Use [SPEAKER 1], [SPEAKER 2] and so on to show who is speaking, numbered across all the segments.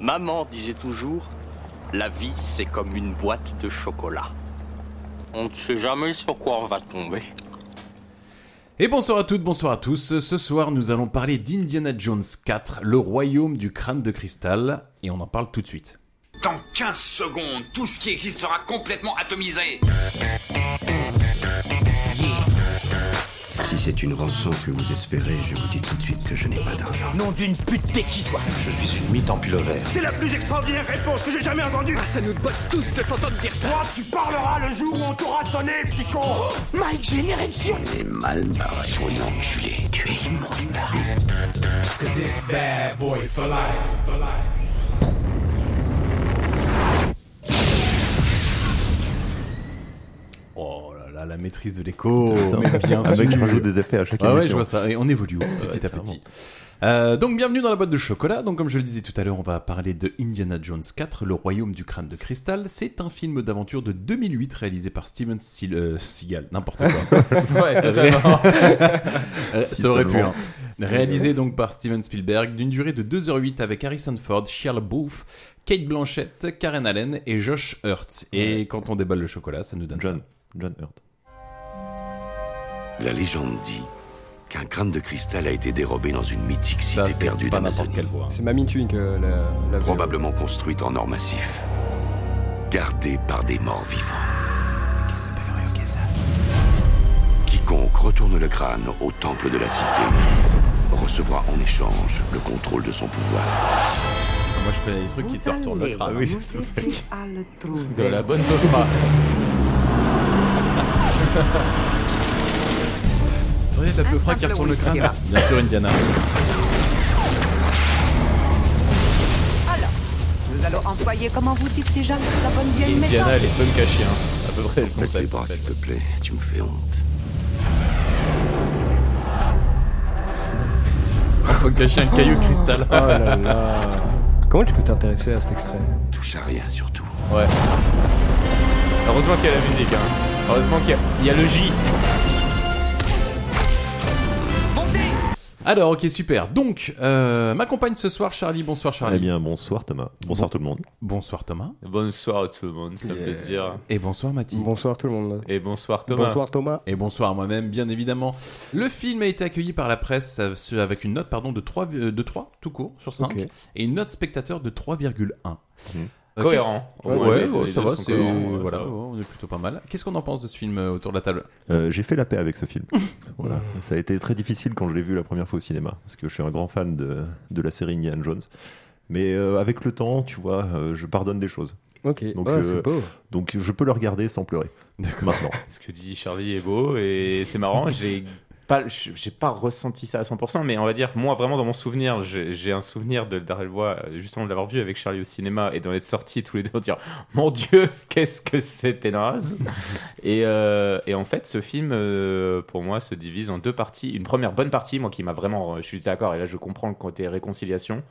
[SPEAKER 1] Maman disait toujours, la vie c'est comme une boîte de chocolat. On ne sait jamais sur quoi on va tomber.
[SPEAKER 2] Et bonsoir à toutes, bonsoir à tous. Ce soir, nous allons parler d'Indiana Jones 4, le royaume du crâne de cristal, et on en parle tout de suite.
[SPEAKER 3] Dans 15 secondes, tout ce qui existe sera complètement atomisé.
[SPEAKER 4] Si c'est une rançon que vous espérez, je vous dis tout de suite que je n'ai pas d'argent.
[SPEAKER 5] Nom d'une pute, t'es qui toi
[SPEAKER 6] Je suis une mythe en pull vert.
[SPEAKER 7] C'est la plus extraordinaire réponse que j'ai jamais entendue
[SPEAKER 8] ah, Ça nous botte tous de t'entendre dire ça
[SPEAKER 7] Toi, tu parleras le jour où on t'aura sonné, petit con oh,
[SPEAKER 5] My Generation
[SPEAKER 9] Il est mal barré.
[SPEAKER 10] Soyez enculé, tu es immonde Cause it's bad boy for life, for life.
[SPEAKER 2] Oh là là, la maîtrise de l'écho.
[SPEAKER 11] Ça,
[SPEAKER 2] Mais bien
[SPEAKER 11] un mec qui
[SPEAKER 2] sûr.
[SPEAKER 11] rajoute des effets à chaque
[SPEAKER 2] Ah ouais,
[SPEAKER 11] émission.
[SPEAKER 2] je vois ça. Et on évolue hein, petit à
[SPEAKER 11] clairement.
[SPEAKER 2] petit. Euh, donc bienvenue dans la boîte de chocolat. Donc comme je le disais tout à l'heure, on va parler de Indiana Jones 4, le royaume du crâne de cristal. C'est un film d'aventure de 2008 réalisé par Steven Seal- euh, Seagal, n'importe quoi.
[SPEAKER 12] Ouais, totalement. Euh,
[SPEAKER 2] Euh,
[SPEAKER 11] Si
[SPEAKER 2] ça aurait pu.
[SPEAKER 11] seulement.
[SPEAKER 2] hein. Réalisé donc par Steven Spielberg d'une durée de 2h08 avec Harrison Ford, Shia LaBeouf, Kate Blanchett, Karen Allen et Josh Hurt. Et quand on déballe le chocolat, ça nous donne
[SPEAKER 11] John. John Hurt.
[SPEAKER 13] La légende dit qu'un crâne de cristal a été dérobé dans une mythique
[SPEAKER 2] ça.
[SPEAKER 13] cité
[SPEAKER 2] Ça,
[SPEAKER 13] perdue
[SPEAKER 2] c'est pas n'importe
[SPEAKER 13] d'Amazonie,
[SPEAKER 2] quelle voix. hein.
[SPEAKER 12] C'est Mamie Twink, euh, la, la
[SPEAKER 13] probablement construite en or massif, gardée par des morts vivants. Quiconque retourne le crâne au temple de la cité recevra en échange le contrôle de son pouvoir.
[SPEAKER 12] Moi, je connais des trucs qui te retournent
[SPEAKER 2] Ah
[SPEAKER 12] le crâne. hein. De
[SPEAKER 8] De
[SPEAKER 12] la bonne Bofra.
[SPEAKER 2] Soyez la peu froid qui retourne le crâne. Bien sûr, Indiana.
[SPEAKER 14] Alors, nous allons employer, comment vous dites déjà, la bonne vieille méthode
[SPEAKER 12] Indiana, elle est fun cachée, hein. À peu près le
[SPEAKER 13] Baisse les
[SPEAKER 12] concept.
[SPEAKER 13] bras, s'il te plaît, tu me fais honte.
[SPEAKER 2] Faut cacher un caillou de cristal.
[SPEAKER 12] Oh là là. Comment tu peux t'intéresser à cet extrait
[SPEAKER 13] Touche à rien surtout.
[SPEAKER 12] Ouais. Heureusement qu'il y a la musique, hein. Heureusement qu'il y a, il y a le J.
[SPEAKER 2] Alors, ok, super. Donc, euh, m'accompagne ce soir Charlie. Bonsoir Charlie.
[SPEAKER 11] Eh bien, bonsoir Thomas. Bonsoir tout le monde.
[SPEAKER 2] Bonsoir Thomas.
[SPEAKER 6] Bonsoir à tout le monde, ça
[SPEAKER 12] Yeah.
[SPEAKER 6] peut se dire.
[SPEAKER 2] Et bonsoir Mathilde.
[SPEAKER 12] Bonsoir tout le monde.
[SPEAKER 6] Et bonsoir Thomas.
[SPEAKER 12] Bonsoir Thomas.
[SPEAKER 2] Et bonsoir à moi-même, bien évidemment. Le film a été accueilli par la presse euh, sur- avec une note pardon, de, 3, de 3, tout court, sur 5,
[SPEAKER 12] Ok.
[SPEAKER 2] et une note spectateur de 3,1.
[SPEAKER 11] Mhm.
[SPEAKER 2] Euh,
[SPEAKER 6] Cohérent.
[SPEAKER 2] qu'est-ce- Ouais,
[SPEAKER 6] Ouais,
[SPEAKER 2] ouais,
[SPEAKER 6] les-
[SPEAKER 2] ouais,
[SPEAKER 6] les
[SPEAKER 2] ça
[SPEAKER 6] deux
[SPEAKER 2] va,
[SPEAKER 6] sont
[SPEAKER 2] c'est euh,
[SPEAKER 6] cohérents, ouais,
[SPEAKER 2] voilà,
[SPEAKER 6] ça va.
[SPEAKER 2] ouais, on est plutôt pas mal. Qu'est-ce qu'on en pense de ce film euh, autour de la table
[SPEAKER 11] Euh, j'ai fait la paix avec ce film. Voilà.
[SPEAKER 12] Mm.
[SPEAKER 11] Ça a été très difficile quand je l'ai vu la première fois au cinéma, parce que je suis un grand fan de, de la série Indiana Jones. Mais euh, avec le temps, tu vois, euh, je pardonne des choses.
[SPEAKER 12] Ok.
[SPEAKER 11] Donc,
[SPEAKER 12] Ah,
[SPEAKER 11] euh,
[SPEAKER 12] c'est beau.
[SPEAKER 11] Donc je peux le regarder sans pleurer. Maintenant.
[SPEAKER 6] Ce que dit Charlie est beau et c'est marrant, j'ai pas, j'ai pas ressenti ça à 100%, mais on va dire, moi vraiment dans mon souvenir, j'ai j'ai un souvenir de Daryl Voix, euh, justement de l'avoir vu avec Charlie au cinéma et d'en être sortis tous les deux en dire Mon Dieu, qu'est-ce que c'était naze et, euh, et en fait, ce film, euh, pour moi, se divise en deux parties. Une première bonne partie, moi qui m'a vraiment. euh, Je suis d'accord, et là je comprends le côté réconciliation.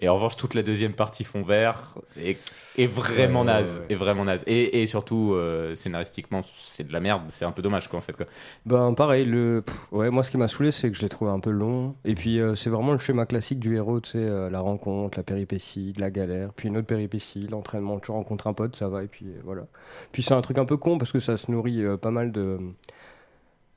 [SPEAKER 6] Et en revanche, toute la deuxième partie fond vert est, est vraiment
[SPEAKER 12] Ouais,
[SPEAKER 6] naze.
[SPEAKER 12] ouais,
[SPEAKER 6] Est vraiment naze. Et, et surtout, euh, scénaristiquement, c'est de la merde. C'est un peu dommage, quoi, en fait. Quoi.
[SPEAKER 12] Ben pareil, le... pff, ouais, moi ce qui m'a saoulé c'est que je l'ai trouvé un peu long. Et puis euh, c'est vraiment le schéma classique du héros, tu sais, euh, la rencontre, la péripétie, de la galère, puis une autre péripétie, l'entraînement, tu rencontres un pote, ça va, et puis euh, voilà. Puis c'est un truc un peu con parce que ça se nourrit euh, pas mal de,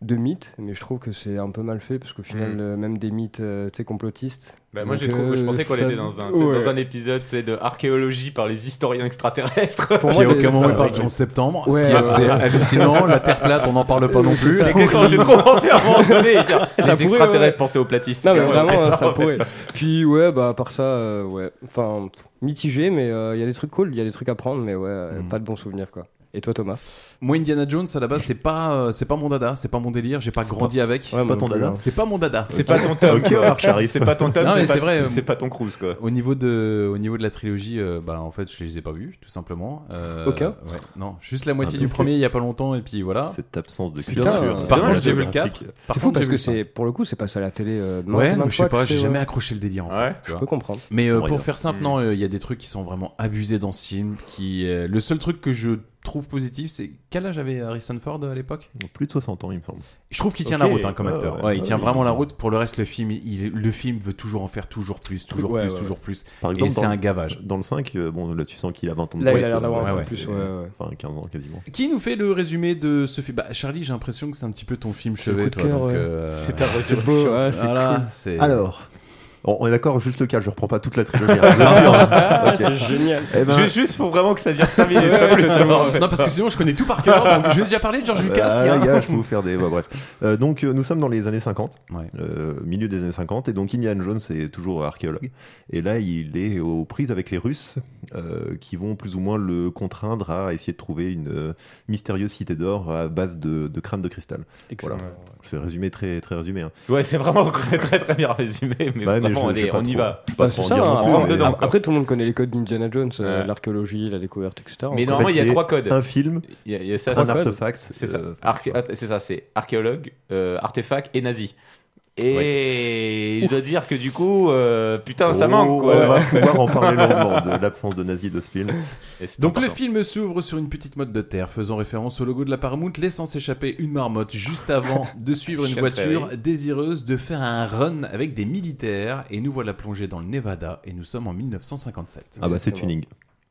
[SPEAKER 12] de mythes, mais je trouve que c'est un peu mal fait parce qu'au final,
[SPEAKER 6] Mm.
[SPEAKER 12] euh, même des mythes, euh, tu sais, complotistes.
[SPEAKER 6] Bah, moi,
[SPEAKER 12] Donc,
[SPEAKER 6] j'ai trouvé, je
[SPEAKER 12] euh,
[SPEAKER 6] pensais qu'on
[SPEAKER 12] ça-
[SPEAKER 6] était dans un, tu sais,
[SPEAKER 12] ouais.
[SPEAKER 6] dans un épisode c'est de archéologie par les historiens extraterrestres.
[SPEAKER 12] Pour
[SPEAKER 2] Puis
[SPEAKER 12] moi,
[SPEAKER 2] à aucun
[SPEAKER 12] c'est-
[SPEAKER 2] moment,
[SPEAKER 12] ça-
[SPEAKER 2] il parle en septembre,
[SPEAKER 12] Ouais,
[SPEAKER 2] ce qui est
[SPEAKER 12] ouais,
[SPEAKER 2] assez
[SPEAKER 12] ouais.
[SPEAKER 2] Ah, hallucinant. La Terre plate, on n'en parle pas non plus.
[SPEAKER 6] C'est quand j'ai trop pensé à un moment donné. et dire, les
[SPEAKER 12] pourrait,
[SPEAKER 6] extraterrestres
[SPEAKER 12] ouais.
[SPEAKER 6] pensaient aux platistes.
[SPEAKER 12] Non, mais
[SPEAKER 6] Ouais,
[SPEAKER 12] vraiment,
[SPEAKER 6] ouais,
[SPEAKER 12] hein, ça
[SPEAKER 6] en fait.
[SPEAKER 12] pourrait. Puis, ouais, bah, à part ça, euh, ouais. Enfin, pff, mitigé, mais euh, il y a des trucs cool, il y a des trucs à prendre, mais ouais, euh,
[SPEAKER 2] Mm.
[SPEAKER 12] pas de bons souvenirs, quoi. Et toi, Thomas
[SPEAKER 2] Moi, Indiana Jones, à la base, c'est pas, euh, c'est pas mon dada, c'est pas mon délire, j'ai pas grandi avec.
[SPEAKER 12] Ouais, moi
[SPEAKER 11] ton
[SPEAKER 12] non plus,
[SPEAKER 11] dada
[SPEAKER 12] hein.
[SPEAKER 2] C'est pas mon dada.
[SPEAKER 6] C'est pas ton top.
[SPEAKER 11] Ok,
[SPEAKER 6] quoi.
[SPEAKER 11] alors, Charlie.
[SPEAKER 6] C'est pas ton top.
[SPEAKER 2] Non, mais
[SPEAKER 6] C'est
[SPEAKER 2] c'est
[SPEAKER 6] pas-
[SPEAKER 2] vrai,
[SPEAKER 6] c'est-
[SPEAKER 2] euh,
[SPEAKER 6] c'est pas ton cruise, quoi.
[SPEAKER 2] Au niveau de, au niveau de la trilogie, euh, bah en fait, je les ai pas vus, tout simplement. Euh,
[SPEAKER 12] Aucun
[SPEAKER 2] ouais, Non, juste la moitié
[SPEAKER 11] Ah,
[SPEAKER 2] du
[SPEAKER 11] mais c'est-
[SPEAKER 2] premier il y a pas longtemps et puis voilà.
[SPEAKER 11] Cette absence de
[SPEAKER 12] Putain,
[SPEAKER 11] culture.
[SPEAKER 12] c'est
[SPEAKER 2] Par
[SPEAKER 12] dommage,
[SPEAKER 2] contre, j'ai vu le 4.
[SPEAKER 12] C'est fou parce que c'est pour le coup c'est passé à la télé. Euh, maintes et
[SPEAKER 2] Ouais, mais
[SPEAKER 12] maintes
[SPEAKER 2] je
[SPEAKER 12] fois,
[SPEAKER 2] sais pas,
[SPEAKER 12] tu
[SPEAKER 2] j'ai
[SPEAKER 12] sais,
[SPEAKER 2] jamais
[SPEAKER 12] ouais.
[SPEAKER 2] accroché le délire. en
[SPEAKER 6] Ouais.
[SPEAKER 2] fait, tu
[SPEAKER 12] Je
[SPEAKER 2] vois.
[SPEAKER 12] peux comprendre.
[SPEAKER 2] Mais euh,
[SPEAKER 11] Ton
[SPEAKER 2] pour
[SPEAKER 11] regard.
[SPEAKER 2] faire simple,
[SPEAKER 6] Mm.
[SPEAKER 2] non, il y a des trucs qui sont vraiment abusés dans ce film. Qui, euh, le seul truc que je trouve positif, c'est quel âge avait Harrison Ford euh, à l'époque
[SPEAKER 11] Plus de 60 ans, il me semble.
[SPEAKER 2] Je trouve qu'il tient
[SPEAKER 11] Ok,
[SPEAKER 2] la route hein, comme
[SPEAKER 11] ouais,
[SPEAKER 2] acteur.
[SPEAKER 11] ouais, Ah
[SPEAKER 2] Ouais, il
[SPEAKER 11] ouais,
[SPEAKER 2] tient
[SPEAKER 11] oui.
[SPEAKER 2] vraiment la route. Pour le reste, le film, il- le film veut toujours en faire toujours plus, toujours
[SPEAKER 11] Ouais,
[SPEAKER 2] plus,
[SPEAKER 11] ouais,
[SPEAKER 2] toujours
[SPEAKER 11] ouais.
[SPEAKER 2] plus.
[SPEAKER 11] Par exemple,
[SPEAKER 2] et c'est
[SPEAKER 11] dans-
[SPEAKER 2] un gavage.
[SPEAKER 11] Dans le 5, euh, bon, là tu sens qu'il a 20 ans de
[SPEAKER 2] Là, il a
[SPEAKER 11] plus,
[SPEAKER 2] l'air
[SPEAKER 11] euh,
[SPEAKER 2] d'avoir un peu plus, ouais,
[SPEAKER 11] euh, Enfin, 15 ans quasiment.
[SPEAKER 2] Qui nous fait le résumé de ce film bah, Charlie, j'ai l'impression que c'est un petit peu ton film
[SPEAKER 11] le
[SPEAKER 2] chevet.
[SPEAKER 11] coup de
[SPEAKER 2] toi,
[SPEAKER 11] cœur,
[SPEAKER 2] donc,
[SPEAKER 11] ouais.
[SPEAKER 2] euh,
[SPEAKER 11] C'est ta
[SPEAKER 2] beau,
[SPEAKER 11] résolution.
[SPEAKER 2] hein, c'est
[SPEAKER 11] Voilà,
[SPEAKER 2] cool.
[SPEAKER 11] c'est-
[SPEAKER 2] Alors,
[SPEAKER 11] Alors, on on est d'accord, juste le cas, je reprends pas toute la trilogie. hein, bien sûr. Ok.
[SPEAKER 2] Ah.
[SPEAKER 6] C'est génial.
[SPEAKER 11] Eh ben,
[SPEAKER 6] Juste, juste pour vraiment que ça dure 5 minutes, pas plus.
[SPEAKER 2] non, parce que sinon, je connais tout par cœur. donc, je vais déjà parler de George Lucas.
[SPEAKER 11] Ah,
[SPEAKER 2] qui a-
[SPEAKER 6] hein.
[SPEAKER 11] les gars, je peux vous faire des. bah, bref. Euh, donc, euh, nous sommes dans les années 50, euh, milieu des années 50, et donc Indiana Jones est toujours archéologue. Et là, il est aux prises avec les Russes euh, qui vont plus ou moins le contraindre à essayer de trouver une euh, mystérieuse cité d'or à base de, de crânes de cristal.
[SPEAKER 6] Excellent.
[SPEAKER 11] Voilà. C'est résumé très, très résumé. hein.
[SPEAKER 6] Ouais, c'est vraiment très très très bien résumé, mais
[SPEAKER 11] Ouais, mais
[SPEAKER 6] vraiment,
[SPEAKER 11] je- je sais
[SPEAKER 6] allez,
[SPEAKER 11] pas
[SPEAKER 6] on y
[SPEAKER 11] trop.
[SPEAKER 6] va.
[SPEAKER 11] Pas trop
[SPEAKER 12] c'est
[SPEAKER 11] en
[SPEAKER 12] ça,
[SPEAKER 11] dire non
[SPEAKER 12] hein,
[SPEAKER 11] plus,
[SPEAKER 12] on rentre
[SPEAKER 11] mais-
[SPEAKER 12] dedans, quoi. Après, tout le monde connaît les codes d'Indiana Jones, euh, l'archéologie, la découverte, etc.
[SPEAKER 6] Mais
[SPEAKER 12] En
[SPEAKER 6] normalement,
[SPEAKER 12] fait,
[SPEAKER 6] il y a
[SPEAKER 12] c'est
[SPEAKER 6] trois codes.
[SPEAKER 11] un film,
[SPEAKER 6] Il y a, il y a ça,
[SPEAKER 11] trois
[SPEAKER 6] c'est-
[SPEAKER 11] artefacts,
[SPEAKER 6] C'est ça.
[SPEAKER 11] euh,
[SPEAKER 6] Arché- att- c'est ça, c'est archéologue, euh, artefact et nazi. Et je dois dire que du coup, euh, putain, ça
[SPEAKER 11] Oh,
[SPEAKER 6] manque quoi.
[SPEAKER 11] On va pouvoir en parler longuement de l'absence de nazis de ce film.
[SPEAKER 2] Donc le film s'ouvre sur une petite motte de terre faisant référence au logo de la Paramount laissant s'échapper une marmotte juste avant de suivre une
[SPEAKER 11] Chef
[SPEAKER 2] voiture désireuse de faire un run avec des militaires et nous voilà plongés dans le Nevada et nous sommes en 1957.
[SPEAKER 11] Ah bah c'est tuning.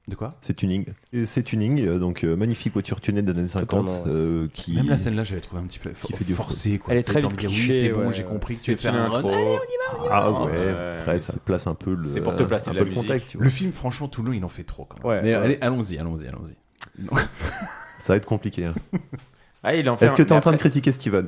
[SPEAKER 2] De quoi
[SPEAKER 11] C'est tuning. Et C'est tuning, euh, donc euh, magnifique voiture tunée des années 50
[SPEAKER 2] Totalement,
[SPEAKER 11] euh, qui.
[SPEAKER 2] Même la scène là j'avais trouvé un petit peu for-
[SPEAKER 11] qui fait du
[SPEAKER 2] forcée quoi.
[SPEAKER 12] Elle est
[SPEAKER 2] Tu sais,
[SPEAKER 12] très
[SPEAKER 2] t'as
[SPEAKER 12] vite
[SPEAKER 2] envie de dire, oui,
[SPEAKER 12] cliché,
[SPEAKER 2] c'est bon,
[SPEAKER 12] ouais,
[SPEAKER 2] j'ai
[SPEAKER 12] ouais.
[SPEAKER 2] compris que
[SPEAKER 12] C'est
[SPEAKER 2] tu veux faire
[SPEAKER 12] une
[SPEAKER 2] un run.
[SPEAKER 12] intro.
[SPEAKER 2] Allez, on y va, on y va.
[SPEAKER 11] Ah ouais, après ça place un peu le.
[SPEAKER 6] C'est pour te placer
[SPEAKER 11] un
[SPEAKER 6] de
[SPEAKER 11] peu
[SPEAKER 6] la
[SPEAKER 11] le
[SPEAKER 6] musique.
[SPEAKER 11] contexte, tu vois.
[SPEAKER 2] Le film franchement tout le long il en fait trop quand même.
[SPEAKER 11] Ouais,
[SPEAKER 2] Mais
[SPEAKER 11] ouais.
[SPEAKER 2] allez, allons-y, allons-y, allons-y. Non.
[SPEAKER 11] Ça va être compliqué. hein.
[SPEAKER 6] Ah, il en fait
[SPEAKER 11] Est-ce que
[SPEAKER 6] un-
[SPEAKER 11] t'es en
[SPEAKER 6] mais
[SPEAKER 11] train de
[SPEAKER 6] après-
[SPEAKER 11] critiquer Steven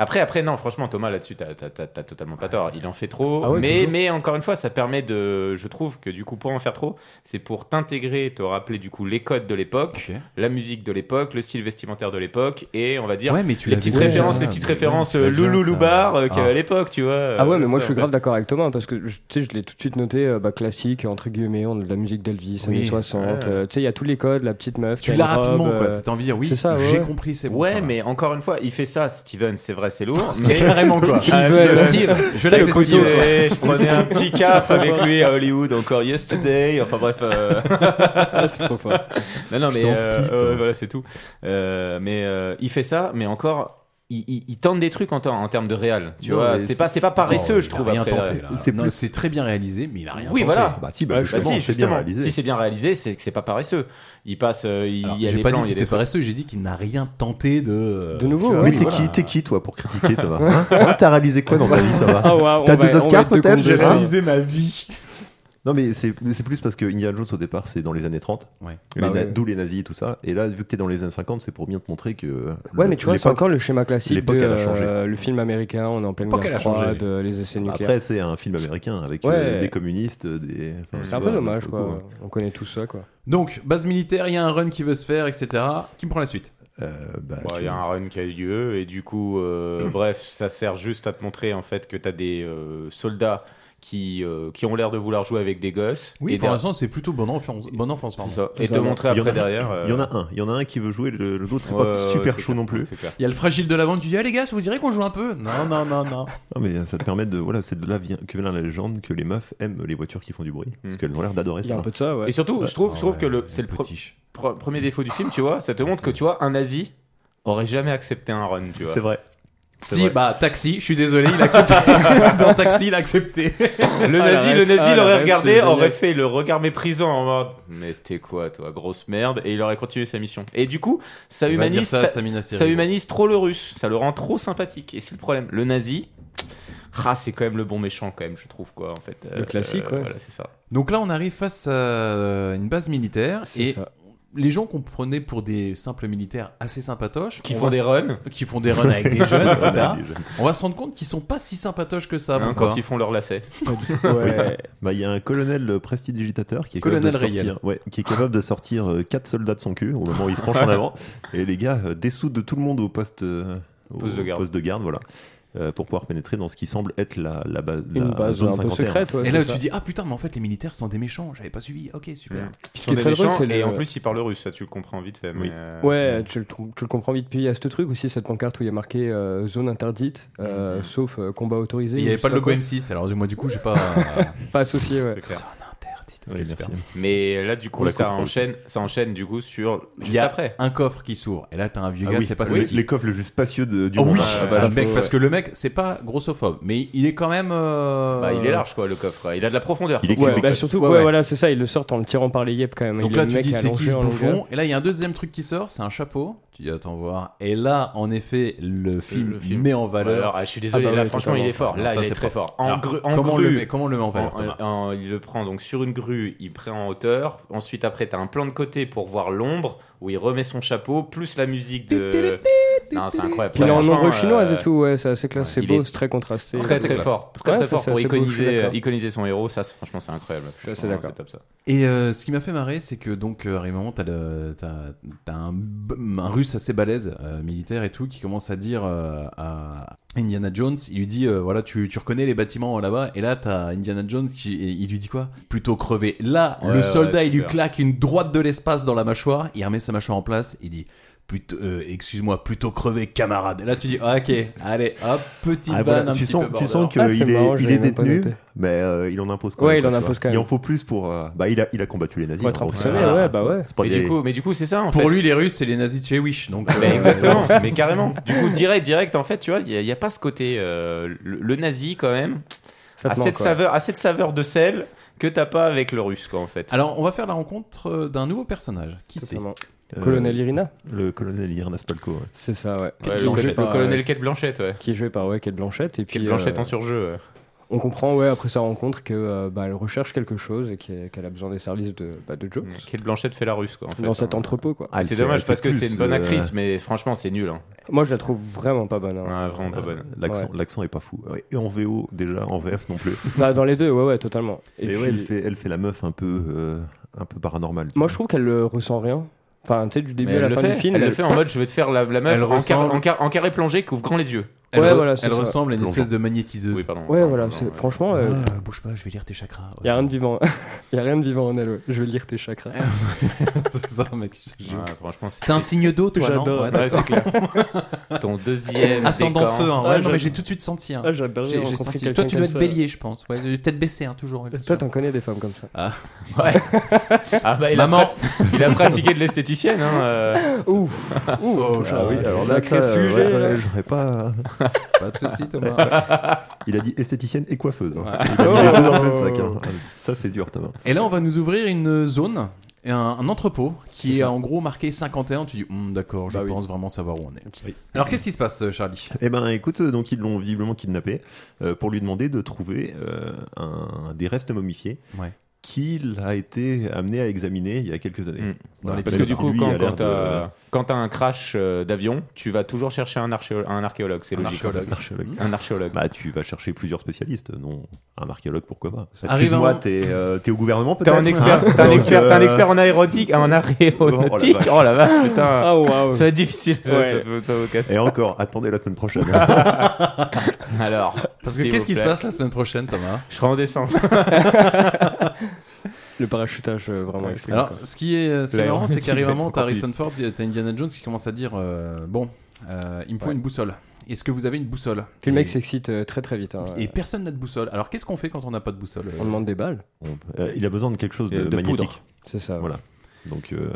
[SPEAKER 6] Après, après, non, franchement, Thomas, là-dessus, t'as, t'as- t'as- t'as totalement pas tort. Il en fait trop.
[SPEAKER 11] Ah ouais,
[SPEAKER 6] mais,
[SPEAKER 11] toujours.
[SPEAKER 6] mais encore une fois, ça permet de. Je trouve que du coup, pour en faire trop, c'est pour t'intégrer, te rappeler du coup les codes de l'époque, la musique de l'époque, le style vestimentaire de l'époque, et on va dire
[SPEAKER 12] Ouais, mais tu
[SPEAKER 6] les
[SPEAKER 12] l'avais
[SPEAKER 6] petites
[SPEAKER 12] déjà,
[SPEAKER 6] références, les
[SPEAKER 12] mais
[SPEAKER 6] petites
[SPEAKER 12] ouais,
[SPEAKER 6] références
[SPEAKER 12] tu l'as
[SPEAKER 6] euh,
[SPEAKER 12] déjà,
[SPEAKER 6] Loulou
[SPEAKER 12] ça.
[SPEAKER 6] Loubar euh, qu'il y avait
[SPEAKER 12] Ah.
[SPEAKER 6] à l'époque, tu vois. euh,
[SPEAKER 12] Ah ouais, mais
[SPEAKER 6] ça,
[SPEAKER 12] moi
[SPEAKER 6] en
[SPEAKER 12] je suis
[SPEAKER 6] fait.
[SPEAKER 12] grave d'accord avec Thomas parce que je- tu sais, je l'ai tout de suite noté euh, bah, classique, entre guillemets, on a de la musique d'Elvis,
[SPEAKER 2] Oui.
[SPEAKER 12] années 60.
[SPEAKER 6] Ouais.
[SPEAKER 12] euh, tu sais, il y a tous les codes, la petite meuf.
[SPEAKER 2] Tu
[SPEAKER 12] qui
[SPEAKER 2] l'as
[SPEAKER 12] a une robe,
[SPEAKER 2] rapidement, quoi,
[SPEAKER 12] euh,
[SPEAKER 2] t'as envie de dire, oui,
[SPEAKER 12] c'est ça, ouais,
[SPEAKER 2] j'ai
[SPEAKER 12] ouais.
[SPEAKER 2] compris, c'est bon.
[SPEAKER 6] Ouais,
[SPEAKER 2] ça va.
[SPEAKER 6] mais encore une fois, il fait ça, Steven, c'est vrai, c'est lourd.
[SPEAKER 2] C'est vraiment, quoi.
[SPEAKER 6] Steven,
[SPEAKER 2] Ah, Steven, Steve,
[SPEAKER 6] je
[SPEAKER 2] je l'avais
[SPEAKER 6] l'avais
[SPEAKER 2] fait, Steve.
[SPEAKER 6] eh, Je prenais un petit caf avec lui à Hollywood encore yesterday. Enfin bref. euh,
[SPEAKER 12] c'est trop fort.
[SPEAKER 6] Non, non,
[SPEAKER 12] Je
[SPEAKER 6] mais.
[SPEAKER 12] t'en
[SPEAKER 6] euh,
[SPEAKER 12] split,
[SPEAKER 6] ouais,
[SPEAKER 12] hein.
[SPEAKER 6] voilà, c'est tout. Euh, mais euh, il fait ça, mais encore. Il, il- il tente des trucs en, temps- en termes de réel, tu
[SPEAKER 11] Non,
[SPEAKER 6] vois.
[SPEAKER 11] mais
[SPEAKER 6] C'est
[SPEAKER 11] c'est-
[SPEAKER 6] pas, c'est pas paresseux, je trouve.
[SPEAKER 2] Rien
[SPEAKER 6] après,
[SPEAKER 2] tenté,
[SPEAKER 6] euh,
[SPEAKER 2] là.
[SPEAKER 11] C'est
[SPEAKER 2] Non,
[SPEAKER 11] plus-
[SPEAKER 2] C'est très bien réalisé, mais il a rien
[SPEAKER 6] oui,
[SPEAKER 2] tenté.
[SPEAKER 6] voilà.
[SPEAKER 11] Bah si, bah justement,
[SPEAKER 6] si,
[SPEAKER 11] c'est bien
[SPEAKER 6] justement.
[SPEAKER 11] réalisé.
[SPEAKER 6] Si c'est bien réalisé, c'est que c'est pas paresseux. Il passe, euh, il
[SPEAKER 2] Alors,
[SPEAKER 6] y a
[SPEAKER 2] j'ai
[SPEAKER 6] des
[SPEAKER 2] pas
[SPEAKER 6] plans,
[SPEAKER 2] dit que
[SPEAKER 6] il y a
[SPEAKER 2] c'était
[SPEAKER 6] des trucs.
[SPEAKER 2] paresseux, j'ai dit qu'il n'a rien tenté de.
[SPEAKER 12] De nouveau,
[SPEAKER 2] Tu vois,
[SPEAKER 11] Mais
[SPEAKER 12] ouais.
[SPEAKER 2] Ah oui,
[SPEAKER 11] t'es
[SPEAKER 2] voilà.
[SPEAKER 11] qui, t'es qui toi pour critiquer Thomas hein Hein, T'as réalisé quoi dans ta vie Thomas
[SPEAKER 12] Ah ouais, on
[SPEAKER 11] T'as
[SPEAKER 12] va- on
[SPEAKER 11] deux
[SPEAKER 12] va
[SPEAKER 11] Oscars
[SPEAKER 12] être de
[SPEAKER 11] peut-être
[SPEAKER 12] compte de
[SPEAKER 11] Gérard
[SPEAKER 12] réaliser
[SPEAKER 2] ma vie.
[SPEAKER 11] Non mais c'est c'est plus parce que Indiana Jones au départ c'est dans les années 30,
[SPEAKER 2] Ouais.
[SPEAKER 11] Les
[SPEAKER 12] Bah
[SPEAKER 11] na-
[SPEAKER 12] ouais.
[SPEAKER 11] d'où les nazis et tout ça. Et là vu que t'es dans les années 50 c'est pour bien te montrer que...
[SPEAKER 12] Ouais,
[SPEAKER 11] le-
[SPEAKER 12] mais tu vois, c'est
[SPEAKER 11] l'époque-
[SPEAKER 12] encore le schéma classique de
[SPEAKER 11] L'époque elle a changé.
[SPEAKER 12] euh, le film américain, on est en pleine
[SPEAKER 11] L'époque, elle
[SPEAKER 12] guerre
[SPEAKER 11] a changé.
[SPEAKER 12] froide, euh, les essais nucléaires.
[SPEAKER 11] Après c'est un film américain avec
[SPEAKER 12] Ouais.
[SPEAKER 11] euh, des communistes, des... enfin, tu
[SPEAKER 12] c'est un
[SPEAKER 11] vois, euh,
[SPEAKER 12] peu dommage,
[SPEAKER 11] le-
[SPEAKER 12] quoi.
[SPEAKER 11] le-
[SPEAKER 12] On connaît tout ça, quoi.
[SPEAKER 2] Donc, base militaire, il y a un run qui veut se faire, etc. Qui me prend la suite
[SPEAKER 11] bah,
[SPEAKER 6] Bon, il y a un run qui a eu lieu et du coup, euh, bref, ça sert juste à te montrer en fait que t'as des euh, soldats qui, euh, qui ont l'air de vouloir jouer avec des gosses.
[SPEAKER 2] Oui,
[SPEAKER 6] Et
[SPEAKER 2] pour
[SPEAKER 6] des-
[SPEAKER 2] l'instant, c'est plutôt bonne enfance. Bonne enfance pardon.
[SPEAKER 6] ça. Et Tout te ça, montrer
[SPEAKER 11] Il y en
[SPEAKER 6] après
[SPEAKER 11] a-
[SPEAKER 6] derrière, euh,
[SPEAKER 11] Il y en a un, il y en a un qui veut jouer, le- l'autre n'est
[SPEAKER 6] Ouais,
[SPEAKER 11] pas
[SPEAKER 6] ouais,
[SPEAKER 11] super
[SPEAKER 6] c'est
[SPEAKER 11] chaud
[SPEAKER 6] clair,
[SPEAKER 11] non plus.
[SPEAKER 6] c'est clair.
[SPEAKER 2] Il y a le fragile de la vente qui dit Ah les gars, ça vous dirait qu'on joue un peu Non, non, non, non.
[SPEAKER 11] Non mais ça te permet de voilà c'est de là vient- que vient la légende que les meufs aiment les voitures qui font du bruit
[SPEAKER 6] Mm.
[SPEAKER 11] parce qu'elles ont l'air d'adorer ça.
[SPEAKER 12] ça, ouais.
[SPEAKER 6] Et surtout, je trouve,
[SPEAKER 11] Ah
[SPEAKER 6] je trouve
[SPEAKER 11] ouais,
[SPEAKER 6] que le, c'est le pro- pro- premier défaut du film, tu vois. Ça te montre que tu vois, un nazi aurait jamais accepté un run, tu vois.
[SPEAKER 11] C'est vrai. C'est
[SPEAKER 2] Si,
[SPEAKER 11] vrai.
[SPEAKER 2] bah, taxi, je suis désolé, il a accepté. Dans taxi, il a accepté.
[SPEAKER 6] Le nazi, le nazi
[SPEAKER 2] Ah, la
[SPEAKER 6] l'aurait
[SPEAKER 2] ref,
[SPEAKER 6] regardé,
[SPEAKER 2] c'est
[SPEAKER 6] aurait
[SPEAKER 2] génial.
[SPEAKER 6] fait le regard méprisant en mode Mais t'es quoi, toi, grosse merde Et il aurait continué sa mission. Et du coup, ça
[SPEAKER 2] On va dire
[SPEAKER 6] humanise,
[SPEAKER 2] ça à
[SPEAKER 6] ça,
[SPEAKER 2] Samina Seri.
[SPEAKER 6] ça humanise trop le russe. Ça le rend trop sympathique. Et c'est le problème. Le nazi, ah, c'est quand même le bon méchant, quand même, je trouve, quoi, en fait. Euh,
[SPEAKER 12] Le classique, ouais.
[SPEAKER 6] Voilà, c'est ça.
[SPEAKER 2] Donc là, on arrive face à une base militaire et les gens qu'on prenait pour des simples militaires assez sympatoches,
[SPEAKER 6] Qui
[SPEAKER 2] on
[SPEAKER 6] font
[SPEAKER 2] va
[SPEAKER 6] des
[SPEAKER 2] se-
[SPEAKER 6] runs.
[SPEAKER 2] qui font des runs avec des jeunes, etc.
[SPEAKER 6] Des jeunes.
[SPEAKER 2] on va se rendre compte qu'ils sont pas si sympatoches que ça.
[SPEAKER 6] Hein,
[SPEAKER 2] pourquoi
[SPEAKER 6] quand ils font leur lacet.
[SPEAKER 11] Ouais. Bah, il y a un colonel prestidigitateur qui est
[SPEAKER 2] Colonel
[SPEAKER 11] capable de sortir,
[SPEAKER 2] Rayel.
[SPEAKER 11] ouais, qui est capable de sortir euh, quatre soldats de son cul au moment où il se penche en avant et les gars euh, dessoudent de tout le monde au poste euh, au
[SPEAKER 6] Poste de garde.
[SPEAKER 11] voilà. euh, pour pouvoir pénétrer dans ce qui semble être la, la, ba- la
[SPEAKER 12] Une base
[SPEAKER 11] zone
[SPEAKER 12] un peu
[SPEAKER 11] 51.
[SPEAKER 12] secrète, ouais,
[SPEAKER 2] Et là, tu dis ah putain, mais en fait, les militaires sont des méchants. J'avais pas suivi. Ok, super.
[SPEAKER 6] Ils
[SPEAKER 12] Ce
[SPEAKER 6] sont
[SPEAKER 12] qui est
[SPEAKER 6] des
[SPEAKER 12] très drôle,
[SPEAKER 6] méchants,
[SPEAKER 12] c'est le-
[SPEAKER 6] et en plus, ils parlent russe, ça tu le comprends vite fait. mais, euh,
[SPEAKER 12] Ouais, tu le, trou- tu le comprends vite. Puis il y a ce truc aussi, cette pancarte où il y a marqué euh, zone interdite, euh, sauf euh, combat autorisé.
[SPEAKER 2] Il n'y
[SPEAKER 12] ou
[SPEAKER 2] avait
[SPEAKER 12] je
[SPEAKER 2] pas le
[SPEAKER 12] sais
[SPEAKER 2] logo
[SPEAKER 12] quoi.
[SPEAKER 2] M6, alors du- moi du coup j'ai pas.
[SPEAKER 12] Pas associé, ouais.
[SPEAKER 2] C'est clair. Zone interdite.
[SPEAKER 6] Oui,
[SPEAKER 2] j'espère.
[SPEAKER 6] merci. Mais là, du
[SPEAKER 2] On
[SPEAKER 6] coup,
[SPEAKER 2] la
[SPEAKER 6] ça
[SPEAKER 2] coupera.
[SPEAKER 6] enchaîne, ça enchaîne du coup sur
[SPEAKER 2] Il
[SPEAKER 6] juste
[SPEAKER 2] y a
[SPEAKER 6] après.
[SPEAKER 2] un coffre qui s'ouvre. Et là, t'as un vieux
[SPEAKER 6] Ah
[SPEAKER 2] gars,
[SPEAKER 6] oui.
[SPEAKER 2] c'est pas
[SPEAKER 6] Oui,
[SPEAKER 2] c'est qui.
[SPEAKER 6] les
[SPEAKER 11] coffres le plus spacieux de- du
[SPEAKER 2] Ah
[SPEAKER 11] monde.
[SPEAKER 2] Oui,
[SPEAKER 11] Ah,
[SPEAKER 2] Ah,
[SPEAKER 11] bah,
[SPEAKER 2] le
[SPEAKER 11] faut-
[SPEAKER 2] mec, parce
[SPEAKER 11] ouais.
[SPEAKER 2] que le mec, c'est pas grossophobe, mais il est quand même. euh,
[SPEAKER 6] Bah, il est large, quoi, le coffre. Il a de la profondeur.
[SPEAKER 12] Ouais,
[SPEAKER 11] Ah,
[SPEAKER 12] bah surtout, ouais, voilà, c'est ça, ils le sortent en le tirant par les yeux quand même.
[SPEAKER 2] Donc
[SPEAKER 12] Il
[SPEAKER 2] là,
[SPEAKER 12] est le
[SPEAKER 2] tu
[SPEAKER 12] mec
[SPEAKER 2] dis
[SPEAKER 12] à
[SPEAKER 2] c'est qui
[SPEAKER 12] longer
[SPEAKER 2] ce
[SPEAKER 12] en
[SPEAKER 2] bouffon
[SPEAKER 12] longueur.
[SPEAKER 2] Et là, il y a un deuxième truc qui sort, c'est un chapeau. Tu dis attends voir. Et là, en effet, le film,
[SPEAKER 6] film.
[SPEAKER 2] met en valeur.
[SPEAKER 6] Alors, ah, je suis désolé,
[SPEAKER 2] Ah bah
[SPEAKER 6] là,
[SPEAKER 2] ouais,
[SPEAKER 6] franchement,
[SPEAKER 2] totalement.
[SPEAKER 6] il est fort.
[SPEAKER 2] Non,
[SPEAKER 6] Là,
[SPEAKER 2] ça,
[SPEAKER 6] il est
[SPEAKER 2] c'est
[SPEAKER 6] très
[SPEAKER 2] pas-
[SPEAKER 6] fort. En,
[SPEAKER 2] Alors,
[SPEAKER 6] gru- en
[SPEAKER 2] comment
[SPEAKER 6] grue.
[SPEAKER 2] le met- comment on le met en valeur Thomas
[SPEAKER 6] en- en- Il le prend donc sur une grue, il prend en hauteur. Ensuite, après, t'as un plan de côté pour voir l'ombre où il remet son chapeau, plus la musique de. Non, c'est incroyable.
[SPEAKER 12] Puis il est en
[SPEAKER 6] Franchement,
[SPEAKER 12] ombre chinoise
[SPEAKER 6] euh,
[SPEAKER 12] et tout, ouais, c'est assez classe, c'est
[SPEAKER 6] il
[SPEAKER 12] beau,
[SPEAKER 6] est
[SPEAKER 12] c'est très contrasté.
[SPEAKER 6] Très très
[SPEAKER 12] Ouais,
[SPEAKER 6] fort,
[SPEAKER 12] c'est
[SPEAKER 6] très très
[SPEAKER 12] assez-
[SPEAKER 6] fort pour
[SPEAKER 12] assez beau, je suis
[SPEAKER 6] iconiser, euh,
[SPEAKER 12] d'accord.
[SPEAKER 6] iconiser son héros, ça c'est- franchement c'est incroyable. Je suis
[SPEAKER 12] d'accord.
[SPEAKER 6] top ça.
[SPEAKER 2] Et euh, ce qui m'a fait marrer, c'est que donc euh, à un moment, t'as le- t'as- t'as un, b- un russe assez balèze, euh, militaire et tout, qui commence à dire euh, à Indiana Jones, il lui dit euh, voilà, tu, tu reconnais les bâtiments là-bas, et là t'as Indiana Jones qui et il lui dit quoi Plutôt crever. Là,
[SPEAKER 6] Ouais,
[SPEAKER 2] le
[SPEAKER 6] ouais,
[SPEAKER 2] soldat il lui
[SPEAKER 6] super.
[SPEAKER 2] claque une droite de l'espace dans la mâchoire, il remet sa mâchoire en place, il dit. Plutôt, euh, excuse-moi, plutôt crever, camarade. Et là, tu dis, ah, ok, allez, hop, petite
[SPEAKER 11] Ah,
[SPEAKER 2] vanne,
[SPEAKER 11] voilà,
[SPEAKER 2] un
[SPEAKER 11] tu
[SPEAKER 2] petit
[SPEAKER 11] sens,
[SPEAKER 2] peu
[SPEAKER 11] tu
[SPEAKER 2] border.
[SPEAKER 11] sens
[SPEAKER 12] Ah,
[SPEAKER 11] qu'il est, il est détenu, mais euh, il en impose quand
[SPEAKER 12] Ouais,
[SPEAKER 11] même.
[SPEAKER 12] il
[SPEAKER 11] quoi,
[SPEAKER 12] en
[SPEAKER 11] tu
[SPEAKER 12] impose
[SPEAKER 11] vois.
[SPEAKER 12] quand même.
[SPEAKER 11] Il en faut plus pour. euh, bah, il a, il a combattu les nazis.
[SPEAKER 12] Faut être
[SPEAKER 11] donc,
[SPEAKER 12] impressionné,
[SPEAKER 11] voilà.
[SPEAKER 12] ouais, bah ouais.
[SPEAKER 11] C'est pas
[SPEAKER 6] Mais
[SPEAKER 11] des-
[SPEAKER 6] du coup, mais du coup, c'est ça. En
[SPEAKER 2] Pour
[SPEAKER 6] fait.
[SPEAKER 2] lui, les Russes, c'est les nazis de chez Wish. Donc,
[SPEAKER 6] Mais
[SPEAKER 2] euh,
[SPEAKER 6] exactement, mais carrément. Du coup, direct, direct. En fait, tu vois, il n'y a, pas ce côté euh, le, le nazi quand même.
[SPEAKER 2] Ça te
[SPEAKER 6] à
[SPEAKER 2] manque,
[SPEAKER 6] cette
[SPEAKER 2] ouais.
[SPEAKER 6] saveur, à cette saveur de sel que t'as pas avec le russe, quoi, en fait.
[SPEAKER 2] Alors, on va faire la rencontre euh, d'un nouveau personnage. Qui c'est
[SPEAKER 6] Euh,
[SPEAKER 12] Colonel Irina
[SPEAKER 11] Le colonel Irina Spalko. ouais.
[SPEAKER 12] C'est ça, ouais.
[SPEAKER 6] Ouais, le colonel-
[SPEAKER 2] euh,
[SPEAKER 6] le colonel Kate Blanchette, ouais.
[SPEAKER 12] Qui est joué par ouais, Kate Blanchette. Et puis, euh,
[SPEAKER 6] Kate Blanchett en surjeu, ouais.
[SPEAKER 12] On comprend, ouais, après sa rencontre, qu'elle recherche quelque chose et qu'elle qu'elle a besoin des services de, bah, de Jones.
[SPEAKER 6] Kate Blanchette fait la russe, quoi, en Mm. fait. hein.
[SPEAKER 12] Dans cet entrepôt, quoi.
[SPEAKER 2] Ah,
[SPEAKER 11] Ah,
[SPEAKER 6] Et c'est dommage parce que c'est une
[SPEAKER 2] euh,
[SPEAKER 6] bonne actrice, mais franchement, c'est nul. hein.
[SPEAKER 12] Moi, je la trouve vraiment pas bonne. hein.
[SPEAKER 6] vraiment pas bonne.
[SPEAKER 11] euh, L'accent,
[SPEAKER 12] Ouais.
[SPEAKER 11] l'accent est pas fou. Ouais, Et en VO déjà, en VF non plus.
[SPEAKER 12] Bah, dans les deux, ouais, ouais, totalement. Et
[SPEAKER 11] mais
[SPEAKER 12] puis-
[SPEAKER 11] ouais, elle fait, elle fait la meuf un peu, euh, un peu paranormale.
[SPEAKER 12] Moi, je trouve qu'elle euh, ressent rien. Enfin, tu sais, du début
[SPEAKER 6] Mais
[SPEAKER 12] à la
[SPEAKER 6] elle
[SPEAKER 12] fin
[SPEAKER 6] le fait,
[SPEAKER 12] du film.
[SPEAKER 6] elle le fait en mode je vais te faire la, la meuf
[SPEAKER 2] Elle
[SPEAKER 6] en, car-
[SPEAKER 2] ressemble-
[SPEAKER 6] en car- en carré plongé qui ouvre grand les yeux.
[SPEAKER 2] Elle,
[SPEAKER 12] Ouais,
[SPEAKER 2] re-
[SPEAKER 12] voilà, c'est
[SPEAKER 2] elle
[SPEAKER 12] ça.
[SPEAKER 2] ressemble à une espèce
[SPEAKER 6] Plongeon.
[SPEAKER 2] de magnétiseuse.
[SPEAKER 6] Oui, pardon.
[SPEAKER 12] Ouais, voilà, c'est- franchement, euh,
[SPEAKER 2] Ouais, euh, bouge pas, je vais lire tes chakras.
[SPEAKER 12] il y a rien de vivant. Il y a rien de vivant en elle. ouais. Je vais lire tes chakras.
[SPEAKER 2] c'est ça, mec. je te jure.
[SPEAKER 6] Ouais, franchement, c'est-
[SPEAKER 2] T'as un signe d'eau, toi, non
[SPEAKER 12] J'adore.
[SPEAKER 6] Ouais,
[SPEAKER 2] d'accord.
[SPEAKER 6] c'est clair. Ton deuxième
[SPEAKER 2] Ascendant
[SPEAKER 6] décan.
[SPEAKER 2] feu, hein. ouais,
[SPEAKER 12] Ah,
[SPEAKER 2] non, mais
[SPEAKER 12] j'ad-
[SPEAKER 2] j'ai tout de suite senti. hein.
[SPEAKER 12] Ah, j'adorerais
[SPEAKER 2] J'ai- j'ai
[SPEAKER 12] rencontrer
[SPEAKER 2] senti.
[SPEAKER 12] quelqu'un
[SPEAKER 2] Toi, tu dois être
[SPEAKER 12] comme ça.
[SPEAKER 2] bélier, je pense. Ouais, euh, tête baissée, hein, toujours.
[SPEAKER 12] Toi, t'en connais des femmes comme ça.
[SPEAKER 2] Ah.
[SPEAKER 6] Ouais. Ah bah, il, a
[SPEAKER 2] Maman.
[SPEAKER 6] prat- il a pratiqué de l'esthéticienne. Hein, euh.
[SPEAKER 12] Ouf. Ouh.
[SPEAKER 6] Oh,
[SPEAKER 11] Ah oui, alors là,
[SPEAKER 12] Sacré
[SPEAKER 11] ça, euh,
[SPEAKER 12] sujet,
[SPEAKER 11] ouais,
[SPEAKER 12] là.
[SPEAKER 11] ouais, j'aurais pas.
[SPEAKER 2] Pas de soucis, Thomas.
[SPEAKER 11] Il a dit esthéticienne et coiffeuse. hein.
[SPEAKER 2] Ouais.
[SPEAKER 11] Il a mis les deux dans le
[SPEAKER 2] Oh.
[SPEAKER 11] sac, hein. Ça, c'est dur, Thomas.
[SPEAKER 2] Et là, on va nous ouvrir une zone, et un, un entrepôt qui est, en gros marqué 51. Tu dis, Hum, d'accord,
[SPEAKER 12] Bah
[SPEAKER 2] je pense vraiment savoir où on est. Alors, qu'est-ce qui se passe, euh, Charlie
[SPEAKER 11] Eh ben, écoute, euh, donc ils l'ont visiblement kidnappé euh, pour lui demander de trouver euh, un, des restes momifiés
[SPEAKER 2] Ouais.
[SPEAKER 11] qu'il a été amené à examiner il y a quelques années.
[SPEAKER 6] Dans
[SPEAKER 11] Voilà,
[SPEAKER 6] les- parce que
[SPEAKER 11] même
[SPEAKER 6] du
[SPEAKER 11] si
[SPEAKER 6] coup,
[SPEAKER 11] lui
[SPEAKER 6] quand,
[SPEAKER 11] a l'air
[SPEAKER 6] quand
[SPEAKER 11] de-
[SPEAKER 6] t'as- quand t'as un crash euh, d'avion, tu vas toujours chercher un, archéo- un archéologue, c'est
[SPEAKER 11] Un
[SPEAKER 6] logique.
[SPEAKER 11] archéologue. archéologue.
[SPEAKER 6] Un archéologue.
[SPEAKER 11] Bah, tu vas chercher plusieurs spécialistes, non Un archéologue, pourquoi pas
[SPEAKER 6] Arrive
[SPEAKER 11] Excuse-moi,
[SPEAKER 6] un-
[SPEAKER 11] t'es euh, t'es au gouvernement
[SPEAKER 6] T'es
[SPEAKER 11] peut-être
[SPEAKER 6] un expert, t'es un
[SPEAKER 11] Donc,
[SPEAKER 6] expert, t'es un
[SPEAKER 11] euh,
[SPEAKER 6] expert en aéronautique, en aéronautique.
[SPEAKER 11] vache.
[SPEAKER 6] Oh la vache, putain.
[SPEAKER 12] Ah, waouh.
[SPEAKER 6] Ça va être difficile, ça,
[SPEAKER 12] Ouais.
[SPEAKER 6] cette vocation.
[SPEAKER 11] Et encore, attendez la semaine prochaine.
[SPEAKER 6] Alors.
[SPEAKER 2] Parce que
[SPEAKER 6] s'il
[SPEAKER 2] qu'est-ce
[SPEAKER 6] vous
[SPEAKER 2] qui se
[SPEAKER 6] plaît.
[SPEAKER 2] passe la semaine prochaine, Thomas
[SPEAKER 6] Je serai en descente.
[SPEAKER 12] Le parachutage, euh, vraiment extrême.
[SPEAKER 2] Alors,
[SPEAKER 12] quoi.
[SPEAKER 2] ce qui est, euh, ce qui est marrant, c'est qu'arrive un moment, t'as
[SPEAKER 12] Encore
[SPEAKER 2] Harrison Ford, t'as Indiana Jones qui commence à dire euh, Bon, euh, il me faut
[SPEAKER 12] Ouais.
[SPEAKER 2] une boussole. Est-ce que vous avez une boussole
[SPEAKER 12] Puis le mec
[SPEAKER 2] Et-
[SPEAKER 12] s'excite euh, très très vite. hein.
[SPEAKER 2] Et personne n'a de boussole. Alors, qu'est-ce qu'on fait quand on n'a pas de boussole euh
[SPEAKER 12] On demande des balles.
[SPEAKER 11] Euh, il a besoin de quelque chose de,
[SPEAKER 6] De poudre.
[SPEAKER 11] magnétique.
[SPEAKER 12] C'est ça. ouais.
[SPEAKER 11] Voilà. Donc, euh,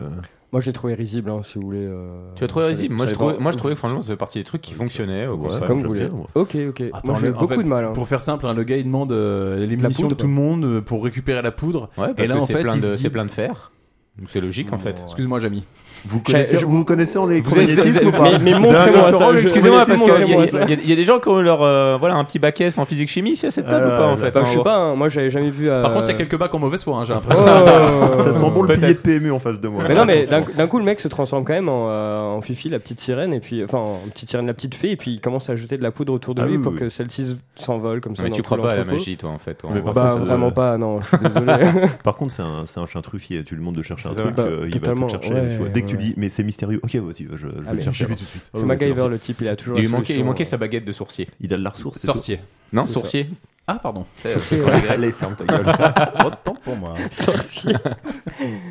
[SPEAKER 12] Moi, j'ai trouvé risible, hein, si vous voulez. euh,
[SPEAKER 6] Tu as trouvé
[SPEAKER 12] ça-
[SPEAKER 6] risible. Moi,
[SPEAKER 12] ça
[SPEAKER 6] je
[SPEAKER 12] dépend.
[SPEAKER 6] trouvais, moi, je trouvais que franchement, ça fait partie des trucs qui fonctionnaient. Au
[SPEAKER 11] Ouais,
[SPEAKER 6] contraire.
[SPEAKER 12] Comme
[SPEAKER 11] j'aime
[SPEAKER 12] vous voulez.
[SPEAKER 11] bien, moi.
[SPEAKER 12] Ok, ok.
[SPEAKER 2] Attends,
[SPEAKER 12] moi, j'ai eu
[SPEAKER 2] le- en
[SPEAKER 12] beaucoup
[SPEAKER 2] fait,
[SPEAKER 12] de mal. hein.
[SPEAKER 2] Pour faire simple, hein, le gars il demande euh, les
[SPEAKER 12] La
[SPEAKER 2] munitions de
[SPEAKER 12] poudre,
[SPEAKER 2] tout le monde euh, pour récupérer la poudre.
[SPEAKER 6] Ouais,
[SPEAKER 2] et
[SPEAKER 6] parce
[SPEAKER 2] là
[SPEAKER 6] que
[SPEAKER 2] en
[SPEAKER 6] c'est
[SPEAKER 2] fait,
[SPEAKER 6] plein,
[SPEAKER 2] il se
[SPEAKER 6] de-
[SPEAKER 2] dit-
[SPEAKER 6] c'est plein de fer. Donc c'est logique en fait.
[SPEAKER 2] Excuse-moi, Jamy.
[SPEAKER 11] vous, connaissez,
[SPEAKER 6] je-
[SPEAKER 11] vous vous connaissez en
[SPEAKER 6] Vous êtes-
[SPEAKER 11] électromagnétisme
[SPEAKER 6] vous
[SPEAKER 11] ou
[SPEAKER 6] êtes-
[SPEAKER 11] pas
[SPEAKER 6] Oh, mais- mais
[SPEAKER 11] Vous avez un
[SPEAKER 6] montrez-moi
[SPEAKER 11] doctorat,
[SPEAKER 6] ça, je-
[SPEAKER 11] je-
[SPEAKER 6] Excusez-moi, parce qu'il y, a-
[SPEAKER 11] montrez-moi
[SPEAKER 6] il y a- il y a- il y a des gens qui ont eu leur euh, voilà un petit bac S en physique chimie ici à cette table
[SPEAKER 11] Ah,
[SPEAKER 6] ou pas en
[SPEAKER 11] là,
[SPEAKER 6] fait.
[SPEAKER 12] Bah, je sais pas, hein, moi j'avais jamais vu.
[SPEAKER 2] Par
[SPEAKER 12] euh,
[SPEAKER 2] contre, il y a quelques bacs en mauvaise foi, hein, j'ai
[SPEAKER 12] Oh,
[SPEAKER 2] l'impression.
[SPEAKER 11] ça sent bon le
[SPEAKER 6] Peut-être.
[SPEAKER 11] pilier de PMU en face de moi.
[SPEAKER 12] Mais non, mais d'un
[SPEAKER 11] Attention.
[SPEAKER 12] d'un coup, le mec se transforme quand même en, euh, en Fifi, la petite sirène, et puis enfin, en petite sirène, la petite fée, et puis il commence à jeter de la poudre autour de
[SPEAKER 11] Ah
[SPEAKER 12] lui
[SPEAKER 11] oui,
[SPEAKER 12] pour
[SPEAKER 11] oui.
[SPEAKER 12] que celle-ci s- s'envole comme ça.
[SPEAKER 6] Ah, Mais
[SPEAKER 12] dans
[SPEAKER 6] tu
[SPEAKER 12] tout
[SPEAKER 6] crois pas à la
[SPEAKER 12] l'entrepôt.
[SPEAKER 6] magie toi en fait.
[SPEAKER 11] Mais par
[SPEAKER 12] Bah,
[SPEAKER 11] contre, euh,
[SPEAKER 12] vraiment pas, non, je suis désolé.
[SPEAKER 11] Par contre, c'est un, c'est un chien truffier. Tu lui demandes de chercher un
[SPEAKER 6] C'est
[SPEAKER 11] truc,
[SPEAKER 12] vrai.
[SPEAKER 11] euh,
[SPEAKER 12] Bah,
[SPEAKER 11] il va tout
[SPEAKER 12] totalement,
[SPEAKER 11] chercher.
[SPEAKER 12] ouais,
[SPEAKER 11] tu vois. Dès que tu
[SPEAKER 12] ouais.
[SPEAKER 11] dis, mais c'est mystérieux. Ok, vas-y, je, je vais
[SPEAKER 12] mais
[SPEAKER 11] le chercher. Ah
[SPEAKER 2] j'y vais tout de suite.
[SPEAKER 11] Ouais,
[SPEAKER 12] C'est
[SPEAKER 11] ouais, c'est
[SPEAKER 12] MacGyver,
[SPEAKER 11] comme ça.
[SPEAKER 12] le type, il a toujours
[SPEAKER 6] Il
[SPEAKER 12] la
[SPEAKER 6] lui manquait, il
[SPEAKER 12] solution.
[SPEAKER 6] manquait sa baguette de sourcier.
[SPEAKER 11] Il a de la ressource. c'est
[SPEAKER 2] Sorcier.
[SPEAKER 6] Non,
[SPEAKER 12] C'est
[SPEAKER 6] sourcier.
[SPEAKER 2] Ah, pardon.
[SPEAKER 6] C'est-
[SPEAKER 2] Sorcier,
[SPEAKER 6] c'est
[SPEAKER 2] ouais.
[SPEAKER 6] pas légal.
[SPEAKER 2] Allez, ferme ta gueule. Autant pour moi.
[SPEAKER 6] hein. Sorcier.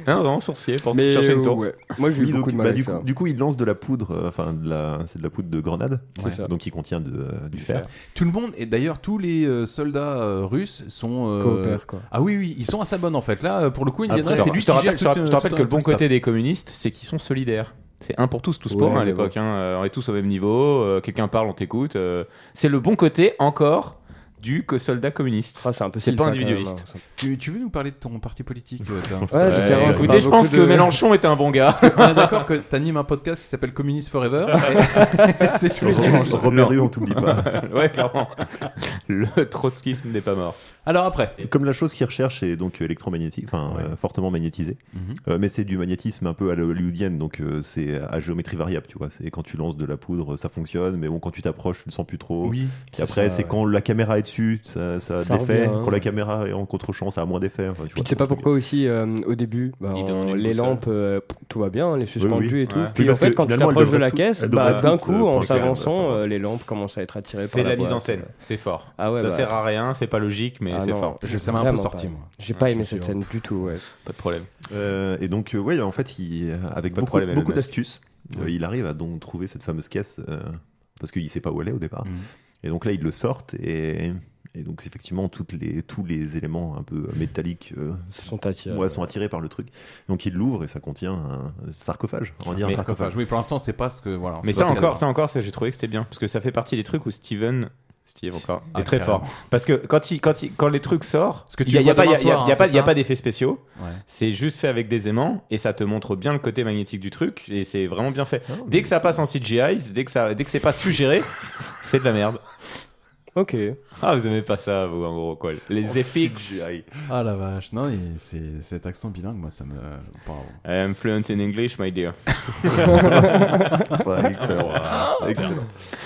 [SPEAKER 6] non, vraiment, sourcier, pour
[SPEAKER 12] Mais,
[SPEAKER 6] chercher une
[SPEAKER 12] euh,
[SPEAKER 6] source.
[SPEAKER 12] ouais. Moi, j'ai eu
[SPEAKER 11] Oui, donc,
[SPEAKER 12] beaucoup de mal
[SPEAKER 11] bah,
[SPEAKER 12] avec
[SPEAKER 11] du,
[SPEAKER 12] ça.
[SPEAKER 11] coup, du coup, il lance de la poudre, euh, enfin, de la, c'est de la poudre de grenade,
[SPEAKER 2] C'est ça.
[SPEAKER 11] donc qui contient de, euh, du fer.
[SPEAKER 2] Tout le monde, et d'ailleurs tous les euh, soldats euh, russes sont. euh,
[SPEAKER 11] Coopèrent, quoi.
[SPEAKER 2] Ah oui, oui, ils sont à sa bonne en fait. Là, euh, pour le coup, Indiana,
[SPEAKER 6] Après,
[SPEAKER 2] c'est lui
[SPEAKER 6] je te
[SPEAKER 2] qui
[SPEAKER 6] rappelle,
[SPEAKER 2] gère
[SPEAKER 6] je te-
[SPEAKER 2] tout, euh,
[SPEAKER 6] je te rappelle
[SPEAKER 2] tout
[SPEAKER 6] que
[SPEAKER 2] un
[SPEAKER 6] le bon
[SPEAKER 2] staff.
[SPEAKER 6] côté des communistes, c'est qu'ils sont solidaires. C'est un pour tous, tous pour
[SPEAKER 2] Ouais,
[SPEAKER 6] un à
[SPEAKER 2] mais
[SPEAKER 6] l'époque. hein. Euh, On est tous au même niveau. euh, Quelqu'un parle, on t'écoute. euh, C'est le bon côté encore du que soldat communiste.
[SPEAKER 12] Ah,
[SPEAKER 6] C'est pas
[SPEAKER 12] hein.
[SPEAKER 6] individualiste.
[SPEAKER 2] Tu, tu veux nous parler de ton parti politique euh, t'as-
[SPEAKER 6] Ouais, j'étais heureux, écoutez, je pense que Mélenchon était un bon gars.
[SPEAKER 2] Parce que on est d'accord que t'animes un podcast qui s'appelle Communist Forever. et c'est tous les dimanches.
[SPEAKER 11] Robert Rue, on t'oublie pas.
[SPEAKER 6] ouais, clairement. Le trotskisme n'est pas mort.
[SPEAKER 2] Alors après.
[SPEAKER 11] Comme la chose qu'il recherche est donc électromagnétique, enfin euh, fortement magnétisée, Euh, mais c'est du magnétisme un peu à la hollywoodienne, donc euh, c'est à géométrie variable, tu vois. C'est quand tu lances de la poudre, ça fonctionne, mais bon, quand tu t'approches, tu ne sens plus
[SPEAKER 6] Oh.
[SPEAKER 11] trop.
[SPEAKER 2] Oui,
[SPEAKER 11] Puis
[SPEAKER 2] c'est
[SPEAKER 11] après,
[SPEAKER 2] ça,
[SPEAKER 11] c'est
[SPEAKER 2] ouais.
[SPEAKER 11] quand la caméra est dessus, ça, ça a de
[SPEAKER 12] Ça
[SPEAKER 11] l'effet.
[SPEAKER 12] revient, hein.
[SPEAKER 11] Quand la caméra est en contre-champ, ça a moins d'effet. Enfin, tu
[SPEAKER 12] Puis
[SPEAKER 11] vois,
[SPEAKER 12] tu sais pas pourquoi aussi euh, au début, bah,
[SPEAKER 11] Ils
[SPEAKER 12] on-
[SPEAKER 11] donnent une
[SPEAKER 12] les
[SPEAKER 11] boussole.
[SPEAKER 12] lampes, euh, pff, tout va bien, les suspendus
[SPEAKER 11] Oui, oui.
[SPEAKER 12] et tout.
[SPEAKER 11] Ouais. Oui,
[SPEAKER 12] Puis en
[SPEAKER 11] parce
[SPEAKER 12] fait,
[SPEAKER 11] que
[SPEAKER 12] quand tu
[SPEAKER 11] finalement, elles
[SPEAKER 12] t'approches de
[SPEAKER 11] devraient
[SPEAKER 12] la
[SPEAKER 11] toutes-
[SPEAKER 12] caisse,
[SPEAKER 11] elles devraient
[SPEAKER 12] bah, d'un
[SPEAKER 11] toutes,
[SPEAKER 12] coup,
[SPEAKER 11] euh,
[SPEAKER 12] en
[SPEAKER 11] pointer, ouais.
[SPEAKER 12] s'avançant, euh, les lampes commencent à être attirées par
[SPEAKER 6] C'est de la euh. mise
[SPEAKER 12] boîte.
[SPEAKER 6] en scène, c'est fort.
[SPEAKER 12] Ah ouais,
[SPEAKER 6] ça
[SPEAKER 12] bah,
[SPEAKER 6] sert à rien, c'est pas logique, mais
[SPEAKER 12] Ah
[SPEAKER 6] c'est
[SPEAKER 12] non,
[SPEAKER 6] fort.
[SPEAKER 12] je- ça m'a un peu Vraiment sorti, pas. moi. J'ai pas
[SPEAKER 6] je
[SPEAKER 12] aimé
[SPEAKER 6] suis
[SPEAKER 12] cette
[SPEAKER 6] sûr.
[SPEAKER 12] scène du tout, ouais.
[SPEAKER 6] Pas de problème.
[SPEAKER 11] Euh, et donc, euh, ouais, en fait, il, euh, avec
[SPEAKER 6] Pas de
[SPEAKER 11] beaucoup,
[SPEAKER 6] problème, Elon
[SPEAKER 11] beaucoup
[SPEAKER 6] Musk.
[SPEAKER 11] d'astuces, euh, il arrive à donc trouver cette fameuse caisse euh, parce qu'il sait pas où elle est au départ.
[SPEAKER 2] Mm.
[SPEAKER 11] Et donc là, ils le sortent et, et donc effectivement, toutes les, tous les éléments un peu métalliques euh,
[SPEAKER 12] sont attirés.
[SPEAKER 11] ouais, sont attirés par le truc. Donc ils l'ouvrent et ça contient un, sarcophage. On va dire un
[SPEAKER 2] Mais-
[SPEAKER 11] sarcophage.
[SPEAKER 2] Oui, pour l'instant, c'est pas ce que. Voilà,
[SPEAKER 6] Mais
[SPEAKER 2] c'est
[SPEAKER 6] ça
[SPEAKER 2] pas hein. ce que-
[SPEAKER 6] encore, ça encore, ça, j'ai trouvé que c'était bien parce que ça fait partie des trucs où Steven. Steve encore
[SPEAKER 2] Ah,
[SPEAKER 6] est très
[SPEAKER 2] carrément.
[SPEAKER 6] fort parce que quand il quand il- quand les trucs sortent
[SPEAKER 2] que tu
[SPEAKER 6] il y a,
[SPEAKER 2] le
[SPEAKER 6] il y a
[SPEAKER 2] vois
[SPEAKER 6] pas il y a,
[SPEAKER 2] demain
[SPEAKER 6] il y a-
[SPEAKER 2] soir,
[SPEAKER 6] il y a
[SPEAKER 2] hein,
[SPEAKER 6] pas
[SPEAKER 2] c'est
[SPEAKER 6] il y a
[SPEAKER 2] ça
[SPEAKER 6] pas d'effets spéciaux
[SPEAKER 2] Ouais.
[SPEAKER 6] c'est juste fait avec des aimants et ça te montre bien le côté magnétique du truc et c'est vraiment bien fait
[SPEAKER 11] Ah,
[SPEAKER 6] dès que ça passe en CGI dès que ça dès que c'est pas suggéré c'est de la merde
[SPEAKER 12] ok
[SPEAKER 6] ah vous aimez pas ça vous en gros quoi les effets
[SPEAKER 2] Ah la vache, non, et c'est cet accent bilingue, moi ça me. Pardon.
[SPEAKER 6] I am fluent in English my dear
[SPEAKER 11] Ouais, excellent. Excellent.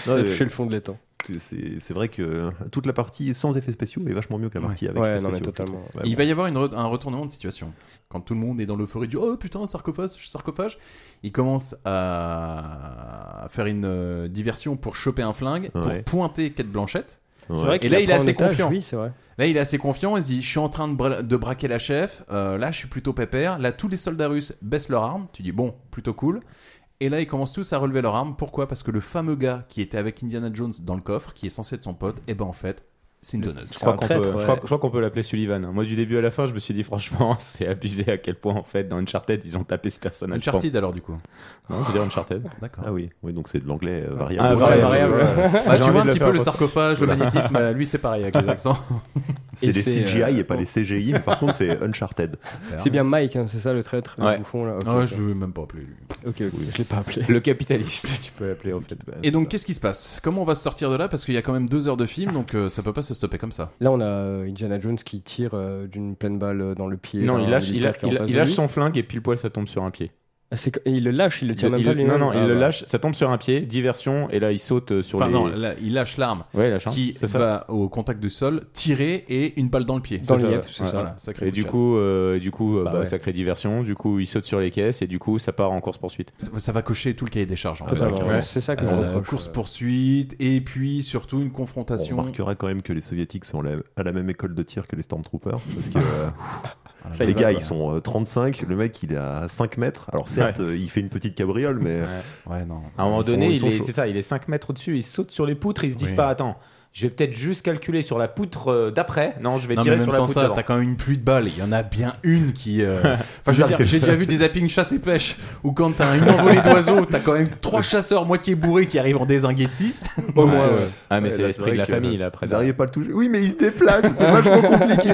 [SPEAKER 11] Non, mais-
[SPEAKER 12] Je suis le fond de l'étang.
[SPEAKER 11] C'est c'est vrai que toute la partie sans effets spéciaux est vachement mieux que la partie avec effets spéciaux, je trouve. Ouais,
[SPEAKER 2] Il va y avoir une re- un retournement de situation. Quand tout le monde est dans l'euphorie du Oh putain, sarcophage, sarcophage, il commence à faire une euh, diversion pour choper un flingue,
[SPEAKER 11] Ouais.
[SPEAKER 2] pour pointer Kate Blanchette.
[SPEAKER 11] C'est vrai
[SPEAKER 2] Et
[SPEAKER 12] qu'il
[SPEAKER 2] là,
[SPEAKER 12] la
[SPEAKER 2] il est
[SPEAKER 12] prend en
[SPEAKER 2] assez
[SPEAKER 12] otage,
[SPEAKER 2] confiant.
[SPEAKER 12] oui, c'est vrai.
[SPEAKER 2] Là, il est assez confiant. Il se dit Je suis en train de, bra- de braquer la chef. euh, là, je suis plutôt pépère. Là, tous les soldats russes baissent leurs armes. Tu dis Bon, plutôt cool. Et là, ils commencent tous à relever leurs armes. Pourquoi Parce que le fameux gars qui était avec Indiana Jones dans le coffre, qui est censé être son pote, et ben en fait, c'est une donneuse.
[SPEAKER 6] Je crois qu'on peut, je crois- je crois qu'on peut l'appeler Sullivan. Moi, du début à la fin, je me suis dit, franchement, c'est abusé à quel point, en fait, dans Uncharted, ils ont tapé ce personnage.
[SPEAKER 2] Uncharted,
[SPEAKER 6] Bon.
[SPEAKER 2] alors, du coup
[SPEAKER 6] Non, je veux dire Uncharted.
[SPEAKER 2] D'accord.
[SPEAKER 11] Ah oui, oui donc c'est de l'anglais euh, variable.
[SPEAKER 6] Ah,
[SPEAKER 11] Ouais,
[SPEAKER 6] variable,
[SPEAKER 11] c'est- euh,
[SPEAKER 6] variable,
[SPEAKER 11] ouais.
[SPEAKER 6] ouais.
[SPEAKER 2] Ah,
[SPEAKER 6] J'ai
[SPEAKER 2] tu vois un
[SPEAKER 6] envie de
[SPEAKER 2] petit
[SPEAKER 6] le
[SPEAKER 2] peu le
[SPEAKER 6] faire pour ça.
[SPEAKER 2] sarcophage, le
[SPEAKER 11] Voilà.
[SPEAKER 2] magnétisme, euh, lui c'est pareil avec les accents.
[SPEAKER 11] C'est
[SPEAKER 12] Et
[SPEAKER 11] les
[SPEAKER 12] c'est,
[SPEAKER 11] CGI
[SPEAKER 12] euh,
[SPEAKER 11] et pas les CGI, mais par contre c'est Uncharted.
[SPEAKER 12] C'est bien Mike, hein, c'est ça le traître, le bouffon là. ok,
[SPEAKER 2] Ah ouais,
[SPEAKER 12] ok.
[SPEAKER 2] je ne même pas appeler lui.
[SPEAKER 12] Ok, ok, je l'ai pas appelé.
[SPEAKER 6] Le capitaliste, tu peux l'appeler, en fait.
[SPEAKER 2] Et donc qu'est-ce qui se passe Comment on va se sortir de là Parce qu'il y a quand même deux heures de film, donc euh, ça peut pas se stopper comme ça.
[SPEAKER 12] Là, on a euh, Indiana Jones qui tire euh, d'une pleine balle euh, dans le pied.
[SPEAKER 6] Non,
[SPEAKER 12] d'un
[SPEAKER 6] il lâche, il,
[SPEAKER 12] militaire
[SPEAKER 6] a-
[SPEAKER 12] qui est en
[SPEAKER 6] il a-
[SPEAKER 12] face
[SPEAKER 6] il
[SPEAKER 12] de
[SPEAKER 6] lâche
[SPEAKER 12] lui.
[SPEAKER 6] son flingue et pile poil, ça tombe sur un pied.
[SPEAKER 12] Ah, c'est que- et il le lâche, il le tire même
[SPEAKER 6] Il-
[SPEAKER 12] pas
[SPEAKER 6] il-
[SPEAKER 12] lui-même.
[SPEAKER 6] non, non, il
[SPEAKER 12] Ah,
[SPEAKER 6] le
[SPEAKER 12] bah.
[SPEAKER 6] lâche, ça tombe sur un pied, diversion, et là, il saute euh, sur
[SPEAKER 2] Enfin
[SPEAKER 6] les.
[SPEAKER 2] non, là, il lâche l'arme
[SPEAKER 6] Ouais, il lâche, hein,
[SPEAKER 2] qui Bah,
[SPEAKER 6] c'est ça.
[SPEAKER 2] va au contact du sol, tirer et une balle dans le pied.
[SPEAKER 6] C'est ça,
[SPEAKER 2] le
[SPEAKER 6] ouais. Ouais.
[SPEAKER 2] Voilà, sacré
[SPEAKER 6] et
[SPEAKER 2] coup de
[SPEAKER 6] du
[SPEAKER 2] chat.
[SPEAKER 6] coup, euh, du coup, euh,
[SPEAKER 2] Bah
[SPEAKER 6] bah,
[SPEAKER 2] ouais.
[SPEAKER 6] sacrée diversion. Du coup, il saute sur les caisses et du coup, ça part en course poursuite.
[SPEAKER 2] ça va cocher tout le cahier des charges. en fait.
[SPEAKER 6] Totalement. Ouais.
[SPEAKER 12] C'est ça que je reproche,
[SPEAKER 2] course poursuite et puis surtout une confrontation.
[SPEAKER 11] On remarquera quand même que les soviétiques sont la- à la même école de tir que les stormtroopers. Parce que euh,
[SPEAKER 2] Ça y
[SPEAKER 11] les
[SPEAKER 2] va,
[SPEAKER 11] gars,
[SPEAKER 2] quoi.
[SPEAKER 11] ils sont euh, 35, le mec il est à 5 mètres. Alors certes,
[SPEAKER 6] Ouais.
[SPEAKER 11] euh, il fait une petite cabriole, mais.
[SPEAKER 2] Ouais, non.
[SPEAKER 6] À un moment
[SPEAKER 11] Ils sont-
[SPEAKER 6] donné,
[SPEAKER 11] ils
[SPEAKER 6] il
[SPEAKER 11] sont
[SPEAKER 6] est,
[SPEAKER 11] chauds.
[SPEAKER 6] c'est ça, il est 5 mètres au-dessus, il saute sur les poutres, ils se disent
[SPEAKER 11] Oui.
[SPEAKER 6] pas, attends, je vais peut-être juste calculer sur la poutre euh, d'après. Non, je vais
[SPEAKER 2] Non, mais
[SPEAKER 6] tirer
[SPEAKER 2] même
[SPEAKER 6] sur la
[SPEAKER 2] sans
[SPEAKER 6] poutre
[SPEAKER 2] ça,
[SPEAKER 6] d'avant.
[SPEAKER 2] t'as quand même une pluie de balles. Il y en a bien une qui. euh, Enfin, je veux dire, j'ai déjà vu des zappings chasse et pêche où quand t'as une envolée d'oiseaux, t'as quand même trois chasseurs moitié bourrés qui arrivent en désinguer de 6.
[SPEAKER 6] Au moins, ouais. Ah, mais c'est
[SPEAKER 11] là,
[SPEAKER 6] l'esprit de
[SPEAKER 11] vrai
[SPEAKER 6] la
[SPEAKER 11] que
[SPEAKER 6] famille, là, après.
[SPEAKER 11] Vous n'arrivez pas à le toucher. Oui, mais il se déplace, c'est vachement compliqué.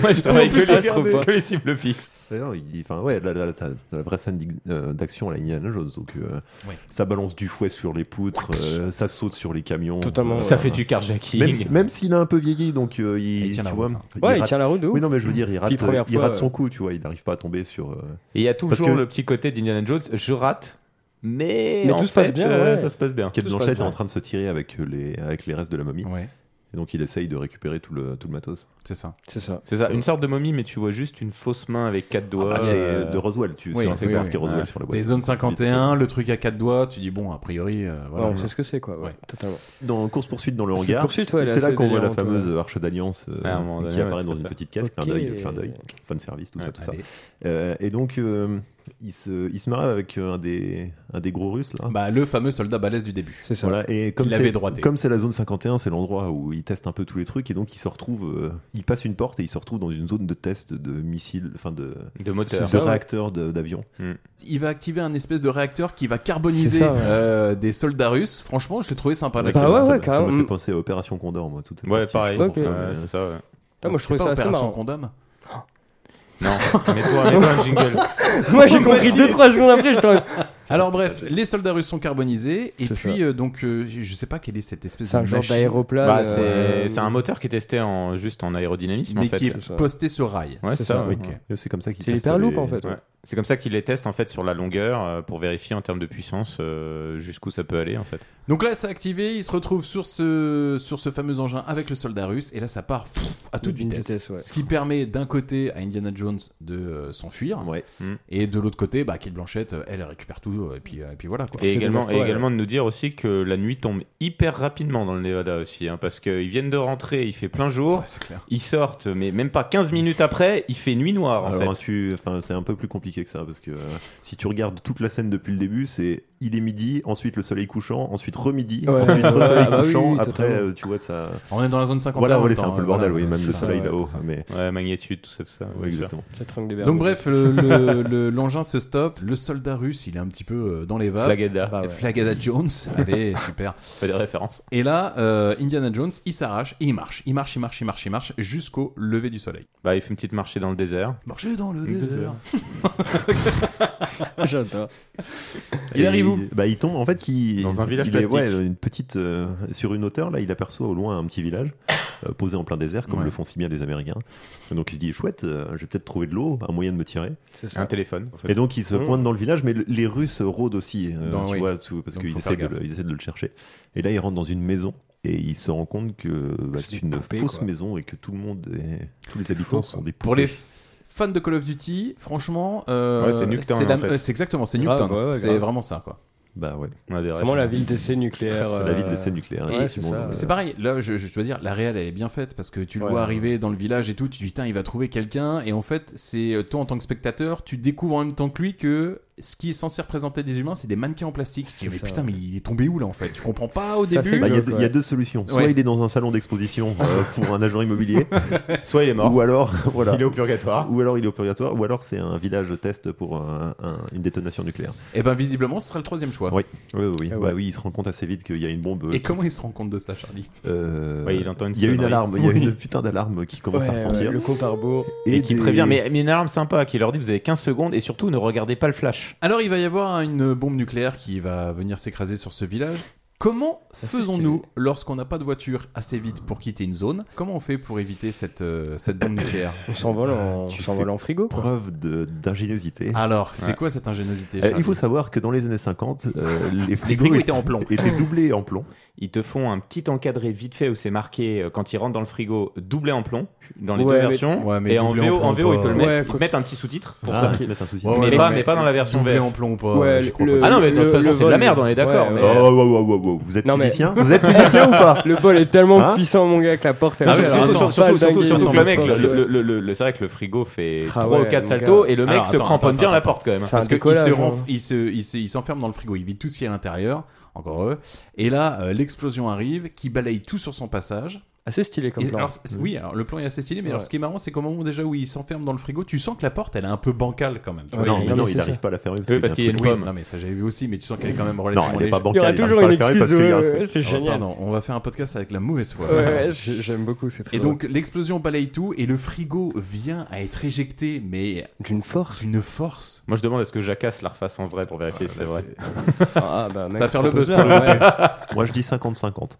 [SPEAKER 6] Moi, je travaille
[SPEAKER 11] En plus,
[SPEAKER 6] que les-
[SPEAKER 11] regardez.
[SPEAKER 6] que les cibles fixes.
[SPEAKER 11] D'ailleurs, il- enfin, ouais, la, la- la- la vraie scène d'i- euh, d'action à la Indiana Jones. Donc, euh,
[SPEAKER 6] Oui.
[SPEAKER 11] ça balance du fouet sur les poutres, euh, ça saute sur les camions.
[SPEAKER 6] Totalement.
[SPEAKER 11] euh,
[SPEAKER 6] Ça fait du carjacking.
[SPEAKER 11] Même, si- même s'il a un peu vieilli, donc euh, il,
[SPEAKER 6] tient la
[SPEAKER 11] tu
[SPEAKER 6] route,
[SPEAKER 11] vois,
[SPEAKER 6] hein. Ouais, il
[SPEAKER 11] rate-
[SPEAKER 6] tient la route de ouf.
[SPEAKER 11] Oui, non, mais je veux dire, il rate,
[SPEAKER 6] Puis première
[SPEAKER 11] il
[SPEAKER 6] fois,
[SPEAKER 11] rate
[SPEAKER 6] euh,
[SPEAKER 11] son coup, tu vois, il n'arrive pas à tomber sur. euh,
[SPEAKER 6] Et il y a
[SPEAKER 11] parce
[SPEAKER 6] toujours
[SPEAKER 11] que-
[SPEAKER 6] le petit côté d'Indiana Jones, je rate, mais.
[SPEAKER 12] Mais
[SPEAKER 6] en
[SPEAKER 12] tout se passe
[SPEAKER 6] fait,
[SPEAKER 12] bien,
[SPEAKER 6] euh,
[SPEAKER 12] ouais.
[SPEAKER 6] Ça se passe bien.
[SPEAKER 11] Kate
[SPEAKER 6] Tout se passe
[SPEAKER 11] Blanchett est
[SPEAKER 6] bien.
[SPEAKER 11] en train de se tirer avec les, avec les restes de la momie. Et donc il essaye de récupérer tout le, tout le matos.
[SPEAKER 2] C'est ça.
[SPEAKER 12] C'est ça.
[SPEAKER 6] C'est ça, une sorte de momie, mais tu vois juste une fausse main avec quatre doigts.
[SPEAKER 11] Ah bah, c'est, euh, de Roswell, tu- sur un secteur qui est Roswell sur la boîte.
[SPEAKER 2] T'es zone 51, le truc à quatre doigts, tu dis bon, a priori, euh, voilà.
[SPEAKER 11] Ouais, on sait ce que
[SPEAKER 12] c'est quoi, totalement.
[SPEAKER 11] Dans course poursuite dans le
[SPEAKER 2] Course-poursuite,
[SPEAKER 11] hangar,
[SPEAKER 2] ouais, elle est
[SPEAKER 11] c'est là
[SPEAKER 2] assez
[SPEAKER 11] qu'on voit la
[SPEAKER 2] délirante,
[SPEAKER 11] fameuse
[SPEAKER 2] ouais.
[SPEAKER 11] arche d'alliance euh,
[SPEAKER 2] Ouais, à un moment
[SPEAKER 11] qui
[SPEAKER 2] donné,
[SPEAKER 11] apparaît
[SPEAKER 2] ouais,
[SPEAKER 11] dans
[SPEAKER 2] c'est
[SPEAKER 11] une
[SPEAKER 2] ça.
[SPEAKER 11] petite caisse, clin
[SPEAKER 2] Ok.
[SPEAKER 11] d'œil, clin d'œil, fan service, tout ça,
[SPEAKER 2] Ouais,
[SPEAKER 11] tout ça.
[SPEAKER 2] allez.
[SPEAKER 11] Euh, et donc euh, il se, il se marre avec un des, un des gros Russes là.
[SPEAKER 2] Bah, le fameux soldat balèze du début.
[SPEAKER 12] C'est
[SPEAKER 11] Voilà, et comme
[SPEAKER 2] Il avait
[SPEAKER 11] c'est,
[SPEAKER 2] droité.
[SPEAKER 11] comme c'est la zone 51, c'est l'endroit où ils testent un peu tous les trucs et donc ils se retrouvent, euh, ils passent une porte et ils se retrouvent dans une zone de test de missiles, enfin de,
[SPEAKER 6] De moteurs.
[SPEAKER 11] de réacteurs de- d'avions.
[SPEAKER 2] Il va activer un espèce de réacteur qui va carboniser
[SPEAKER 11] C'est ça, ouais. Bah
[SPEAKER 2] euh, des soldats russes. Franchement, je l'ai trouvé sympa. la
[SPEAKER 11] ça,
[SPEAKER 2] séquence.
[SPEAKER 11] m'a- ça m'a fait penser à Opération Condor, moi. Tout est
[SPEAKER 6] Ouais,
[SPEAKER 11] parti,
[SPEAKER 6] pareil.
[SPEAKER 11] je
[SPEAKER 6] Ok.
[SPEAKER 11] comprends,
[SPEAKER 6] Ouais,
[SPEAKER 11] mais-
[SPEAKER 6] c'est ça, ouais. Ah,
[SPEAKER 2] Ah, moi, je trouvais ça assez marrant. Condom
[SPEAKER 6] Non, mets-toi mets-toi un jingle.
[SPEAKER 12] Moi, j'ai compris deux, trois secondes après, j'étais en mode-
[SPEAKER 2] Alors bref, les soldats russes sont carbonisés et puis euh, donc euh, je sais pas quelle est cette espèce de machine.
[SPEAKER 12] Ah,
[SPEAKER 6] Bah, c'est c'est un moteur qui est testé en, juste en aérodynamisme
[SPEAKER 2] Mais
[SPEAKER 6] en fait.
[SPEAKER 2] qui est C'est ça. posté sur rail.
[SPEAKER 6] Ouais,
[SPEAKER 2] C'est
[SPEAKER 6] c'est
[SPEAKER 2] ça,
[SPEAKER 6] ça.
[SPEAKER 2] ok.
[SPEAKER 11] Et c'est comme ça qu'ils
[SPEAKER 6] C'est
[SPEAKER 11] C'est testent l'hyperloop, les-
[SPEAKER 6] en fait. C'est comme ça qu'ils les testent en fait sur la longueur euh, pour vérifier en termes de puissance euh, jusqu'où ça peut aller en fait.
[SPEAKER 2] Donc là, c'est activé, il se retrouve sur ce, sur ce fameux engin avec le soldat russe, et là, ça part pff, à toute
[SPEAKER 12] D'une
[SPEAKER 2] vitesse.
[SPEAKER 12] vitesse, ouais.
[SPEAKER 2] Ce qui permet d'un côté à Indiana Jones de euh, s'enfuir, et de l'autre côté, bah, Kate Blanchett, euh, elle récupère tout, euh, et puis, euh, et puis voilà.
[SPEAKER 11] Bah,
[SPEAKER 2] Quoi.
[SPEAKER 6] Et également, et également de nous dire aussi que la nuit tombe hyper rapidement dans le Nevada aussi, hein, parce qu'ils viennent de rentrer, il fait plein jour, ils sortent, mais même pas 15 minutes après, il fait nuit noire en
[SPEAKER 11] Alors,
[SPEAKER 6] fait.
[SPEAKER 11] tu- enfin, c'est un peu plus compliqué que ça parce que euh, si tu regardes toute la scène depuis le début, c'est il est midi, ensuite le soleil couchant, ensuite remidi,
[SPEAKER 2] Ouais,
[SPEAKER 11] ensuite
[SPEAKER 2] ouais,
[SPEAKER 11] le
[SPEAKER 2] ouais,
[SPEAKER 11] soleil
[SPEAKER 2] bah oui,
[SPEAKER 11] couchant.
[SPEAKER 2] oui,
[SPEAKER 11] après,
[SPEAKER 2] totalement.
[SPEAKER 11] euh, tu vois ça.
[SPEAKER 2] On est dans la zone 51
[SPEAKER 11] Voilà,
[SPEAKER 2] en
[SPEAKER 11] voilà,
[SPEAKER 2] même
[SPEAKER 11] c'est
[SPEAKER 2] temps, hein,
[SPEAKER 11] un peu le
[SPEAKER 2] voilà,
[SPEAKER 11] bordel,
[SPEAKER 2] ouais,
[SPEAKER 11] oui, même
[SPEAKER 2] c'est
[SPEAKER 11] le
[SPEAKER 2] ça,
[SPEAKER 11] soleil
[SPEAKER 2] ouais,
[SPEAKER 11] là-haut.
[SPEAKER 2] c'est ça.
[SPEAKER 11] Mais
[SPEAKER 6] Ouais, magnitude, tout ça, tout ça.
[SPEAKER 11] Ouais, exactement.
[SPEAKER 6] sûr.
[SPEAKER 11] Ça trinque des verres
[SPEAKER 2] Donc
[SPEAKER 11] d'eau.
[SPEAKER 2] bref, le- le- le- l'engin se stoppe, le soldat russe, il est un petit peu euh, dans les vagues.
[SPEAKER 6] Flagada.
[SPEAKER 11] Ah,
[SPEAKER 2] Euh, Flagada Jones, allez, super.
[SPEAKER 6] Pas des références.
[SPEAKER 2] Et là, euh, Indiana Jones, il s'arrache et il marche. Il marche, il marche, il marche, il marche jusqu'au lever du soleil.
[SPEAKER 6] Bah, il fait une petite marchée dans le désert.
[SPEAKER 2] Marcher dans le
[SPEAKER 6] Une
[SPEAKER 2] désert.
[SPEAKER 12] J'adore.
[SPEAKER 2] Il
[SPEAKER 11] Et
[SPEAKER 2] arrive où
[SPEAKER 11] bah, il tombe en fait il,
[SPEAKER 6] Dans un village
[SPEAKER 11] il est-
[SPEAKER 6] plastique.
[SPEAKER 11] ouais, une petite euh, sur une hauteur là, il aperçoit au loin un petit village euh, posé en plein désert comme
[SPEAKER 6] Ouais.
[SPEAKER 11] le font si bien les Américains. Et donc il se dit chouette, euh, je vais peut-être trouver de l'eau, un moyen de me tirer.
[SPEAKER 6] C'est ça. Un téléphone, en fait.
[SPEAKER 11] Et donc il se
[SPEAKER 6] Oh.
[SPEAKER 11] pointe dans le village, mais le- les Russes rôdent aussi, euh,
[SPEAKER 6] Dans-
[SPEAKER 11] tu
[SPEAKER 6] oui.
[SPEAKER 11] vois, tout- parce
[SPEAKER 6] Donc,
[SPEAKER 11] qu'ils
[SPEAKER 6] faut
[SPEAKER 11] essaient,
[SPEAKER 6] faire
[SPEAKER 11] de le-
[SPEAKER 6] gaffe.
[SPEAKER 11] ils essaient de le chercher. Et là il rentre dans une maison. Et il se rend compte que bah, c'est une
[SPEAKER 2] poupées,
[SPEAKER 11] fausse
[SPEAKER 2] quoi.
[SPEAKER 11] maison et que tout le monde, est- tous les habitants sont des poupées.
[SPEAKER 2] Pour les fans de Call of Duty, franchement, euh,
[SPEAKER 11] Ouais, c'est Nuketown,
[SPEAKER 2] la-
[SPEAKER 11] en fait.
[SPEAKER 2] euh, c'est exactement, c'est
[SPEAKER 12] Grave,
[SPEAKER 2] Nuketown.
[SPEAKER 12] ouais, ouais,
[SPEAKER 2] c'est
[SPEAKER 12] grave.
[SPEAKER 2] vraiment ça, quoi.
[SPEAKER 11] Bah ouais.
[SPEAKER 12] C'est vraiment la ville d'essai nucléaire.
[SPEAKER 11] La ville d'essai nucléaire,
[SPEAKER 12] Ouais, c'est ça.
[SPEAKER 2] C'est pareil, là je, je dois dire, la réelle elle est bien faite parce que tu le
[SPEAKER 12] Ouais.
[SPEAKER 2] vois arriver dans le village et tout, tu te dis putain il va trouver quelqu'un et en fait c'est euh, toi en tant que spectateur, tu découvres en même temps que lui que ce qui est censé représenter des humains c'est des mannequins en plastique. Tu te dis, mais
[SPEAKER 11] ça.
[SPEAKER 2] putain mais il est tombé où là en fait Tu comprends pas au
[SPEAKER 11] Ça,
[SPEAKER 2] début
[SPEAKER 11] c'est Bah, Il y a- il y, a deux solutions. Soit
[SPEAKER 2] Ouais.
[SPEAKER 11] il est dans un salon d'exposition euh, pour un agent immobilier,
[SPEAKER 6] soit il est mort.
[SPEAKER 11] Ou alors, voilà.
[SPEAKER 6] Il est au purgatoire.
[SPEAKER 11] Ou alors il est au purgatoire, ou alors c'est un village test pour un- un- une détonation nucléaire.
[SPEAKER 2] Et ben visiblement ce sera le troisième choix.
[SPEAKER 11] Oui, oui, oui. oui.
[SPEAKER 2] Ah ouais.
[SPEAKER 11] Bah oui, il se rend compte assez vite qu'il y a une bombe.
[SPEAKER 2] Et comment il se rend compte de ça Charlie
[SPEAKER 11] Euh,
[SPEAKER 6] Ouais, il entend une
[SPEAKER 11] y a une
[SPEAKER 6] sonnerie.
[SPEAKER 11] alarme, il y a
[SPEAKER 6] Oui.
[SPEAKER 11] une putain d'alarme qui commence à retentir.
[SPEAKER 6] Et, qui
[SPEAKER 11] des-
[SPEAKER 6] prévient, mais, mais une alarme sympa qui leur dit vous avez 15 secondes et surtout ne regardez pas le flash.
[SPEAKER 2] Alors il va y avoir une bombe nucléaire qui va venir s'écraser sur ce village. Comment faisons-nous lorsqu'on n'a pas de voiture assez vite pour quitter une zone Comment on fait pour éviter cette, euh, cette bombe nucléaire
[SPEAKER 12] On s'envole en,
[SPEAKER 11] Tu
[SPEAKER 12] on s'envole
[SPEAKER 11] fais
[SPEAKER 12] en frigo. quoi.
[SPEAKER 11] Preuve de- d'ingéniosité.
[SPEAKER 6] Ah,
[SPEAKER 2] Alors, c'est quoi cette ingéniosité
[SPEAKER 11] Euh,
[SPEAKER 2] Charlie
[SPEAKER 11] Il faut savoir que dans les années 50, euh, les frigos,
[SPEAKER 6] frigos
[SPEAKER 2] étaient en plomb.
[SPEAKER 11] Étaient doublés en plomb.
[SPEAKER 6] Ils te font un petit encadré vite fait où c'est marqué euh, quand ils rentrent dans le frigo doublé en plomb dans les
[SPEAKER 2] Ouais,
[SPEAKER 6] deux
[SPEAKER 2] mais-
[SPEAKER 6] versions
[SPEAKER 2] Ouais, mais
[SPEAKER 6] et en
[SPEAKER 2] doublé
[SPEAKER 6] VO,
[SPEAKER 2] en plomb
[SPEAKER 6] en VO
[SPEAKER 2] ou
[SPEAKER 6] ils te le
[SPEAKER 2] pas.
[SPEAKER 6] mettent,
[SPEAKER 2] Ouais,
[SPEAKER 6] ils te mettent un petit sous-titre pour
[SPEAKER 2] Ah,
[SPEAKER 6] ça.
[SPEAKER 11] ils mettent un sous-titre.
[SPEAKER 6] mais,
[SPEAKER 2] Ouais, ouais,
[SPEAKER 6] pas,
[SPEAKER 2] mais-
[SPEAKER 6] mais pas dans la version
[SPEAKER 2] doublé
[SPEAKER 6] VF.
[SPEAKER 2] en plomb ou pas, Ouais, je crois le- pas.
[SPEAKER 6] ah non mais de
[SPEAKER 2] le-
[SPEAKER 6] toute façon
[SPEAKER 2] le
[SPEAKER 6] c'est de la
[SPEAKER 2] vol-
[SPEAKER 6] merde, on est d'accord.
[SPEAKER 2] Ouais,
[SPEAKER 6] mais-
[SPEAKER 11] Oh, wow, wow, wow, wow. Vous êtes
[SPEAKER 12] Non, mais-
[SPEAKER 11] physicien Vous êtes physicien ou pas
[SPEAKER 12] Le bol est tellement
[SPEAKER 11] Hein
[SPEAKER 12] puissant, mon gars, que la porte elle
[SPEAKER 6] Non,
[SPEAKER 12] est
[SPEAKER 6] surtout-
[SPEAKER 12] elle est
[SPEAKER 6] surtout-
[SPEAKER 12] en
[SPEAKER 6] surtout-
[SPEAKER 12] balle
[SPEAKER 6] surtout-
[SPEAKER 12] dingue.
[SPEAKER 6] surtout que le mec,
[SPEAKER 12] Ouais.
[SPEAKER 6] le- le- le- le- c'est vrai que le frigo fait
[SPEAKER 12] Ah
[SPEAKER 6] 3
[SPEAKER 12] ouais,
[SPEAKER 6] ou 4
[SPEAKER 12] mon
[SPEAKER 6] saltos
[SPEAKER 12] gars.
[SPEAKER 6] et le mec
[SPEAKER 2] Alors,
[SPEAKER 6] se
[SPEAKER 2] attends,
[SPEAKER 6] cramponne
[SPEAKER 2] attends,
[SPEAKER 6] bien la
[SPEAKER 2] attends.
[SPEAKER 6] porte quand même.
[SPEAKER 2] Parce qu'il
[SPEAKER 6] se
[SPEAKER 2] se,
[SPEAKER 6] rend-
[SPEAKER 11] hein.
[SPEAKER 2] renf- il se- il se- il s'enferme dans le frigo, il vit tout ce qu'il y a à l'intérieur, encore heureux. Et là, euh, l'explosion arrive, qui balaye tout sur son passage.
[SPEAKER 12] Assez stylé comme
[SPEAKER 2] Et
[SPEAKER 12] plan.
[SPEAKER 2] alors, c'est- oui, alors le plan est assez stylé, mais
[SPEAKER 12] Ouais.
[SPEAKER 2] alors ce qui est marrant, c'est qu'au moment déjà où il s'enferme dans le frigo, tu sens que la porte, elle est un peu bancale quand même. tu
[SPEAKER 11] Ouais,
[SPEAKER 2] vois.
[SPEAKER 11] non, Ah mais non, il arrive pas à la fermer parce Oui, qu'il y a parce un qu'il y a truc. une
[SPEAKER 2] Oui,
[SPEAKER 11] pomme.
[SPEAKER 2] Non, mais ça j'avais vu aussi, mais tu sens qu'elle est quand même relativement
[SPEAKER 11] elle est pas
[SPEAKER 2] légère.
[SPEAKER 11] bancale, Il y aura il arrive toujours pas à la une fermer parce excuse, qu'il y a un ouais, truc. ouais, c'est
[SPEAKER 2] Oh,
[SPEAKER 11] génial.
[SPEAKER 2] pardon, on va faire un podcast avec la mauvaise foi.
[SPEAKER 12] Ouais, ouais, j'ai- j'aime beaucoup, c'est très
[SPEAKER 2] Et
[SPEAKER 12] drôle.
[SPEAKER 2] donc l'explosion balaye tout et le frigo vient à être éjecté, mais
[SPEAKER 12] d'une force.
[SPEAKER 2] D'une force.
[SPEAKER 6] Moi je demande est-ce que Jacasse la refasse en vrai pour vérifier si c'est vrai.
[SPEAKER 12] Ah, bah, mec,
[SPEAKER 2] ça va faire le buzz.
[SPEAKER 12] propose-la,
[SPEAKER 2] pour le
[SPEAKER 12] ouais.
[SPEAKER 2] coup.
[SPEAKER 11] Moi je dis 50-50.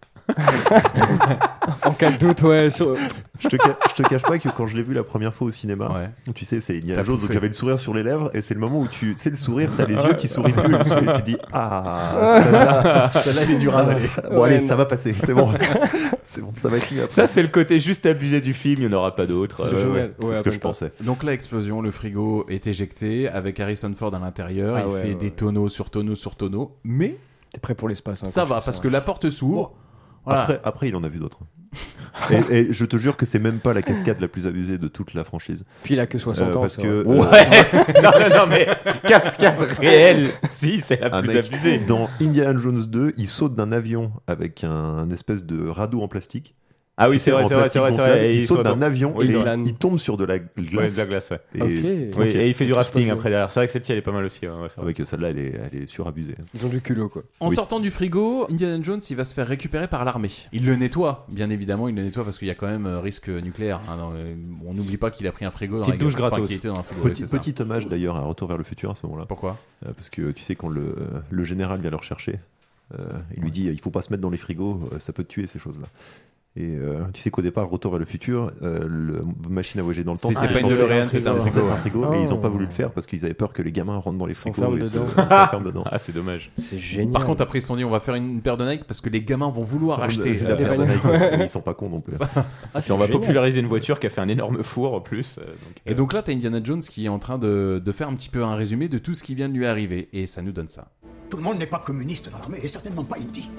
[SPEAKER 12] en cas de doute, ouais. sur-
[SPEAKER 11] je, te ca- je te cache pas que quand je l'ai vu la première fois au cinéma, tu sais, c'est Indiana
[SPEAKER 12] T'as
[SPEAKER 11] Jones, donc
[SPEAKER 12] bouffé.
[SPEAKER 11] j'avais le sourire sur les lèvres, et c'est le moment où tu sais, le sourire, t'as les yeux qui sourient plus, et tu dis Ah, celle-là, celle-là, elle est dure à avaler. Bon,
[SPEAKER 6] Ouais,
[SPEAKER 11] allez,
[SPEAKER 6] non.
[SPEAKER 11] ça va passer, c'est bon. c'est bon, ça va être mieux après.
[SPEAKER 6] Ça, c'est le côté juste abusé du film, il n'y en aura pas d'autre.
[SPEAKER 11] C'est
[SPEAKER 6] Euh,
[SPEAKER 11] génial.
[SPEAKER 6] ouais,
[SPEAKER 11] Ouais,
[SPEAKER 6] c'est ce que je pense.
[SPEAKER 11] pensais.
[SPEAKER 2] Donc là, explosion, le frigo est éjecté avec Harrison Ford à l'intérieur.
[SPEAKER 12] Ah
[SPEAKER 2] il
[SPEAKER 12] ouais,
[SPEAKER 2] fait
[SPEAKER 12] ouais,
[SPEAKER 2] des tonneaux sur tonneaux sur tonneaux. Mais
[SPEAKER 12] t'es prêt pour l'espace. hein,
[SPEAKER 2] ça
[SPEAKER 12] quand
[SPEAKER 2] va
[SPEAKER 12] tu
[SPEAKER 2] parce
[SPEAKER 12] fais
[SPEAKER 2] que la porte s'ouvre. Voilà.
[SPEAKER 11] Après, après, il en a vu d'autres. et, et je te jure que c'est même pas la cascade la plus abusée de toute la franchise.
[SPEAKER 12] Puis il a que 60 ans,
[SPEAKER 11] Parce
[SPEAKER 12] ça
[SPEAKER 11] que.
[SPEAKER 12] va.
[SPEAKER 11] euh,
[SPEAKER 6] Ouais. Non, non, non, mais cascade réelle, si, c'est la
[SPEAKER 11] un
[SPEAKER 6] plus
[SPEAKER 11] mec,
[SPEAKER 6] abusée.
[SPEAKER 11] Dans Indiana Jones 2, il saute d'un avion avec un, un espèce de radeau en plastique.
[SPEAKER 6] Ah oui,
[SPEAKER 11] Tu
[SPEAKER 6] c'est
[SPEAKER 11] sais,
[SPEAKER 6] vrai,
[SPEAKER 11] en
[SPEAKER 6] c'est vrai,
[SPEAKER 11] plastique
[SPEAKER 6] c'est vrai, c'est vrai.
[SPEAKER 11] gonflable.
[SPEAKER 6] Et
[SPEAKER 11] Il
[SPEAKER 6] ils
[SPEAKER 11] saute
[SPEAKER 6] sont
[SPEAKER 11] d'un
[SPEAKER 6] dans-
[SPEAKER 11] avion
[SPEAKER 6] Oui,
[SPEAKER 11] et
[SPEAKER 6] dans la-
[SPEAKER 11] il tombe sur de la glace.
[SPEAKER 6] Ouais, de la glace, ouais.
[SPEAKER 11] Et,
[SPEAKER 6] Oui,
[SPEAKER 11] Ok.
[SPEAKER 6] et il fait du rafting
[SPEAKER 11] Ouais,
[SPEAKER 6] après derrière. C'est vrai que celle-ci, elle est pas mal aussi. ouais, on va faire.
[SPEAKER 11] Ah ouais, que celle-là, elle est, elle est surabusée.
[SPEAKER 12] Ils ont du culot, quoi.
[SPEAKER 2] En
[SPEAKER 11] Oui.
[SPEAKER 2] sortant du frigo, Indiana Jones, il va se faire récupérer par l'armée. Il le nettoie, bien évidemment, il le nettoie parce qu'il y a quand même euh, risque nucléaire. hein, dans le- on n'oublie pas qu'il a pris un frigo dans la
[SPEAKER 11] Petite douche
[SPEAKER 2] enfin,
[SPEAKER 11] gratos.
[SPEAKER 2] qu'il était dans un frigo,
[SPEAKER 11] petit,
[SPEAKER 2] oui, c'est ça.
[SPEAKER 11] petit hommage d'ailleurs à Retour vers le futur à ce moment-là.
[SPEAKER 2] Pourquoi
[SPEAKER 11] Euh, Parce que tu sais, quand le, le général vient le rechercher, euh, il lui dit il faut pas se mettre dans les frigos, euh, ça peut te tuer ces choses-là. Et euh, tu sais qu'au départ, Retour vers le futur, euh, le machine à voyager dans le temps,
[SPEAKER 2] C'était pas une
[SPEAKER 11] censé
[SPEAKER 2] DeLorean,
[SPEAKER 11] être-
[SPEAKER 2] c'était un
[SPEAKER 11] censé
[SPEAKER 2] frigo.
[SPEAKER 11] être un frigo,
[SPEAKER 2] Oh.
[SPEAKER 11] et ils ont pas voulu le faire parce qu'ils avaient peur que les gamins rentrent dans les frigos
[SPEAKER 2] S'enferment
[SPEAKER 11] et se-
[SPEAKER 2] dedans.
[SPEAKER 11] s'enferment dedans.
[SPEAKER 6] Ah, c'est dommage.
[SPEAKER 12] C'est génial.
[SPEAKER 2] Par contre, après, ils se sont dit, on va faire une paire de Nike parce que les gamins vont vouloir
[SPEAKER 11] Par contre,
[SPEAKER 2] acheter
[SPEAKER 11] vu
[SPEAKER 2] euh,
[SPEAKER 11] la
[SPEAKER 2] des
[SPEAKER 11] paire de
[SPEAKER 2] bagnoles.
[SPEAKER 11] Nike, ouais, ils sont pas cons non plus. hein.
[SPEAKER 2] Ça.
[SPEAKER 6] Et puis on va populariser une voiture qui a fait un énorme four en plus. euh, donc,
[SPEAKER 2] Et donc là, t'as Indiana Jones qui est en train de, de faire un petit peu un résumé de tout ce qui vient de lui arriver. Et ça nous donne ça.
[SPEAKER 5] Tout le monde n'est pas communiste dans l'armée, et certainement pas Indy.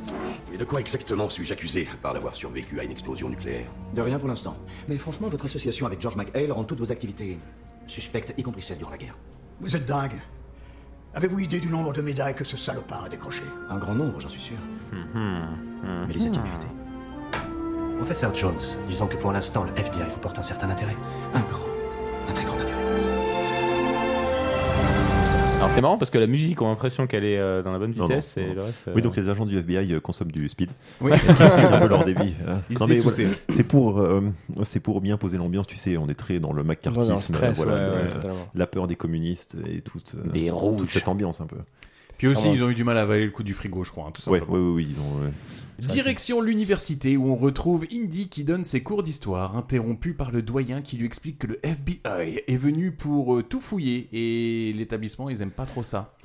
[SPEAKER 13] Mais de quoi exactement suis-je accusé, à part d'avoir survécu à une explosion nucléaire
[SPEAKER 9] De rien pour l'instant. Mais franchement, votre association avec George McHale rend toutes vos activités suspectes, y compris celles durant la guerre.
[SPEAKER 5] Vous êtes dingue. Avez-vous idée du nombre de médailles que ce salopard a décroché
[SPEAKER 9] Un grand nombre, j'en suis sûr. Mais les a-t-il mérités Professeur Jones, disons que pour l'instant, le FBI vous porte un certain intérêt. Un grand.
[SPEAKER 6] Alors c'est marrant parce que la musique, on a l'impression qu'elle est euh, dans la bonne
[SPEAKER 11] Non, non,
[SPEAKER 6] vitesse
[SPEAKER 11] non.
[SPEAKER 6] et le reste. euh,
[SPEAKER 11] Oui, donc les agents du FBI euh, consomment du speed.
[SPEAKER 6] Oui.
[SPEAKER 11] Ils respectent un peu leur débit. hein.
[SPEAKER 6] Ils
[SPEAKER 11] Non,
[SPEAKER 6] se
[SPEAKER 11] mais
[SPEAKER 6] dessoussent.
[SPEAKER 11] voilà, c'est pour, euh, c'est pour bien poser l'ambiance. Tu sais, on est très dans le
[SPEAKER 12] Dans le
[SPEAKER 11] McCarthyisme,
[SPEAKER 12] stress,
[SPEAKER 11] voilà,
[SPEAKER 12] ouais,
[SPEAKER 11] le-
[SPEAKER 12] ouais, totalement.
[SPEAKER 11] la peur des communistes et toute, euh,
[SPEAKER 6] Des
[SPEAKER 11] toute
[SPEAKER 6] rouges.
[SPEAKER 11] cette ambiance un peu.
[SPEAKER 2] Puis aussi,
[SPEAKER 11] Sûrement.
[SPEAKER 2] ils ont eu du mal à avaler le coup du frigo, je crois, hein, tout
[SPEAKER 11] Ouais,
[SPEAKER 2] simplement.
[SPEAKER 11] ouais, ouais, ouais, ils ont. ouais.
[SPEAKER 2] Direction l'université où on retrouve Indy qui donne ses cours d'histoire, interrompu par le doyen qui lui explique que le FBI est venu pour euh, tout fouiller et l'établissement ils aiment pas trop ça.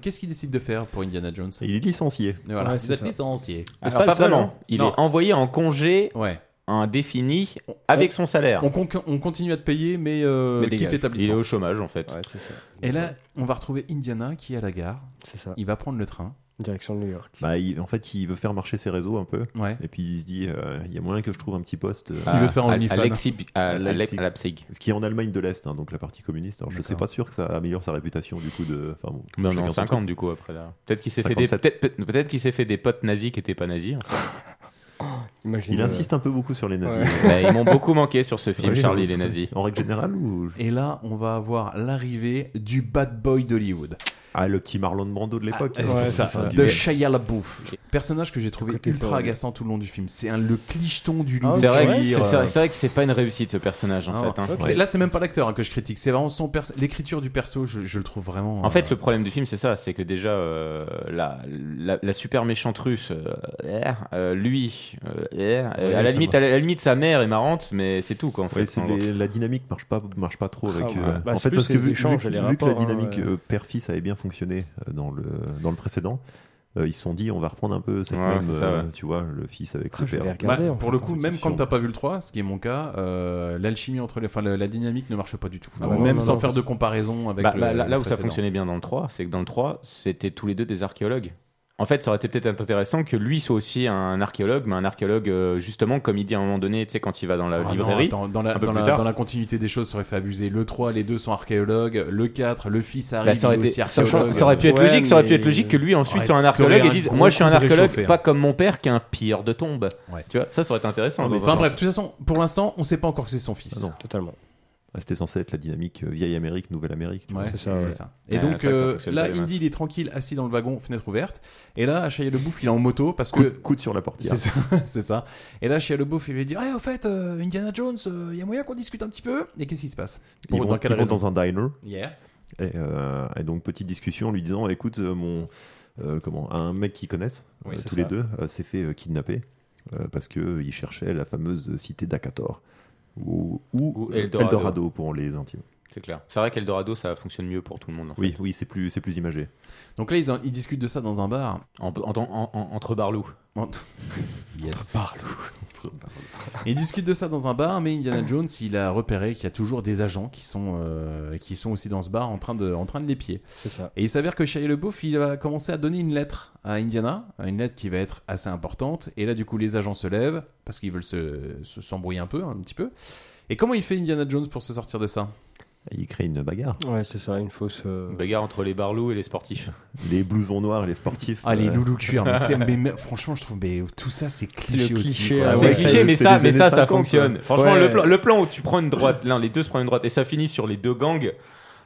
[SPEAKER 2] Qu'est-ce qu'il décide de faire pour Indiana Jones
[SPEAKER 11] Il est licencié.
[SPEAKER 2] Et voilà,
[SPEAKER 6] Ouais,
[SPEAKER 2] vous
[SPEAKER 6] c'est
[SPEAKER 2] êtes
[SPEAKER 6] ça.
[SPEAKER 2] licencié.
[SPEAKER 6] Alors, pas, vraiment. Il
[SPEAKER 2] Non.
[SPEAKER 6] est envoyé en congé
[SPEAKER 2] ouais.
[SPEAKER 6] indéfini avec son salaire.
[SPEAKER 2] On, con- on continue à te payer, mais, euh, quitte
[SPEAKER 6] Mais dégage. Il est
[SPEAKER 2] l'établissement.
[SPEAKER 6] au chômage en fait.
[SPEAKER 2] Et là, on va retrouver Indiana qui est à la gare. Il va prendre le train.
[SPEAKER 12] Direction de New York.
[SPEAKER 11] Bah, il- en fait, il veut faire marcher ses réseaux un peu.
[SPEAKER 2] Ouais. Ah.
[SPEAKER 11] Et puis il se dit, euh, il y a moyen que je trouve un petit poste. euh,
[SPEAKER 2] Qui veut faire un OnlyFans
[SPEAKER 6] à- à- à
[SPEAKER 11] Ce qui est en Allemagne de l'Est, hein, donc la partie communiste. Alors, je suis pas sûr que ça améliore sa réputation du coup de. Enfin, bon,
[SPEAKER 6] Non,
[SPEAKER 11] chacun
[SPEAKER 6] non,
[SPEAKER 11] son
[SPEAKER 6] 50
[SPEAKER 11] truc.
[SPEAKER 6] du coup après là. Peut-être qu'il s'est fait, des...
[SPEAKER 11] 57.
[SPEAKER 6] peut-être- peut- peut-être qu'il s'est fait des potes nazis qui étaient pas nazis. en fait.
[SPEAKER 12] Imagine,
[SPEAKER 11] Il
[SPEAKER 6] euh,
[SPEAKER 11] insiste un peu beaucoup sur les nazis.
[SPEAKER 6] Ouais. Bah, ils m'ont beaucoup manqué sur ce film,
[SPEAKER 11] Oui,
[SPEAKER 6] Charlie
[SPEAKER 11] j'avoue.
[SPEAKER 6] et les nazis.
[SPEAKER 11] En règle générale ou
[SPEAKER 2] Et là, on va avoir l'arrivée du bad boy d'Hollywood.
[SPEAKER 11] Ah, le petit Marlon Brando de l'époque.
[SPEAKER 2] Ah,
[SPEAKER 11] Ouais,
[SPEAKER 2] c'est ça,
[SPEAKER 11] enfin,
[SPEAKER 2] de
[SPEAKER 11] du-
[SPEAKER 2] Shia LaBeouf. Personnage que j'ai trouvé
[SPEAKER 11] Côté
[SPEAKER 2] ultra
[SPEAKER 11] fort,
[SPEAKER 2] agaçant tout le long du film. C'est un le clicheton du loup.
[SPEAKER 6] Ah, C'est vrai, que c'est- c'est vrai- c'est vrai que c'est pas une réussite ce personnage en
[SPEAKER 2] Non,
[SPEAKER 6] fait. hein.
[SPEAKER 2] c'est- Là, c'est même pas l'acteur hein, que je critique. C'est vraiment son perso- l'écriture du perso. Je, je le trouve vraiment. euh,
[SPEAKER 6] En fait, le problème du film, c'est ça, c'est que déjà, euh, la, la, la super méchante russe, euh, euh, euh, lui, euh, euh,
[SPEAKER 11] Ouais,
[SPEAKER 6] à, la
[SPEAKER 11] ça
[SPEAKER 6] limite,
[SPEAKER 11] va.
[SPEAKER 6] à la à la limite, sa mère est marrante, mais c'est tout, quoi, en fait.
[SPEAKER 11] Ouais, c'est
[SPEAKER 6] En
[SPEAKER 11] les-
[SPEAKER 6] gros.
[SPEAKER 11] la dynamique marche pas marche pas trop avec
[SPEAKER 6] Ah, ouais.
[SPEAKER 11] euh,
[SPEAKER 6] Bah,
[SPEAKER 11] en
[SPEAKER 6] c'est
[SPEAKER 11] fait
[SPEAKER 6] plus
[SPEAKER 11] parce que
[SPEAKER 6] les
[SPEAKER 11] vu, vu-
[SPEAKER 6] échanges et
[SPEAKER 11] vu
[SPEAKER 6] les
[SPEAKER 11] que la
[SPEAKER 6] rapports, hein,
[SPEAKER 11] dynamique
[SPEAKER 6] ouais.
[SPEAKER 11] euh, père-fils avait bien fonctionné euh, dans le dans le précédent euh, ils se sont dit on va reprendre un peu cette
[SPEAKER 6] Ouais,
[SPEAKER 11] même
[SPEAKER 6] c'est ça,
[SPEAKER 11] euh,
[SPEAKER 6] ouais.
[SPEAKER 11] tu vois le fils avec
[SPEAKER 6] Ah,
[SPEAKER 11] le
[SPEAKER 6] je vais
[SPEAKER 11] père
[SPEAKER 6] les
[SPEAKER 2] Bah, pour le coup, même quand t'as pas vu le 3, ce qui est mon cas, euh, l'alchimie entre les. Enfin, le- la dynamique ne marche pas du tout.
[SPEAKER 6] Ah, bah,
[SPEAKER 2] même
[SPEAKER 6] non,
[SPEAKER 2] sans
[SPEAKER 6] non,
[SPEAKER 2] faire de
[SPEAKER 6] parce-
[SPEAKER 2] comparaison avec.
[SPEAKER 6] Bah,
[SPEAKER 2] le-
[SPEAKER 6] bah, là,
[SPEAKER 2] le
[SPEAKER 6] là où ça
[SPEAKER 2] précédent.
[SPEAKER 6] fonctionnait bien dans le 3, c'est que dans le 3, c'était tous les deux des archéologues. En fait, ça aurait été peut-être intéressant que lui soit aussi un archéologue, mais un archéologue, euh, justement, comme il dit à un moment donné, tu sais, quand il va dans la
[SPEAKER 2] Ah non,
[SPEAKER 6] librairie.
[SPEAKER 2] attends, dans, la,
[SPEAKER 6] un peu
[SPEAKER 2] dans,
[SPEAKER 6] plus
[SPEAKER 2] la,
[SPEAKER 6] tard.
[SPEAKER 2] dans la continuité des choses, ça aurait fait abuser. Le 3, les deux sont archéologues. Le 4, le fils arrive.
[SPEAKER 6] Bah, ça,
[SPEAKER 2] il
[SPEAKER 6] aurait
[SPEAKER 2] est
[SPEAKER 6] été-
[SPEAKER 2] aussi
[SPEAKER 6] ça- ça-
[SPEAKER 2] archéologue.
[SPEAKER 6] ça aurait pu être logique, ça aurait pu être logique que lui ensuite
[SPEAKER 2] Ouais,
[SPEAKER 6] soit un
[SPEAKER 2] t'aurais
[SPEAKER 6] archéologue et
[SPEAKER 2] un
[SPEAKER 6] dise
[SPEAKER 2] gros
[SPEAKER 6] Moi je suis
[SPEAKER 2] coup
[SPEAKER 6] un
[SPEAKER 2] de
[SPEAKER 6] archéologue,
[SPEAKER 2] réchauffé, hein.
[SPEAKER 6] pas comme mon père qui est un pire de tombe. Tu vois, ça, ça aurait été intéressant. dans un
[SPEAKER 2] Enfin bref,
[SPEAKER 6] sens.
[SPEAKER 2] de toute façon, pour l'instant, on sait pas encore que c'est son
[SPEAKER 6] Ah
[SPEAKER 2] fils.
[SPEAKER 11] non.
[SPEAKER 12] totalement
[SPEAKER 11] Ah, c'était censé être la dynamique euh, vieille Amérique nouvelle Amérique tu
[SPEAKER 2] Ouais,
[SPEAKER 11] vois.
[SPEAKER 2] c'est ça, ouais. Et donc euh, là, Indy, il est tranquille, assis dans le wagon, fenêtre ouverte. Et là, Shia LeBouf, il est en moto parce que.
[SPEAKER 11] Coude- coude sur la portière.
[SPEAKER 2] C'est ça, c'est ça. Et là, Shia LeBouf, il lui dit Ouais, au fait, euh, Indiana Jones, il y a moyen qu'on discute un petit peu. Et qu'est-ce qui se passe
[SPEAKER 11] ils
[SPEAKER 2] Pour-
[SPEAKER 11] vont,
[SPEAKER 2] quelle
[SPEAKER 11] ils vont
[SPEAKER 2] raison
[SPEAKER 11] dans un diner
[SPEAKER 2] Yeah.
[SPEAKER 11] et, euh, et donc petite discussion en lui disant écoute euh, mon euh, comment un mec qu'ils connaissent
[SPEAKER 2] Oui,
[SPEAKER 11] euh,
[SPEAKER 2] c'est
[SPEAKER 11] tous
[SPEAKER 2] ça.
[SPEAKER 11] les deux euh, s'est fait euh, kidnapper euh, parce qu'il cherchait la fameuse cité d'Akator ou, ou
[SPEAKER 6] Ou
[SPEAKER 11] Eldorado.
[SPEAKER 6] Eldorado.
[SPEAKER 11] pour les intimes.
[SPEAKER 6] C'est clair. C'est vrai qu'Eldorado, ça fonctionne mieux pour tout le monde. hein. En
[SPEAKER 11] Oui,
[SPEAKER 6] fait.
[SPEAKER 11] oui, c'est plus, c'est plus imagé.
[SPEAKER 2] Donc là, ils, en- ils discutent de ça dans un bar.
[SPEAKER 6] entre barlous.
[SPEAKER 2] Entre barlous. Ils discutent de ça dans un bar, mais Indiana Jones, il a repéré qu'il y a toujours des agents qui sont, euh, qui sont aussi dans ce bar en train de, en train de l'épier.
[SPEAKER 12] ça.
[SPEAKER 2] Et il s'avère que Shia LeBeouf, il va commencer à donner une lettre à Indiana, une lettre qui va être assez importante. Et là, du coup, les agents se lèvent parce qu'ils veulent se, se- s'embrouiller un peu, hein, un petit peu. Et comment il fait Indiana Jones pour se sortir de ça
[SPEAKER 11] Il crée une bagarre.
[SPEAKER 12] Ouais, c'est ça, une fausse. euh,
[SPEAKER 6] Bagarre entre les barlous et les sportifs.
[SPEAKER 11] Les blousons noirs et les sportifs.
[SPEAKER 2] Ah, les
[SPEAKER 11] euh,
[SPEAKER 2] loulous cuir, mais, tu sais, mais- mais franchement, je trouve mais tout ça, c'est cliché, aussi.
[SPEAKER 6] C'est
[SPEAKER 2] quoi.
[SPEAKER 6] cliché, mais ça, mais ça, ça fonctionne. Franchement,
[SPEAKER 2] Ouais.
[SPEAKER 6] le, plan, le plan où tu prends une droite, l'un, les deux se prennent une droite, et ça finit sur les deux gangs.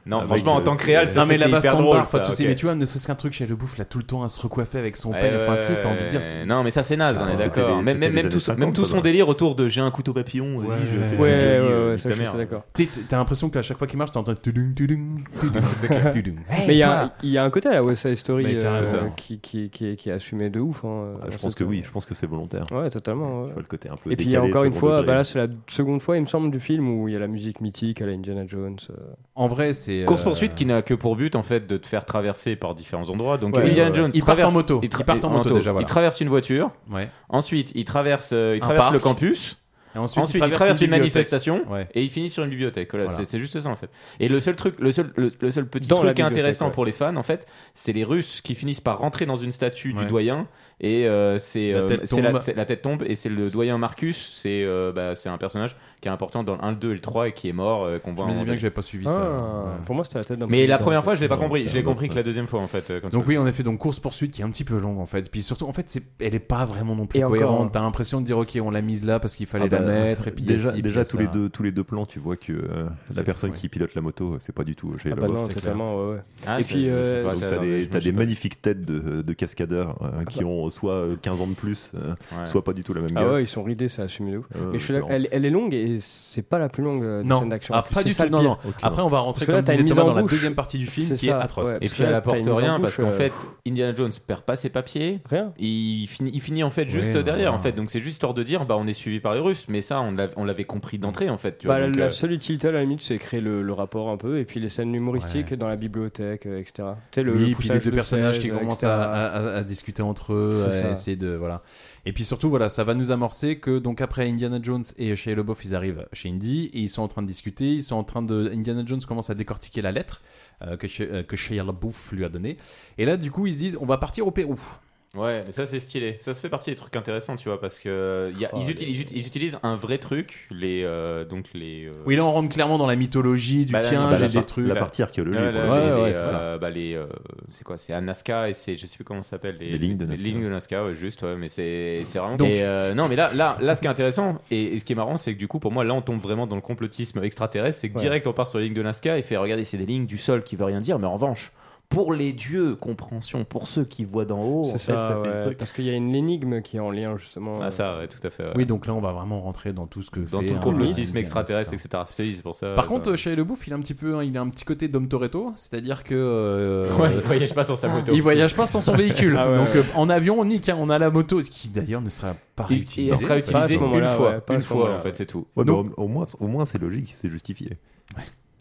[SPEAKER 6] Non,
[SPEAKER 2] Avec,
[SPEAKER 6] franchement, en
[SPEAKER 2] euh,
[SPEAKER 6] tant que réal,
[SPEAKER 2] c'est-
[SPEAKER 6] ça
[SPEAKER 2] Non, mais
[SPEAKER 6] c'était
[SPEAKER 2] là-bas,
[SPEAKER 6] hyper
[SPEAKER 2] stand-bar,
[SPEAKER 6] drôle.
[SPEAKER 2] pas de
[SPEAKER 6] ça,
[SPEAKER 2] souci,
[SPEAKER 6] ok.
[SPEAKER 2] mais tu vois, ne serait-ce qu'un truc chez le bouffe, là, tout le temps à se recoiffer avec son
[SPEAKER 6] Ouais,
[SPEAKER 2] père. enfin, tu sais,
[SPEAKER 6] ouais,
[SPEAKER 2] t'as envie de dire.
[SPEAKER 6] ouais.
[SPEAKER 2] c'est-
[SPEAKER 6] Non, mais ça, c'est naze, on est
[SPEAKER 2] C'était
[SPEAKER 6] d'accord.
[SPEAKER 2] les-
[SPEAKER 6] Même,
[SPEAKER 2] c'était
[SPEAKER 6] même,
[SPEAKER 2] les
[SPEAKER 6] même tout, son-
[SPEAKER 2] années
[SPEAKER 6] même
[SPEAKER 2] 50,
[SPEAKER 6] tout son
[SPEAKER 2] quoi.
[SPEAKER 6] délire autour de j'ai un couteau papillon. vas-y, je vais faire
[SPEAKER 2] Ouais,
[SPEAKER 6] une jolie, euh,
[SPEAKER 12] ouais,
[SPEAKER 6] nique
[SPEAKER 12] ça,
[SPEAKER 6] ta
[SPEAKER 12] je
[SPEAKER 6] mère.
[SPEAKER 12] suis d'accord.
[SPEAKER 2] Tu sais, T'as l'impression qu'à chaque fois qu'il marche, t'entends. tudung, tudung, tudung, tudung. Hey,
[SPEAKER 12] mais il y, a
[SPEAKER 2] toi
[SPEAKER 12] un- il y a un côté à la West Side Story
[SPEAKER 2] Mais carrément.
[SPEAKER 12] euh, qui, qui, qui, est- qui est assumé de ouf. hein,
[SPEAKER 11] Ah, je
[SPEAKER 12] dans
[SPEAKER 11] pense
[SPEAKER 12] cette-
[SPEAKER 11] que oui, je pense que c'est volontaire.
[SPEAKER 12] Ouais, totalement. ouais.
[SPEAKER 11] Tu vois le côté un peu
[SPEAKER 12] Et puis il y a
[SPEAKER 11] décalé,
[SPEAKER 12] encore une
[SPEAKER 11] second
[SPEAKER 12] fois,
[SPEAKER 11] degré.
[SPEAKER 12] bah là c'est la seconde fois, il me semble, du film où il y a la musique mythique à la Indiana Jones. euh.
[SPEAKER 2] En vrai, c'est. euh,
[SPEAKER 6] Course poursuite qui n'a que pour but en fait de te faire traverser par différents endroits. Donc
[SPEAKER 2] Ouais,
[SPEAKER 6] Indiana
[SPEAKER 2] ouais.
[SPEAKER 6] Jones
[SPEAKER 2] Ils partent
[SPEAKER 6] traverse-
[SPEAKER 2] en moto.
[SPEAKER 6] Il tra-
[SPEAKER 2] Ils partent en moto, déjà, voilà.
[SPEAKER 6] Il traverse une voiture.
[SPEAKER 2] Ouais.
[SPEAKER 6] Ensuite, il traverse, euh, il
[SPEAKER 2] Un
[SPEAKER 6] traverse
[SPEAKER 2] parc.
[SPEAKER 6] le campus.
[SPEAKER 2] Et ensuite, il
[SPEAKER 6] il,
[SPEAKER 2] traverse
[SPEAKER 6] traverse
[SPEAKER 2] une
[SPEAKER 6] une,
[SPEAKER 2] bibliothèque.
[SPEAKER 6] manifestation
[SPEAKER 2] Ouais.
[SPEAKER 6] et il finit sur une bibliothèque. Voilà,
[SPEAKER 2] Voilà.
[SPEAKER 6] c'est- c'est juste ça en fait. Et le seul truc, le seul, le, le seul petit
[SPEAKER 12] Dans la
[SPEAKER 6] truc qui
[SPEAKER 12] bibliothèque,
[SPEAKER 6] est intéressant
[SPEAKER 12] ouais.
[SPEAKER 6] pour les fans en fait, c'est les Russes qui finissent par rentrer dans une statue
[SPEAKER 2] Ouais.
[SPEAKER 6] du doyen et euh, c'est
[SPEAKER 2] La
[SPEAKER 6] euh,
[SPEAKER 2] tête
[SPEAKER 6] c'est la,
[SPEAKER 2] tombe.
[SPEAKER 6] c'est- la tête tombe et c'est le doyen Marcus. C'est euh, bah, c'est un personnage qui est important dans le 1, le 2 et le 3 et qui est mort euh, qu'on
[SPEAKER 2] Je
[SPEAKER 6] voit.
[SPEAKER 2] me
[SPEAKER 6] en-
[SPEAKER 2] disais bien que j'avais pas suivi
[SPEAKER 12] Ah,
[SPEAKER 2] ça. Ouais.
[SPEAKER 12] Pour moi c'était la tête d'un
[SPEAKER 6] Mais
[SPEAKER 12] président,
[SPEAKER 6] la
[SPEAKER 12] en
[SPEAKER 6] première
[SPEAKER 12] fait.
[SPEAKER 6] fois, je l'ai pas
[SPEAKER 2] Non,
[SPEAKER 6] compris.
[SPEAKER 2] c'est
[SPEAKER 6] Je l'ai
[SPEAKER 2] un
[SPEAKER 6] compris que
[SPEAKER 2] autre.
[SPEAKER 6] la deuxième fois en fait. euh, comme
[SPEAKER 2] Donc
[SPEAKER 6] ça.
[SPEAKER 2] oui, en effet, donc course poursuite qui est un petit peu longue en fait. Puis surtout, en fait, c'est, elle est pas vraiment non plus
[SPEAKER 12] Et encore,
[SPEAKER 2] cohérente.
[SPEAKER 12] hein.
[SPEAKER 2] T'as l'impression de dire ok, on l'a mise là parce qu'il fallait
[SPEAKER 11] Ah
[SPEAKER 2] la
[SPEAKER 11] bah,
[SPEAKER 2] mettre. Et puis il y a
[SPEAKER 11] déjà,
[SPEAKER 2] ci, puis il y
[SPEAKER 11] déjà
[SPEAKER 2] a
[SPEAKER 11] tous
[SPEAKER 2] ça.
[SPEAKER 11] les deux tous les deux plans, tu vois que euh, la
[SPEAKER 2] C'est-
[SPEAKER 11] personne
[SPEAKER 2] ouais.
[SPEAKER 11] qui pilote la moto, euh, c'est pas du tout chez
[SPEAKER 12] Ah
[SPEAKER 11] le
[SPEAKER 12] bah
[SPEAKER 11] boss.
[SPEAKER 12] non,
[SPEAKER 11] C'est
[SPEAKER 12] totalement, ouais, ouais.
[SPEAKER 6] Ah,
[SPEAKER 12] Et
[SPEAKER 6] c'est-
[SPEAKER 12] puis
[SPEAKER 6] je sais
[SPEAKER 12] euh,
[SPEAKER 6] pas,
[SPEAKER 11] Donc
[SPEAKER 6] ça,
[SPEAKER 11] t'as
[SPEAKER 6] non, mais
[SPEAKER 11] des,
[SPEAKER 6] je
[SPEAKER 11] t'as
[SPEAKER 6] me
[SPEAKER 11] des
[SPEAKER 6] sais pas. Ah bah.
[SPEAKER 11] magnifiques têtes de, de cascadeurs euh, qui ont soit euh, 15 ans de plus, euh,
[SPEAKER 6] Ouais.
[SPEAKER 11] soit pas du tout la même
[SPEAKER 12] Ah
[SPEAKER 11] gueule.
[SPEAKER 12] ouais, ils sont ridés, ça assume de ouf.
[SPEAKER 11] Euh,
[SPEAKER 12] mais je suis
[SPEAKER 11] c'est
[SPEAKER 12] d'accord, elle, elle est longue et c'est pas la plus longue euh, des
[SPEAKER 2] Non.
[SPEAKER 12] scènes d'action.
[SPEAKER 2] Ah,
[SPEAKER 12] en plus,
[SPEAKER 2] pas
[SPEAKER 12] c'est
[SPEAKER 2] du
[SPEAKER 12] ça
[SPEAKER 2] tout,
[SPEAKER 12] le
[SPEAKER 2] non,
[SPEAKER 12] pire.
[SPEAKER 2] non.
[SPEAKER 12] Parce
[SPEAKER 2] Après, on va rentrer,
[SPEAKER 12] que
[SPEAKER 2] comme
[SPEAKER 12] là, t'as
[SPEAKER 2] disait
[SPEAKER 12] une mise
[SPEAKER 2] Thomas,
[SPEAKER 12] en
[SPEAKER 2] dans la
[SPEAKER 12] bouche.
[SPEAKER 2] deuxième partie du film
[SPEAKER 12] C'est
[SPEAKER 2] qui est
[SPEAKER 12] ça,
[SPEAKER 2] atroce.
[SPEAKER 12] ouais,
[SPEAKER 6] Et
[SPEAKER 12] parce
[SPEAKER 6] puis
[SPEAKER 12] que là,
[SPEAKER 6] elle
[SPEAKER 12] t'as
[SPEAKER 6] apporte
[SPEAKER 12] une mise en
[SPEAKER 6] rien
[SPEAKER 12] bouche,
[SPEAKER 6] parce qu'en
[SPEAKER 12] euh,
[SPEAKER 6] fait, Indiana Jones perd pas ses papiers.
[SPEAKER 12] Rien.
[SPEAKER 6] Il finit, il finit en fait juste
[SPEAKER 12] Ouais,
[SPEAKER 6] derrière
[SPEAKER 12] voilà.
[SPEAKER 6] en fait. Donc c'est juste histoire de dire bah on est suivi par les Russes, mais ça on l'avait, on l'avait compris d'entrée en fait. Tu
[SPEAKER 12] Bah,
[SPEAKER 6] vois,
[SPEAKER 12] la-
[SPEAKER 6] donc,
[SPEAKER 12] la
[SPEAKER 6] euh,
[SPEAKER 12] seule utilité à la limite, c'est créer le, le rapport un peu, et puis les scènes humoristiques dans la bibliothèque, euh, etc. Tu sais, le,
[SPEAKER 2] oui,
[SPEAKER 12] le
[SPEAKER 2] puis
[SPEAKER 12] poussage
[SPEAKER 2] les deux
[SPEAKER 12] de
[SPEAKER 2] personnages
[SPEAKER 12] chaises,
[SPEAKER 2] qui commencent
[SPEAKER 12] etc..
[SPEAKER 2] à, à- à- à discuter entre eux,
[SPEAKER 12] C'est
[SPEAKER 2] à
[SPEAKER 12] ça.
[SPEAKER 2] essayer de voilà. Et puis surtout voilà, ça va nous amorcer que donc après Indiana Jones et Shia LaBeouf, ils arrivent chez Indy et ils sont en train de discuter, ils sont en train de Indiana Jones commence à décortiquer la lettre euh, que Shia- euh, que Shia LaBeouf lui a donnée. Et là du coup, ils se disent on va partir au Pérou.
[SPEAKER 12] Euh.
[SPEAKER 6] euh, Ouais, mais ça c'est stylé. Ça se fait partie des trucs intéressants, tu vois, parce que euh, y a-
[SPEAKER 2] Oh,
[SPEAKER 6] ils, uti- ils uti- ils utilisent un vrai truc, les euh, donc les. euh,
[SPEAKER 2] Oui, là on rentre clairement dans la mythologie du
[SPEAKER 6] Bah, la-
[SPEAKER 2] tien,
[SPEAKER 6] bah,
[SPEAKER 2] Ah, j'ai
[SPEAKER 6] la
[SPEAKER 2] des
[SPEAKER 6] par-
[SPEAKER 2] trucs.
[SPEAKER 11] la partie archéologique,
[SPEAKER 6] Ouais,
[SPEAKER 11] ouais.
[SPEAKER 6] ouais,
[SPEAKER 2] Ouais,
[SPEAKER 6] les-
[SPEAKER 2] ouais,
[SPEAKER 6] les,
[SPEAKER 2] c'est
[SPEAKER 6] euh,
[SPEAKER 2] ça.
[SPEAKER 6] bah, les, euh, c'est quoi C'est à Nazca et c'est je sais plus comment ça s'appelle les,
[SPEAKER 11] Les lignes de Nazca.
[SPEAKER 6] de Nazca, ouais, juste ouais, mais c'est c'est vraiment
[SPEAKER 2] Donc-
[SPEAKER 6] Et, euh, non mais là là là ce qui est intéressant et, et ce qui est marrant c'est que du coup pour moi là on tombe vraiment dans le complotisme extraterrestre c'est que
[SPEAKER 12] Ouais.
[SPEAKER 6] direct on part sur les lignes de Nazca et fait regardez c'est des lignes du sol qui veut rien dire mais en revanche pour les dieux compréhension pour ceux qui voient d'en haut en
[SPEAKER 12] C'est
[SPEAKER 6] fait,
[SPEAKER 12] ça,
[SPEAKER 6] ça fait le
[SPEAKER 12] ouais,
[SPEAKER 6] truc.
[SPEAKER 12] parce qu'il y a une énigme qui est en lien justement.
[SPEAKER 6] Ah,
[SPEAKER 12] euh,
[SPEAKER 6] ça ouais, tout à fait ouais.
[SPEAKER 2] Oui, donc là on va vraiment rentrer dans tout ce que
[SPEAKER 6] dans
[SPEAKER 2] fait
[SPEAKER 6] tout le
[SPEAKER 2] un-
[SPEAKER 6] complotisme
[SPEAKER 2] un-
[SPEAKER 6] extraterrestre etc Je te dis, c'est pour Euh, ça
[SPEAKER 2] Par
[SPEAKER 6] ça-
[SPEAKER 2] contre, Shia LaBeouf, il a un petit peu, hein, il a un petit côté Dom Toretto, c'est-à-dire que euh,
[SPEAKER 6] Ouais, il voyage pas sans sa moto.
[SPEAKER 2] Il voyage pas sans son véhicule.
[SPEAKER 6] Ah ouais,
[SPEAKER 2] Donc
[SPEAKER 6] ouais.
[SPEAKER 2] euh, en avion, on nique. hein, on a la moto qui d'ailleurs ne sera pas
[SPEAKER 6] Il-
[SPEAKER 2] réutilisée.
[SPEAKER 6] il sera
[SPEAKER 2] Pas à
[SPEAKER 6] utilisé
[SPEAKER 2] ce
[SPEAKER 6] une
[SPEAKER 2] moment-là,
[SPEAKER 6] fois.
[SPEAKER 2] ouais, pas à
[SPEAKER 6] Une
[SPEAKER 2] ce
[SPEAKER 6] fois,
[SPEAKER 2] moment-là.
[SPEAKER 6] en fait, c'est tout.
[SPEAKER 11] Ouais,
[SPEAKER 2] Donc-
[SPEAKER 11] mais au, au moins, au moins c'est logique, c'est justifié.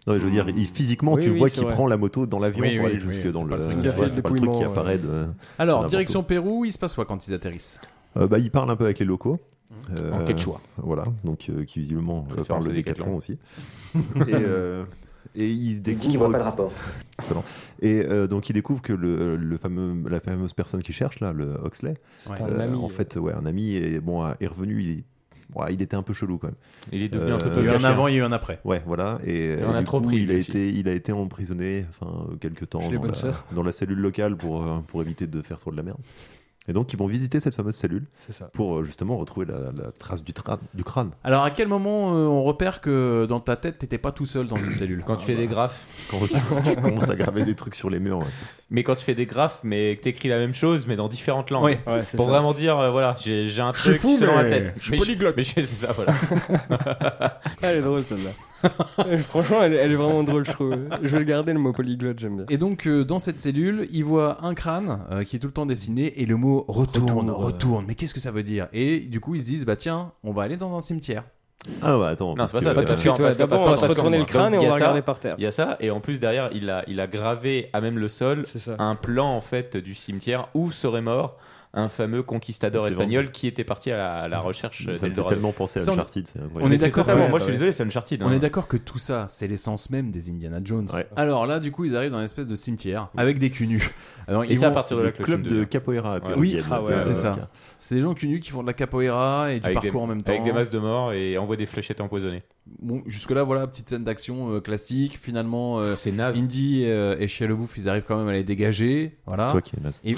[SPEAKER 11] Non, mais je veux dire, il- physiquement,
[SPEAKER 2] Ah. Oui,
[SPEAKER 11] tu
[SPEAKER 2] oui,
[SPEAKER 11] vois
[SPEAKER 2] c'est
[SPEAKER 11] qu'il
[SPEAKER 2] vrai.
[SPEAKER 11] prend la moto dans l'avion
[SPEAKER 2] Oui,
[SPEAKER 11] pour
[SPEAKER 2] oui,
[SPEAKER 11] aller
[SPEAKER 2] oui,
[SPEAKER 11] jusque
[SPEAKER 2] c'est
[SPEAKER 11] dans
[SPEAKER 2] pas
[SPEAKER 11] le.
[SPEAKER 2] le truc
[SPEAKER 11] tu
[SPEAKER 2] qui a
[SPEAKER 11] vois,
[SPEAKER 2] fait
[SPEAKER 11] c'est
[SPEAKER 2] le
[SPEAKER 11] pas le truc qui
[SPEAKER 2] dépouillement,
[SPEAKER 11] apparaît. de-
[SPEAKER 2] Alors,
[SPEAKER 11] n'importe
[SPEAKER 2] direction Pérou, il se passe quoi quand ils atterrissent
[SPEAKER 11] Euh, bah, il parle un peu avec les locaux. Euh,
[SPEAKER 2] En quechua.
[SPEAKER 11] Voilà, donc euh, qui visiblement euh, parle
[SPEAKER 6] Référence
[SPEAKER 11] le
[SPEAKER 6] à
[SPEAKER 11] décathlon
[SPEAKER 6] Décathlon.
[SPEAKER 11] aussi. et, euh, et il découvre.
[SPEAKER 9] qu'il voit pas le rapport.
[SPEAKER 11] Excellent. Et euh, donc il découvre que le, le fameux, la fameuse personne qui cherche, là, le Oxley,
[SPEAKER 12] C'est
[SPEAKER 6] euh,
[SPEAKER 12] un ami. euh,
[SPEAKER 11] en fait, ouais, un ami est, bon, euh, est revenu, il, est- ouais, il était un peu chelou quand même.
[SPEAKER 6] Euh, Il est devenu un peu
[SPEAKER 11] il y a
[SPEAKER 2] un avant, il y a eu un après.
[SPEAKER 11] Ouais, voilà. Et,
[SPEAKER 6] Et
[SPEAKER 11] euh,
[SPEAKER 6] on a
[SPEAKER 11] du
[SPEAKER 6] trop
[SPEAKER 11] coup,
[SPEAKER 6] pris,
[SPEAKER 11] Il
[SPEAKER 6] lui
[SPEAKER 11] a,
[SPEAKER 6] aussi.
[SPEAKER 11] été, il a été emprisonné enfin, euh, quelques temps
[SPEAKER 12] Chez les
[SPEAKER 11] dans
[SPEAKER 12] bonnes
[SPEAKER 11] la,
[SPEAKER 12] sœurs.
[SPEAKER 11] dans la cellule locale pour, euh, pour éviter de faire trop de la merde. Et donc, ils vont visiter cette fameuse cellule
[SPEAKER 12] C'est ça.
[SPEAKER 11] pour euh, justement retrouver la, la trace du, tra- du crâne.
[SPEAKER 2] Alors, à quel moment euh, on repère que dans ta tête, t'étais pas tout seul dans une cellule
[SPEAKER 6] Quand tu fais des graphes.
[SPEAKER 11] Quand tu, tu commences à graver des trucs sur les murs. ouais.
[SPEAKER 6] Mais quand tu fais des graphes, mais que t'écris la même chose, mais dans différentes langues.
[SPEAKER 2] Ouais.
[SPEAKER 12] Ouais, c'est
[SPEAKER 6] pour
[SPEAKER 12] ça.
[SPEAKER 6] vraiment dire, euh, voilà, j'ai j'ai un
[SPEAKER 12] Je suis
[SPEAKER 6] truc
[SPEAKER 12] fou,
[SPEAKER 6] selon
[SPEAKER 12] mais
[SPEAKER 6] la tête.
[SPEAKER 12] je suis
[SPEAKER 6] Mais mais je- c'est ça, voilà. Ah,
[SPEAKER 12] Elle est drôle celle-là. Euh, Franchement, elle, elle est vraiment drôle, je trouve. Je vais le
[SPEAKER 6] Ah,
[SPEAKER 12] garder le mot polyglotte, j'aime bien.
[SPEAKER 2] Et donc, euh, dans cette cellule, il voit un crâne euh, qui est tout le temps dessiné et le mot mot retourne, retourne.
[SPEAKER 11] Retourne, euh.
[SPEAKER 2] Mais qu'est-ce que ça veut dire Et du coup, ils se disent bah tiens, on va aller dans un cimetière.
[SPEAKER 11] Ah bah attends.
[SPEAKER 6] Non, c'est pas ça, c'est parce que- parce que- parce que- parce que- parce que- il y a ça, Il y a ça, et en plus derrière, il a, il a gravé à même le sol un plan en fait du cimetière où serait mort un fameux conquistador
[SPEAKER 11] C'est
[SPEAKER 6] espagnol qui était parti à la, à la recherche
[SPEAKER 11] Ça me fait
[SPEAKER 6] d'Eldorado.
[SPEAKER 11] tellement penser à
[SPEAKER 2] Ça, on-
[SPEAKER 11] Uncharted. c'est incroyable.
[SPEAKER 2] On est d'accord.
[SPEAKER 6] totalement-
[SPEAKER 2] que-
[SPEAKER 6] moi, je suis désolé, c'est Uncharted, hein.
[SPEAKER 2] On est d'accord que tout ça, c'est l'essence même des Indiana Jones. Alors là, du coup, ils arrivent dans une espèce de cimetière avec des cunus Alors,
[SPEAKER 6] Et
[SPEAKER 2] ils
[SPEAKER 6] c'est à
[SPEAKER 2] vont-
[SPEAKER 6] partir de là que le
[SPEAKER 11] club de capoeira.
[SPEAKER 6] Ouais.
[SPEAKER 2] Oui,
[SPEAKER 6] Ah
[SPEAKER 11] euh,
[SPEAKER 6] ouais,
[SPEAKER 2] c'est
[SPEAKER 6] ouais,
[SPEAKER 2] ça.
[SPEAKER 6] ouais.
[SPEAKER 2] C'est des gens cunus qui font de la capoeira et du
[SPEAKER 6] Avec des-
[SPEAKER 2] parcours en même temps.
[SPEAKER 6] Avec des masses de morts et envoie des fléchettes empoisonnées.
[SPEAKER 2] Bon, jusque-là, voilà, petite scène d'action euh, classique. Finalement, euh, Indy euh, et Shia LaBeouf, ils arrivent quand même à les dégager. Voilà.
[SPEAKER 11] C'est toi qui es naze.
[SPEAKER 2] Et...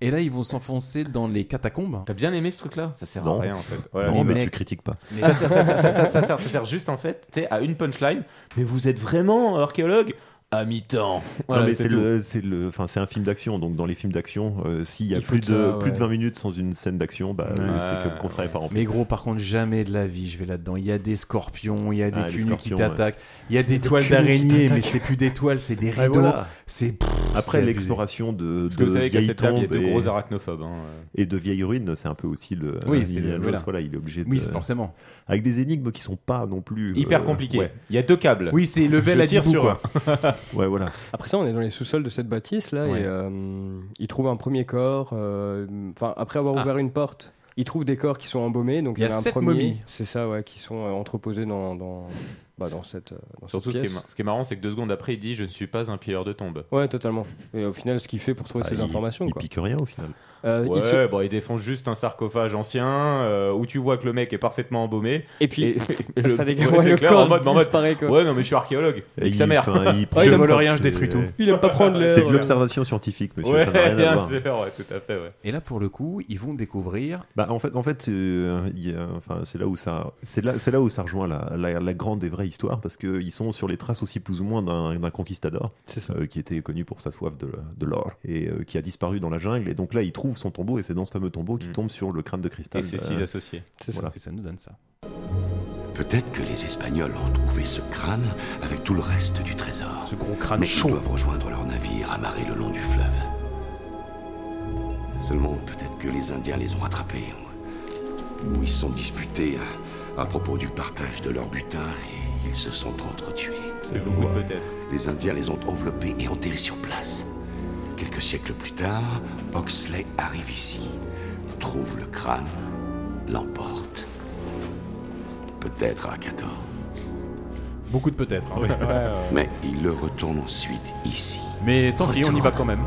[SPEAKER 2] et là, ils vont s'enfoncer dans les catacombes.
[SPEAKER 6] T'as bien aimé ce truc-là Ça sert à rien en fait. Voilà.
[SPEAKER 11] Non, mais tu critiques pas.
[SPEAKER 6] Mais Ça, sert- ça sert- ça sert- ça sert- ça sert juste en fait tu sais, à une punchline. Mais vous êtes vraiment euh, archéologue à mi-temps. Voilà,
[SPEAKER 11] non mais
[SPEAKER 6] c'est
[SPEAKER 11] c'est
[SPEAKER 6] tout.
[SPEAKER 11] le, c'est le, enfin c'est un film d'action donc dans les films d'action euh, s'il y a
[SPEAKER 6] Il faut
[SPEAKER 11] plus de
[SPEAKER 6] que ça,
[SPEAKER 11] plus de
[SPEAKER 6] ouais.
[SPEAKER 11] 20 minutes sans une scène d'action bah euh, c'est que le contrat est pas rempli.
[SPEAKER 2] Mais gros, par contre, jamais de la vie, je vais là-dedans. Il y a des scorpions, il y a des
[SPEAKER 11] Ah, les
[SPEAKER 2] cunus qui
[SPEAKER 11] scorpions,
[SPEAKER 2] t'attaquent,
[SPEAKER 11] ouais.
[SPEAKER 2] il y a des
[SPEAKER 11] Des
[SPEAKER 2] toiles
[SPEAKER 11] cunus qui
[SPEAKER 2] d'araignée, mais
[SPEAKER 11] t'attaquent.
[SPEAKER 2] c'est plus des toiles, c'est des
[SPEAKER 11] Ouais,
[SPEAKER 2] rideaux.
[SPEAKER 11] voilà.
[SPEAKER 2] C'est
[SPEAKER 11] Après
[SPEAKER 2] c'est
[SPEAKER 11] l'exploration de,
[SPEAKER 6] Parce que
[SPEAKER 11] de
[SPEAKER 6] vous savez qu'à
[SPEAKER 11] vieilles
[SPEAKER 6] cette table, il y a
[SPEAKER 11] tombes
[SPEAKER 6] deux
[SPEAKER 11] et-
[SPEAKER 6] gros arachnophobes. hein.
[SPEAKER 11] Et de vieilles ruines, c'est un peu aussi le.
[SPEAKER 6] Oui,
[SPEAKER 11] euh,
[SPEAKER 6] c'est-
[SPEAKER 11] Indiana Jones,
[SPEAKER 6] voilà.
[SPEAKER 11] voilà, il est obligé.
[SPEAKER 6] Oui,
[SPEAKER 11] de-
[SPEAKER 2] forcément.
[SPEAKER 11] Avec des énigmes qui sont pas non plus
[SPEAKER 6] Hyper
[SPEAKER 11] euh,
[SPEAKER 6] compliqué.
[SPEAKER 11] ouais.
[SPEAKER 6] Il y a deux câbles.
[SPEAKER 2] Oui, c'est level
[SPEAKER 6] Je
[SPEAKER 2] à
[SPEAKER 6] tire
[SPEAKER 2] 10
[SPEAKER 6] sur
[SPEAKER 2] coups,
[SPEAKER 6] un.
[SPEAKER 11] ouais, voilà.
[SPEAKER 12] Après ça, on est dans les sous-sols de cette bâtisse là
[SPEAKER 2] Ouais.
[SPEAKER 12] et euh, ils trouvent un premier corps. euh, Enfin, après avoir
[SPEAKER 2] Ah.
[SPEAKER 12] ouvert une porte, ils trouvent des corps qui sont embaumés. Donc
[SPEAKER 2] Il
[SPEAKER 12] il
[SPEAKER 2] y
[SPEAKER 12] y,
[SPEAKER 2] a
[SPEAKER 12] en a un
[SPEAKER 2] sept
[SPEAKER 12] premier.
[SPEAKER 2] momies.
[SPEAKER 12] C'est ça, ouais, qui sont euh, entreposés dans dans, bah, dans cette. euh, dans
[SPEAKER 6] Surtout, ce
[SPEAKER 12] cette
[SPEAKER 6] qui, est,
[SPEAKER 12] pièce.
[SPEAKER 6] mar- ce qui est marrant, c'est que deux secondes après, il dit Je ne suis pas un pilleur de tombe.
[SPEAKER 12] Ouais, totalement. Et au final, ce qu'il fait pour
[SPEAKER 6] Ah,
[SPEAKER 12] trouver
[SPEAKER 11] Ah,
[SPEAKER 12] ces informations, quoi.
[SPEAKER 11] rien au final.
[SPEAKER 12] Euh, il
[SPEAKER 6] ouais,
[SPEAKER 12] se-
[SPEAKER 6] bon, ils défendent juste un sarcophage ancien euh, où tu vois que le mec est parfaitement embaumé.
[SPEAKER 12] Et puis,
[SPEAKER 6] et
[SPEAKER 12] ça dégage-
[SPEAKER 6] ouais,
[SPEAKER 12] ouais,
[SPEAKER 6] c'est
[SPEAKER 12] le
[SPEAKER 6] clair,
[SPEAKER 12] corps
[SPEAKER 6] en mode, en mode,
[SPEAKER 12] disparaît, quoi.
[SPEAKER 6] Ouais, non, mais je suis archéologue.
[SPEAKER 11] Et
[SPEAKER 6] Avec
[SPEAKER 11] il-
[SPEAKER 6] sa mère.
[SPEAKER 11] enfin, il
[SPEAKER 6] je
[SPEAKER 11] prend-
[SPEAKER 6] vole
[SPEAKER 11] c'est-
[SPEAKER 12] Il aime pas prendre l'air,
[SPEAKER 11] C'est de
[SPEAKER 12] voilà.
[SPEAKER 11] l'observation scientifique, monsieur.
[SPEAKER 6] Ouais,
[SPEAKER 11] ça n'a rien à
[SPEAKER 6] bien
[SPEAKER 11] voir.
[SPEAKER 6] sûr, ouais, tout à fait. Ouais.
[SPEAKER 2] Et là, pour le coup, ils vont découvrir.
[SPEAKER 11] Bah, en fait, en fait euh, il y a- enfin, c'est là où ça, c'est là, c'est là où ça rejoint la, la- la grande et vraie histoire parce que ils sont sur les traces aussi plus ou moins d'un d'un conquistador euh, qui était connu pour sa soif de, de l'or et euh, qui a disparu dans la jungle et donc là ils trouvent son tombeau et c'est dans ce fameux tombeau qui tombe sur le crâne de Euh, cristal.
[SPEAKER 6] Mm. Et ses six associés.
[SPEAKER 11] C'est voilà.
[SPEAKER 2] que ça nous donne ça.
[SPEAKER 13] Peut-être que les Espagnols ont trouvé ce crâne avec tout le reste du trésor.
[SPEAKER 2] Ce gros crâne
[SPEAKER 13] Mais
[SPEAKER 2] chaud.
[SPEAKER 13] ils doivent rejoindre leur navire amarré le long du fleuve. Seulement, peut-être que les Indiens les ont rattrapés. hein. ou- Ou ils se sont disputés hein, à, à propos du partage de leur butin et ils se sont entretués.
[SPEAKER 6] C'est drôle, peut-être.
[SPEAKER 13] Les Indiens les ont enveloppés et enterrés sur place. Quelques siècles plus tard, Oxley arrive ici, trouve le crâne, l'emporte. Peut-être à 14.
[SPEAKER 2] Beaucoup de peut-être. hein.
[SPEAKER 13] Mais il le retourne ensuite ici.
[SPEAKER 2] Mais tant pis, on y va
[SPEAKER 13] Retourne.
[SPEAKER 2] quand même.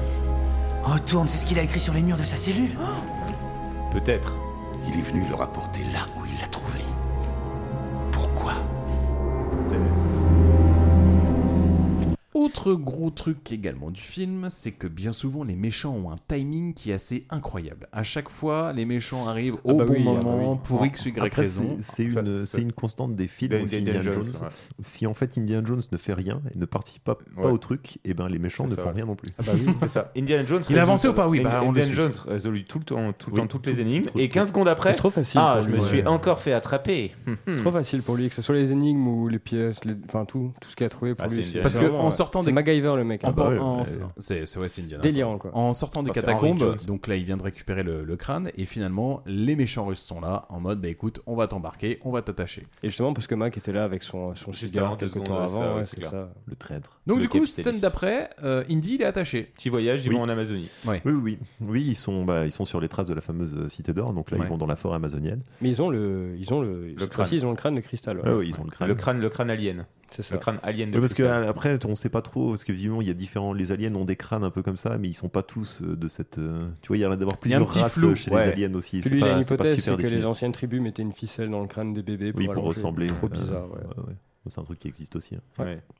[SPEAKER 9] Retourne, c'est ce qu'il a écrit sur les murs de sa cellule.
[SPEAKER 6] Peut-être.
[SPEAKER 13] Il est venu le rapporter là où il l'a trouvé. Pourquoi
[SPEAKER 2] Autre gros truc également du film, c'est que bien souvent les méchants ont un timing qui est assez incroyable. À chaque fois, les méchants arrivent au
[SPEAKER 11] bah
[SPEAKER 2] bon
[SPEAKER 11] oui, ah bah
[SPEAKER 2] moment
[SPEAKER 11] oui.
[SPEAKER 2] pour x y
[SPEAKER 11] Après,
[SPEAKER 2] raison.
[SPEAKER 11] c'est- C'est une, c'est une constante des films
[SPEAKER 6] Des- des
[SPEAKER 11] aussi, Indiana
[SPEAKER 6] Indiana
[SPEAKER 11] Jones.
[SPEAKER 6] Jones, ouais.
[SPEAKER 11] Si en fait Indiana Jones ne fait rien et ne participe pas, pas
[SPEAKER 6] Ouais.
[SPEAKER 11] au truc, et ben les méchants
[SPEAKER 6] C'est
[SPEAKER 11] ne
[SPEAKER 6] ça,
[SPEAKER 11] font
[SPEAKER 6] ouais.
[SPEAKER 11] rien non plus.
[SPEAKER 6] Ah bah oui, c'est ça. Indiana Jones.
[SPEAKER 2] Il a
[SPEAKER 6] résout-
[SPEAKER 2] avancé ou pas Oui,
[SPEAKER 6] Ind-
[SPEAKER 2] bah, on le
[SPEAKER 6] Indiana
[SPEAKER 2] suit.
[SPEAKER 6] Jones résolut tout le temps, tout le temps toutes les énigmes.
[SPEAKER 12] tout-
[SPEAKER 6] et 15 secondes après.
[SPEAKER 12] C'est trop facile
[SPEAKER 6] Ah,
[SPEAKER 12] pour
[SPEAKER 6] je
[SPEAKER 12] lui,
[SPEAKER 6] me
[SPEAKER 12] ouais.
[SPEAKER 6] suis hmm. encore fait attraper.
[SPEAKER 12] C'est trop facile pour lui, que ce soit les énigmes ou les pièces, les- enfin tout, tout ce qu'il a trouvé pour
[SPEAKER 2] Ah, c'est
[SPEAKER 12] lui.
[SPEAKER 2] une
[SPEAKER 12] c'est-
[SPEAKER 2] Parce que
[SPEAKER 12] vraiment,
[SPEAKER 2] en
[SPEAKER 12] ouais.
[SPEAKER 2] sortant
[SPEAKER 12] C'est
[SPEAKER 2] des
[SPEAKER 12] MacGyver le mec.
[SPEAKER 6] Ah,
[SPEAKER 2] en,
[SPEAKER 12] hein.
[SPEAKER 2] par- en- c'est c'est- ouais, c'est Indiana.
[SPEAKER 12] Délirant quoi.
[SPEAKER 2] En sortant des
[SPEAKER 12] Enfin, c'est Henry
[SPEAKER 2] catacombes,
[SPEAKER 12] Jones.
[SPEAKER 2] donc là il vient de récupérer le, le crâne et finalement les méchants russes sont là en mode bah écoute, on va t'embarquer, on va t'attacher.
[SPEAKER 12] Et justement parce que Mac était là avec son son
[SPEAKER 6] Juste
[SPEAKER 12] cigare
[SPEAKER 6] avant, deux
[SPEAKER 12] quelques
[SPEAKER 6] secondes,
[SPEAKER 12] temps
[SPEAKER 6] ouais,
[SPEAKER 12] avant,
[SPEAKER 6] ça, ouais,
[SPEAKER 12] ouais,
[SPEAKER 6] c'est
[SPEAKER 12] c'est
[SPEAKER 6] clair.
[SPEAKER 12] ça.
[SPEAKER 11] Le traître.
[SPEAKER 2] Donc
[SPEAKER 6] Le
[SPEAKER 2] du coup,
[SPEAKER 6] capitaliste.
[SPEAKER 2] scène d'après, euh, Indy il est attaché.
[SPEAKER 6] Petit voyage, ils
[SPEAKER 11] Oui.
[SPEAKER 6] vont en Amazonie.
[SPEAKER 11] Oui, oui, oui. Oui, ils sont, bah, ils sont sur les traces de la fameuse euh, cité d'or, donc là
[SPEAKER 6] Ouais.
[SPEAKER 11] ils vont dans la forêt amazonienne.
[SPEAKER 12] Mais ils ont le ils ont le, cette
[SPEAKER 6] crâne.
[SPEAKER 12] fois-ci, ils ont le crâne de cristal. ouais.
[SPEAKER 11] Ah oui, ils ont le crâne.
[SPEAKER 6] Le crâne, le crâne alien.
[SPEAKER 12] C'est
[SPEAKER 6] Le crâne alien de
[SPEAKER 11] Oui, parce que
[SPEAKER 6] cristal.
[SPEAKER 11] à- après, on sait pas trop, parce que visiblement, il y a différents. Les aliens ont des crânes un peu comme ça, mais ils sont pas tous euh, de cette. euh, Tu vois, il y a l'air d'avoir
[SPEAKER 2] Il y a un
[SPEAKER 11] plusieurs
[SPEAKER 2] petit
[SPEAKER 11] races euh,
[SPEAKER 2] flou,
[SPEAKER 11] chez
[SPEAKER 2] ouais.
[SPEAKER 11] les aliens aussi.
[SPEAKER 12] Puis
[SPEAKER 11] c'est
[SPEAKER 12] lui, il a
[SPEAKER 11] pas-
[SPEAKER 12] une
[SPEAKER 11] c'est pas
[SPEAKER 12] hypothèse,
[SPEAKER 11] super
[SPEAKER 12] c'est que les
[SPEAKER 11] défini.
[SPEAKER 12] anciennes tribus mettaient une ficelle dans le crâne des bébés pour,
[SPEAKER 11] Oui, pour
[SPEAKER 12] allonger.
[SPEAKER 11] ressembler.
[SPEAKER 12] Trop
[SPEAKER 11] euh,
[SPEAKER 12] bizarre, ouais.
[SPEAKER 11] ouais. C'est un truc qui existe aussi. hein.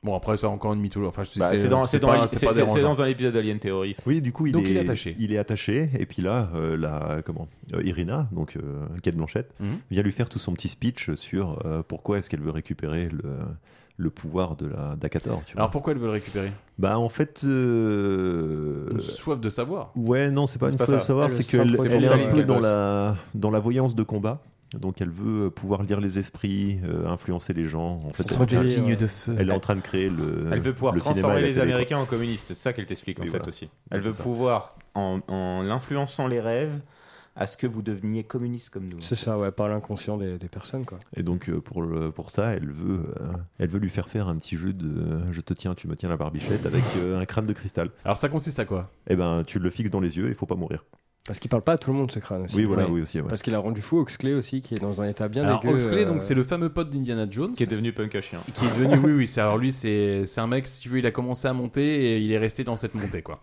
[SPEAKER 2] Bon après c'est encore une mythologie. Enfin, je-
[SPEAKER 11] Bah,
[SPEAKER 6] C'est dans, c'est dans-
[SPEAKER 2] pas-
[SPEAKER 6] c'est-
[SPEAKER 2] c'est pas
[SPEAKER 6] c'est- c'est
[SPEAKER 2] dérangeant.
[SPEAKER 6] dans un épisode d'Alien Theory.
[SPEAKER 11] Oui, du coup, il,
[SPEAKER 6] Donc,
[SPEAKER 11] est,
[SPEAKER 6] il est attaché.
[SPEAKER 11] Il est attaché, et puis là, euh, la comment euh, Irina, donc euh, Kate Blanchette,
[SPEAKER 2] Mhm.
[SPEAKER 11] vient lui faire tout son petit speech sur euh, pourquoi est-ce qu'elle veut récupérer le, le pouvoir de la d'Akator. tu vois.
[SPEAKER 2] Alors pourquoi elle veut le récupérer
[SPEAKER 11] Bah en fait. euh,
[SPEAKER 2] Une soif de savoir.
[SPEAKER 11] Ouais, non, c'est pas
[SPEAKER 2] C'est
[SPEAKER 11] une
[SPEAKER 2] pas
[SPEAKER 11] fois de
[SPEAKER 2] ça.
[SPEAKER 11] savoir,
[SPEAKER 2] Elle se
[SPEAKER 11] c'est
[SPEAKER 2] sent
[SPEAKER 11] qu'elle
[SPEAKER 2] trop
[SPEAKER 11] elle est un
[SPEAKER 2] Staline,
[SPEAKER 11] peu
[SPEAKER 2] Kate
[SPEAKER 11] dans
[SPEAKER 2] Blanchett.
[SPEAKER 11] la, dans la voyance de combat. Donc elle veut euh, pouvoir lire les esprits, euh, influencer les gens. En fait,
[SPEAKER 6] Ce
[SPEAKER 11] elle
[SPEAKER 6] sont
[SPEAKER 11] est en
[SPEAKER 6] des
[SPEAKER 11] train-
[SPEAKER 6] signes de feu.
[SPEAKER 11] Elle est en train de créer le.
[SPEAKER 6] Elle veut pouvoir
[SPEAKER 11] le cinéma et
[SPEAKER 6] transformer
[SPEAKER 11] la
[SPEAKER 6] les
[SPEAKER 11] télé, quoi.
[SPEAKER 6] Américains en communistes, c'est ça qu'elle t'explique en
[SPEAKER 11] Oui,
[SPEAKER 6] fait
[SPEAKER 11] voilà.
[SPEAKER 6] aussi.
[SPEAKER 11] Ouais,
[SPEAKER 6] Elle veut
[SPEAKER 11] c'est ça.
[SPEAKER 6] pouvoir, en, en influençant les rêves, à ce que vous deveniez communiste comme nous.
[SPEAKER 12] C'est
[SPEAKER 11] euh,
[SPEAKER 12] ça, ouais, par l'inconscient des, des personnes, quoi.
[SPEAKER 11] Et donc euh, pour, le- pour ça, elle veut, euh, elle veut lui faire faire un petit jeu de euh, je te tiens, tu me tiens la barbichette avec euh, un crâne de cristal.
[SPEAKER 2] Alors ça consiste à quoi
[SPEAKER 11] Eh ben tu le fixes dans les yeux et il faut pas mourir.
[SPEAKER 12] Parce qu'il parle pas à tout le monde, ce
[SPEAKER 6] Ah,
[SPEAKER 12] crâne aussi.
[SPEAKER 11] Oui, voilà, oui, aussi, ouais.
[SPEAKER 12] Parce qu'il a rendu fou Oxley aussi, qui est dans un état bien
[SPEAKER 2] Alors,
[SPEAKER 12] dégueu.
[SPEAKER 2] Oxley,
[SPEAKER 12] euh,
[SPEAKER 2] donc, c'est le fameux pote d'Indiana Jones. Qui
[SPEAKER 6] est devenu punk à chien.
[SPEAKER 2] Qui est devenu, oui, oui. c'est- Alors, lui, c'est c'est un mec, si tu veux, il a commencé à monter et il est resté dans cette montée, quoi.